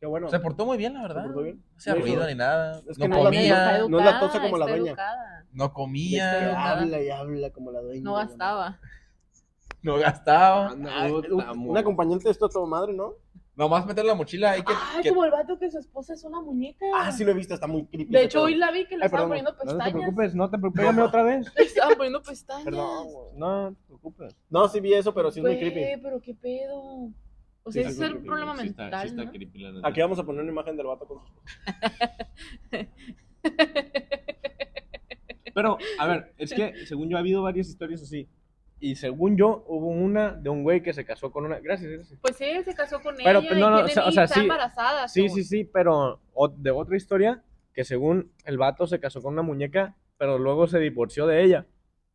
[SPEAKER 1] Qué bueno.
[SPEAKER 3] Se portó muy bien, la verdad.
[SPEAKER 1] portó bien.
[SPEAKER 3] No se ha
[SPEAKER 1] Sí,
[SPEAKER 3] ruido
[SPEAKER 1] hijo.
[SPEAKER 3] ni nada.
[SPEAKER 1] Es
[SPEAKER 3] no,
[SPEAKER 1] que no la-
[SPEAKER 3] comía,
[SPEAKER 2] Está
[SPEAKER 1] no es la
[SPEAKER 2] educada,
[SPEAKER 1] tosa como la
[SPEAKER 2] está
[SPEAKER 1] dueña.
[SPEAKER 2] educada.
[SPEAKER 3] no
[SPEAKER 1] Este,
[SPEAKER 3] comía,
[SPEAKER 1] habla y habla como la dueña.
[SPEAKER 2] No gastaba.
[SPEAKER 3] no gastaba.
[SPEAKER 1] Ah,
[SPEAKER 6] Anda,
[SPEAKER 1] un-
[SPEAKER 6] puta,
[SPEAKER 1] un
[SPEAKER 6] mo-
[SPEAKER 1] acompañante de esto a toda madre, ¿no?
[SPEAKER 3] Nomás meter la mochila ahí que,
[SPEAKER 2] Ay,
[SPEAKER 3] que-
[SPEAKER 2] como el vato que su esposa es una muñeca.
[SPEAKER 1] Ah, sí lo he visto, está muy creepy.
[SPEAKER 2] De
[SPEAKER 1] ese
[SPEAKER 2] hecho,
[SPEAKER 1] pedo.
[SPEAKER 2] hoy la vi que le
[SPEAKER 1] Ay,
[SPEAKER 2] estaban
[SPEAKER 1] perdón,
[SPEAKER 2] poniendo
[SPEAKER 4] No te
[SPEAKER 2] pestañas.
[SPEAKER 4] preocupes, no te preocupes. Pégame otra vez.
[SPEAKER 2] le estaban poniendo pestañas.
[SPEAKER 1] Perdón, güey.
[SPEAKER 4] No, no te preocupes.
[SPEAKER 1] No, sí vi eso, pero sí es muy
[SPEAKER 2] Güey,
[SPEAKER 1] creepy.
[SPEAKER 2] pero qué pedo. O
[SPEAKER 6] Sí,
[SPEAKER 2] sea,
[SPEAKER 6] sí,
[SPEAKER 2] ese
[SPEAKER 6] sí,
[SPEAKER 2] es el
[SPEAKER 6] creepy,
[SPEAKER 2] problema
[SPEAKER 6] sí está-
[SPEAKER 2] mental,
[SPEAKER 6] sí está
[SPEAKER 2] ¿no?
[SPEAKER 6] creepy, la neta.
[SPEAKER 1] Aquí vamos a poner una imagen del vato con sus...
[SPEAKER 4] Pero, a ver, es que según yo ha habido varias historias así. Y según yo, hubo una de un güey que se casó con una. Gracias, gracias.
[SPEAKER 2] Pues sí, se casó con
[SPEAKER 4] Pero,
[SPEAKER 2] ella
[SPEAKER 4] pues, no, no,
[SPEAKER 2] y tienen
[SPEAKER 4] o sea- o
[SPEAKER 2] hija,
[SPEAKER 4] sea,
[SPEAKER 2] está
[SPEAKER 4] sí.
[SPEAKER 2] embarazada.
[SPEAKER 4] Sí,
[SPEAKER 2] según.
[SPEAKER 4] sí, sí, pero o- de otra historia que según el vato se casó con una muñeca, pero luego se divorció de ella.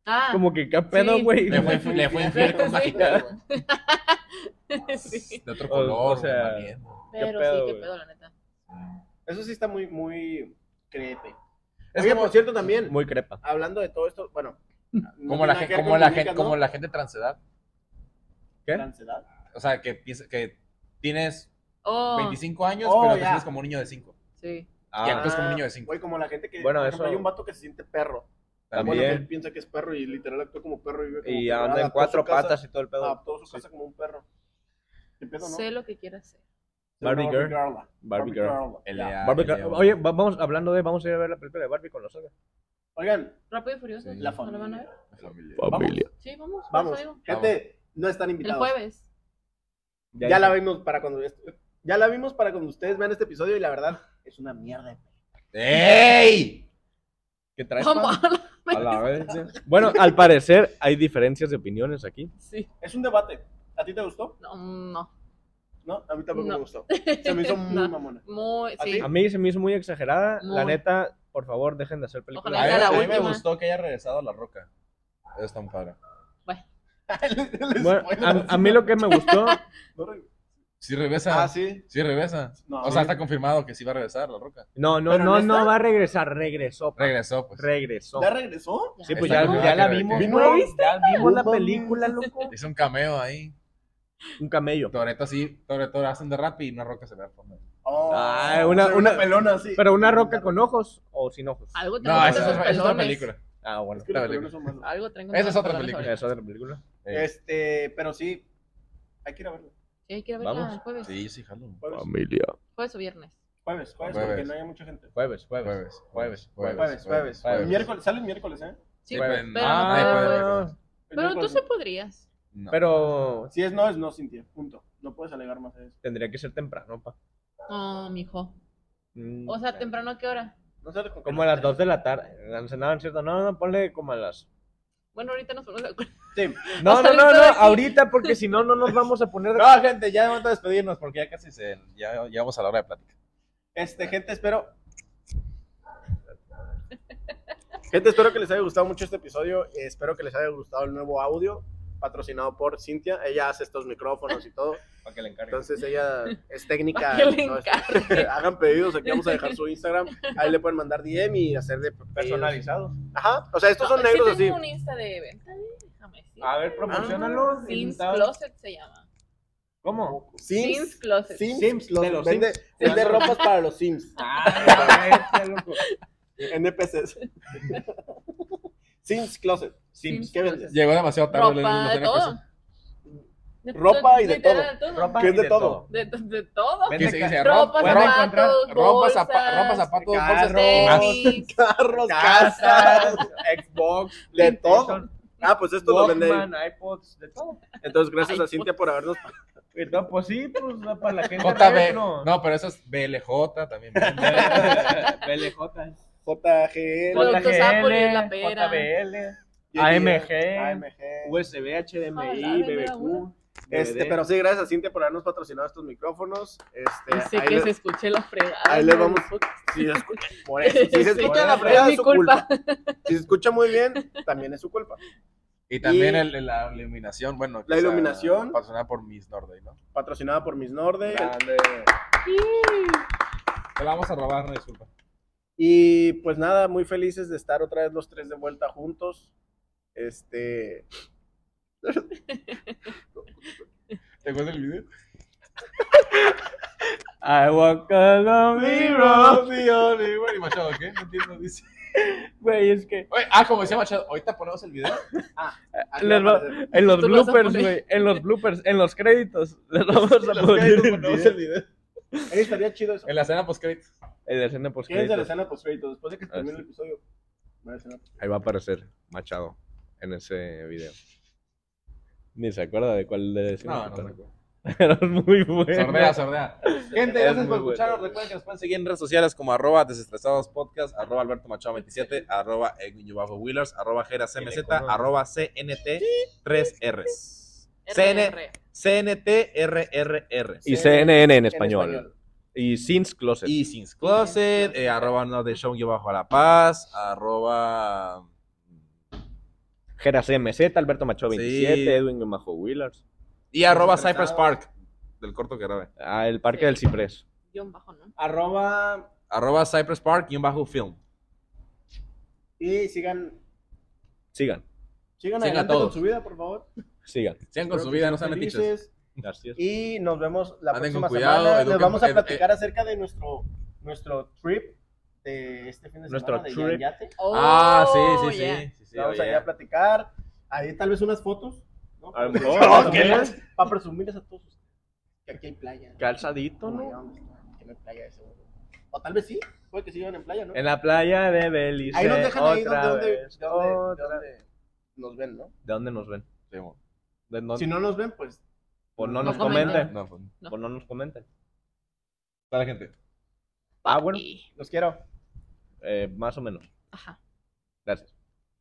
[SPEAKER 2] Ah,
[SPEAKER 4] Como que qué pedo,
[SPEAKER 2] Sí.
[SPEAKER 4] güey.
[SPEAKER 3] le fue, le fue infiel con
[SPEAKER 2] Sí.
[SPEAKER 3] María, güey.
[SPEAKER 2] sí.
[SPEAKER 3] De otro
[SPEAKER 4] O-
[SPEAKER 3] color,
[SPEAKER 4] o sea,
[SPEAKER 3] güey, también.
[SPEAKER 2] Pero
[SPEAKER 4] pedo,
[SPEAKER 2] sí, qué
[SPEAKER 4] güey.
[SPEAKER 2] pedo, la neta.
[SPEAKER 1] Eso sí está muy, muy creepy.
[SPEAKER 3] Es
[SPEAKER 1] Oye,
[SPEAKER 3] como-
[SPEAKER 1] por cierto, también,
[SPEAKER 4] Muy crepa.
[SPEAKER 1] hablando de todo esto, bueno... no
[SPEAKER 3] Como
[SPEAKER 1] tiene nada
[SPEAKER 3] la,
[SPEAKER 1] que
[SPEAKER 3] gente,
[SPEAKER 1] ver
[SPEAKER 3] como,
[SPEAKER 1] con
[SPEAKER 3] la
[SPEAKER 1] muñecas,
[SPEAKER 3] gente,
[SPEAKER 1] ¿no?
[SPEAKER 3] como la gente transedad.
[SPEAKER 4] ¿Qué?
[SPEAKER 1] Transedad.
[SPEAKER 3] O sea, que, piensa- que tienes
[SPEAKER 2] Oh,
[SPEAKER 3] 25 años,
[SPEAKER 1] Oh,
[SPEAKER 3] pero te
[SPEAKER 1] ya.
[SPEAKER 3] sientes como un niño de 5.
[SPEAKER 2] sí.
[SPEAKER 3] Y
[SPEAKER 4] Ah,
[SPEAKER 3] actúas como un niño de 5.
[SPEAKER 1] Güey, como la gente que...
[SPEAKER 4] Bueno,
[SPEAKER 1] por ejemplo,
[SPEAKER 4] eso-
[SPEAKER 1] Hay un vato que se siente perro.
[SPEAKER 4] También.
[SPEAKER 1] Bueno, que él piensa que es perro y literal actúa como perro y vive como
[SPEAKER 4] y
[SPEAKER 1] perro.
[SPEAKER 4] anda en
[SPEAKER 1] Adaptó
[SPEAKER 4] cuatro
[SPEAKER 1] su casa-
[SPEAKER 4] patas y todo el pedo.
[SPEAKER 1] Adaptó su casa como un perro. ¿Qué pedo, no?
[SPEAKER 2] Sé lo que quiera hacer.
[SPEAKER 4] Barbie girl.
[SPEAKER 1] Girl.
[SPEAKER 4] Barbie girl.
[SPEAKER 1] Ah, Ya.
[SPEAKER 3] LA,
[SPEAKER 4] Barbie-
[SPEAKER 3] LA,
[SPEAKER 4] oye, va- vamos hablando de, vamos a ir a ver la película de Barbie con nosotros.
[SPEAKER 1] Oigan,
[SPEAKER 2] Rápido y furioso.
[SPEAKER 3] Sí.
[SPEAKER 1] La
[SPEAKER 2] ¿No lo van a
[SPEAKER 1] familia.
[SPEAKER 2] ver?
[SPEAKER 3] familia.
[SPEAKER 1] Familia.
[SPEAKER 2] Sí, vamos. por
[SPEAKER 1] Vamos,
[SPEAKER 2] eso digo.
[SPEAKER 1] gente, no están
[SPEAKER 2] El
[SPEAKER 1] invitados.
[SPEAKER 2] jueves.
[SPEAKER 1] Ya, la vimos para cuando ya la vimos para cuando ustedes vean este episodio y la verdad es una mierda. de película.
[SPEAKER 3] ¡Ey!
[SPEAKER 4] ¿Qué traes?
[SPEAKER 2] Vamos.
[SPEAKER 4] pa? A la vez, sí. Bueno, al parecer hay diferencias de opiniones aquí.
[SPEAKER 2] Sí.
[SPEAKER 1] Es un debate. ¿A ti te gustó?
[SPEAKER 2] No, no.
[SPEAKER 1] No, a mí tampoco
[SPEAKER 2] No.
[SPEAKER 1] me gustó. Se me hizo muy
[SPEAKER 2] No.
[SPEAKER 1] mamona.
[SPEAKER 2] Muy,
[SPEAKER 1] ¿A
[SPEAKER 2] sí.
[SPEAKER 1] ti?
[SPEAKER 4] A mí se me hizo muy exagerada. La
[SPEAKER 2] Muy.
[SPEAKER 4] neta, por favor, dejen de hacer películas.
[SPEAKER 2] Ojalá sea la
[SPEAKER 3] a mí me
[SPEAKER 2] última.
[SPEAKER 3] gustó que haya regresado a La Roca. Eso está muy padre.
[SPEAKER 1] El
[SPEAKER 4] Bueno,
[SPEAKER 1] spoiler.
[SPEAKER 4] a, a mí lo que me gustó,
[SPEAKER 1] No re-
[SPEAKER 3] Sí regresa.
[SPEAKER 1] Ah, sí.
[SPEAKER 3] Sí regresa.
[SPEAKER 1] No,
[SPEAKER 3] o sea,
[SPEAKER 1] sí. Ah.
[SPEAKER 3] está confirmado que sí va a regresar La Roca.
[SPEAKER 4] no, no,
[SPEAKER 1] Pero
[SPEAKER 4] no,
[SPEAKER 1] no
[SPEAKER 4] no
[SPEAKER 1] está.
[SPEAKER 4] va a regresar, regresó, pa.
[SPEAKER 3] Regresó, pues.
[SPEAKER 4] regresó.
[SPEAKER 1] ¿Ya regresó?
[SPEAKER 4] Sí, pues
[SPEAKER 3] Está
[SPEAKER 4] ya,
[SPEAKER 3] confirmado
[SPEAKER 4] ya
[SPEAKER 3] que
[SPEAKER 4] la
[SPEAKER 3] re-
[SPEAKER 4] vimos,
[SPEAKER 3] que-
[SPEAKER 4] güey,
[SPEAKER 1] ¿No viste?
[SPEAKER 4] ya vimos la
[SPEAKER 1] No mames.
[SPEAKER 4] película, loco.
[SPEAKER 3] Hizo un cameo ahí.
[SPEAKER 4] Un camello.
[SPEAKER 3] Toreto así, Toreto hacen de rap y una roca se ve al fondo.
[SPEAKER 1] Oh,
[SPEAKER 4] Ah, una-
[SPEAKER 1] o sea,
[SPEAKER 4] una-
[SPEAKER 1] pelona así.
[SPEAKER 4] Pero una roca con ojos o sin ojos.
[SPEAKER 2] Algo tengo
[SPEAKER 3] No,
[SPEAKER 2] que
[SPEAKER 3] esa es,
[SPEAKER 2] esos
[SPEAKER 3] otra- esa es otra
[SPEAKER 2] pelones.
[SPEAKER 3] película.
[SPEAKER 4] Ah, bueno.
[SPEAKER 1] Es que los
[SPEAKER 3] Dale,
[SPEAKER 1] pelones son malos.
[SPEAKER 2] Algo tengo
[SPEAKER 3] Esa es
[SPEAKER 2] contra
[SPEAKER 3] otra
[SPEAKER 2] los
[SPEAKER 3] película.
[SPEAKER 2] pelones.
[SPEAKER 4] Esa otra película.
[SPEAKER 3] Ey,
[SPEAKER 1] Ah, Este, pero sí. Hay que ir a verlo.
[SPEAKER 2] Sí, hay que ir a verla
[SPEAKER 4] Vamos.
[SPEAKER 2] el jueves.
[SPEAKER 3] Sí, sí, jalo.
[SPEAKER 1] Jueves,
[SPEAKER 2] Jueves o viernes.
[SPEAKER 1] jueves, jueves,
[SPEAKER 3] Jueves.
[SPEAKER 1] porque no haya mucha gente.
[SPEAKER 4] Jueves, jueves.
[SPEAKER 3] Jueves,
[SPEAKER 4] Jueves,
[SPEAKER 1] Jueves, jueves.
[SPEAKER 4] jueves.
[SPEAKER 1] Miércoles, sale el miércoles, ¿eh?
[SPEAKER 2] Sí,
[SPEAKER 3] Jueves.
[SPEAKER 2] pero, pero,
[SPEAKER 3] Ah,
[SPEAKER 2] no puedo,
[SPEAKER 3] jueves.
[SPEAKER 4] Ah,
[SPEAKER 1] El
[SPEAKER 2] pero tú
[SPEAKER 1] miércoles,
[SPEAKER 2] sí podrías.
[SPEAKER 3] No.
[SPEAKER 4] pero
[SPEAKER 1] Si es no, es no, Cintia. Punto. No puedes alegar más de eso.
[SPEAKER 4] tendría que ser temprano, pa.
[SPEAKER 2] No, mijo.
[SPEAKER 4] Mm,
[SPEAKER 2] O sea, ¿temprano a qué hora?
[SPEAKER 1] No sale con
[SPEAKER 4] Como a las 2 de la tarde. No, no, cierto. No, no, ponle como a las.
[SPEAKER 2] Bueno, ahorita nos ponemos de acuerdo.
[SPEAKER 1] Sí.
[SPEAKER 4] No, no,
[SPEAKER 2] Hasta
[SPEAKER 4] no,
[SPEAKER 2] ahorita
[SPEAKER 4] no,
[SPEAKER 2] de aquí.
[SPEAKER 4] ahorita porque si no, no nos vamos a poner.
[SPEAKER 3] No, gente, ya de momento de despedirnos porque ya casi se. Ya llegamos a la hora de plática.
[SPEAKER 1] Este, gente, espero. Gente, espero que les haya gustado mucho este episodio. Espero que les haya gustado el nuevo audio patrocinado por Cintia. Ella hace estos micrófonos y todo.
[SPEAKER 4] Para que le encargue.
[SPEAKER 1] Entonces ella es técnica.
[SPEAKER 2] Pa' que le
[SPEAKER 1] y todo esto. Hagan pedidos. Aquí vamos a dejar su Instagram. Ahí le pueden mandar DM y hacerle pedidos.
[SPEAKER 4] Personalizados.
[SPEAKER 1] Ajá. O sea, estos son
[SPEAKER 2] No,
[SPEAKER 1] negros
[SPEAKER 2] sí tengo
[SPEAKER 1] así.
[SPEAKER 2] un Insta de venta, eh, déjame decir.
[SPEAKER 4] A ver, promocionalo.
[SPEAKER 2] Sims Closet se llama.
[SPEAKER 4] ¿Cómo?
[SPEAKER 2] Sims Closet.
[SPEAKER 1] Sims. Sims. Los
[SPEAKER 4] De los
[SPEAKER 1] vende, vende ropas para los Sims.
[SPEAKER 4] Ah, este loco.
[SPEAKER 1] NPCs. Sims Closet.
[SPEAKER 2] Sims
[SPEAKER 1] ¿Qué
[SPEAKER 2] Closet.
[SPEAKER 1] vendes?
[SPEAKER 3] Llegó demasiado tarde. le-
[SPEAKER 2] Ropa,
[SPEAKER 3] nos
[SPEAKER 2] de
[SPEAKER 3] tenía que
[SPEAKER 2] todo. De-
[SPEAKER 1] Ropa y de
[SPEAKER 2] literal,
[SPEAKER 4] Ropa
[SPEAKER 1] Que es
[SPEAKER 4] y
[SPEAKER 1] de todo.
[SPEAKER 2] De, de- de todo.
[SPEAKER 3] hacer- ¿Qué se dice?
[SPEAKER 2] Ropa,
[SPEAKER 3] Ropa,
[SPEAKER 2] zapatos,
[SPEAKER 3] ropa,
[SPEAKER 2] bolsas,
[SPEAKER 3] zapa- ropa, zapatos, bolsas
[SPEAKER 2] tenis,
[SPEAKER 1] Carros,
[SPEAKER 2] casas,
[SPEAKER 1] Xbox, de todo. Ah, pues esto lo vende ahí.
[SPEAKER 5] Walkman, iPods, de todo.
[SPEAKER 1] Entonces, gracias
[SPEAKER 2] Ay,
[SPEAKER 1] a Cintia por habernos.
[SPEAKER 5] No, pues sí, pues no, para la gente
[SPEAKER 3] JB.
[SPEAKER 5] retro.
[SPEAKER 3] No, pero eso es BLJ también.
[SPEAKER 5] BLJ.
[SPEAKER 1] JGL,
[SPEAKER 2] Productos Apple, La Pera.
[SPEAKER 5] JBL, AMG,
[SPEAKER 1] AMG.
[SPEAKER 5] USB,
[SPEAKER 2] Hola,
[SPEAKER 5] HDMI,
[SPEAKER 2] venga,
[SPEAKER 5] BBQ.
[SPEAKER 2] una.
[SPEAKER 1] Este,
[SPEAKER 5] DVD.
[SPEAKER 1] pero sí, gracias a Cintia por habernos patrocinado estos micrófonos. Este,
[SPEAKER 2] Dice
[SPEAKER 1] ahí
[SPEAKER 2] que
[SPEAKER 1] le-
[SPEAKER 2] se escuche la fregada.
[SPEAKER 1] ahí le vamos.
[SPEAKER 2] Por
[SPEAKER 1] si se escucha, por eso, si se
[SPEAKER 2] Sí,
[SPEAKER 1] escucha la
[SPEAKER 2] es
[SPEAKER 1] fregada,
[SPEAKER 2] mi
[SPEAKER 1] es su culpa.
[SPEAKER 2] culpa.
[SPEAKER 1] Si se escucha muy bien, también es su culpa.
[SPEAKER 3] Y también el- la iluminación, bueno.
[SPEAKER 1] La iluminación.
[SPEAKER 3] Patrocinada por Miss Norday, ¿no?
[SPEAKER 1] Patrocinada por Miss Norde.
[SPEAKER 3] Te la vamos a robar, no disculpa.
[SPEAKER 1] Y pues nada, muy felices de estar otra vez los tres de vuelta juntos. Este,
[SPEAKER 3] ¿Te acuerdas el video?
[SPEAKER 5] I walk along the road.
[SPEAKER 3] ¿Y Machado qué? No entiendo, dice.
[SPEAKER 5] Güey, es que
[SPEAKER 3] Oye, ah, como decía Machado, ahorita ponemos el video.
[SPEAKER 1] aquí va
[SPEAKER 5] les
[SPEAKER 1] a
[SPEAKER 5] va-
[SPEAKER 1] aparecer.
[SPEAKER 5] en los
[SPEAKER 2] Tú lo vas a
[SPEAKER 5] bloopers,
[SPEAKER 2] poner.
[SPEAKER 5] güey, en los bloopers, en los créditos, les vamos a poner
[SPEAKER 3] créditos
[SPEAKER 5] el
[SPEAKER 3] ponemos
[SPEAKER 5] video.
[SPEAKER 1] Ahí estaría chido eso.
[SPEAKER 3] En la escena post créditos.
[SPEAKER 5] El de escena post
[SPEAKER 1] ¿Quién es de la escena post Después de que se
[SPEAKER 4] Ah,
[SPEAKER 1] termine
[SPEAKER 4] sí.
[SPEAKER 1] el episodio. va a la escena.
[SPEAKER 4] Ahí va a aparecer Machado en ese video. Ni se acuerda de cuál le decimos.
[SPEAKER 3] No, no se acuerda.
[SPEAKER 4] Pero es muy bueno.
[SPEAKER 3] Sordea, sordea. Gente,
[SPEAKER 4] Es
[SPEAKER 3] gracias
[SPEAKER 4] muy
[SPEAKER 3] por escucharnos.
[SPEAKER 4] bueno.
[SPEAKER 3] Recuerden que nos pueden seguir en redes sociales como arroba desestresados podcast, arroba alberto machado 27, arroba Edwin Bajo Wheelers, arroba Jera CMZ, arroba CNT 3Rs. CN,
[SPEAKER 2] RR.
[SPEAKER 3] CNT RRR.
[SPEAKER 4] Y CNN en español. Y Sins Closet.
[SPEAKER 3] Y Sin's Closet, eh, arroba no de show yo bajo a la paz, arroba.
[SPEAKER 4] Geras MZ, Alberto Machado
[SPEAKER 3] Sí.
[SPEAKER 4] 27, Edwin Majo Willars.
[SPEAKER 3] Y arroba Cypress Park, del corto que grabé.
[SPEAKER 4] Ah, el Parque
[SPEAKER 2] Sí.
[SPEAKER 4] del Ciprés.
[SPEAKER 2] Guión bajo, ¿no?
[SPEAKER 1] Arroba
[SPEAKER 3] Arroba Cypress Park y un bajo film.
[SPEAKER 1] y sigan,
[SPEAKER 4] Sigan,
[SPEAKER 1] sigan
[SPEAKER 3] Sigan
[SPEAKER 1] adelante
[SPEAKER 3] a todos.
[SPEAKER 1] con su vida, por favor.
[SPEAKER 4] sigan.
[SPEAKER 3] Sigan con
[SPEAKER 1] Espero
[SPEAKER 3] su
[SPEAKER 1] que
[SPEAKER 3] vida,
[SPEAKER 1] sean
[SPEAKER 3] no sean metiches.
[SPEAKER 1] felices.
[SPEAKER 4] Gracias.
[SPEAKER 1] Y nos vemos la
[SPEAKER 3] Anden con
[SPEAKER 1] próxima
[SPEAKER 3] cuidado,
[SPEAKER 1] semana. Les
[SPEAKER 3] eduquen- eh,
[SPEAKER 1] vamos a
[SPEAKER 3] edu-
[SPEAKER 1] platicar acerca de nuestro, nuestro trip de este fin de
[SPEAKER 4] Nuestro
[SPEAKER 1] semana.
[SPEAKER 4] trip.
[SPEAKER 1] De Yanyate.
[SPEAKER 3] Ah,
[SPEAKER 2] Oh,
[SPEAKER 3] sí, sí,
[SPEAKER 2] yeah.
[SPEAKER 3] sí, sí, sí.
[SPEAKER 1] vamos
[SPEAKER 3] oye.
[SPEAKER 1] a ir a platicar. Ahí tal vez unas fotos. ¿no?
[SPEAKER 4] A lo
[SPEAKER 1] Para,
[SPEAKER 4] mejor.
[SPEAKER 1] presumirles, para presumirles a todos ustedes que aquí hay playa.
[SPEAKER 4] Calzadito,
[SPEAKER 1] No,
[SPEAKER 4] ¿no?
[SPEAKER 1] ¿dónde está? Que no hay playa de seguro. O tal vez sí, puede que sí vivan en playa, ¿no?
[SPEAKER 4] En la playa de Belice.
[SPEAKER 1] Ahí nos dejan ahí
[SPEAKER 4] otra
[SPEAKER 1] donde, donde,
[SPEAKER 4] vez,
[SPEAKER 1] donde-
[SPEAKER 4] otra-
[SPEAKER 1] donde nos ven, ¿no?
[SPEAKER 4] ¿De dónde nos ven?
[SPEAKER 3] Sí, bueno.
[SPEAKER 4] ¿De dónde?
[SPEAKER 1] Si no nos ven, pues
[SPEAKER 4] Pues no
[SPEAKER 1] no
[SPEAKER 4] nos
[SPEAKER 2] comenten.
[SPEAKER 4] comenten.
[SPEAKER 3] No, pues,
[SPEAKER 2] No.
[SPEAKER 4] Pues no nos comenten.
[SPEAKER 3] para la gente.
[SPEAKER 4] Ah, bueno.
[SPEAKER 2] Y-
[SPEAKER 1] los quiero.
[SPEAKER 4] Eh, más o menos.
[SPEAKER 2] Ajá.
[SPEAKER 4] Gracias.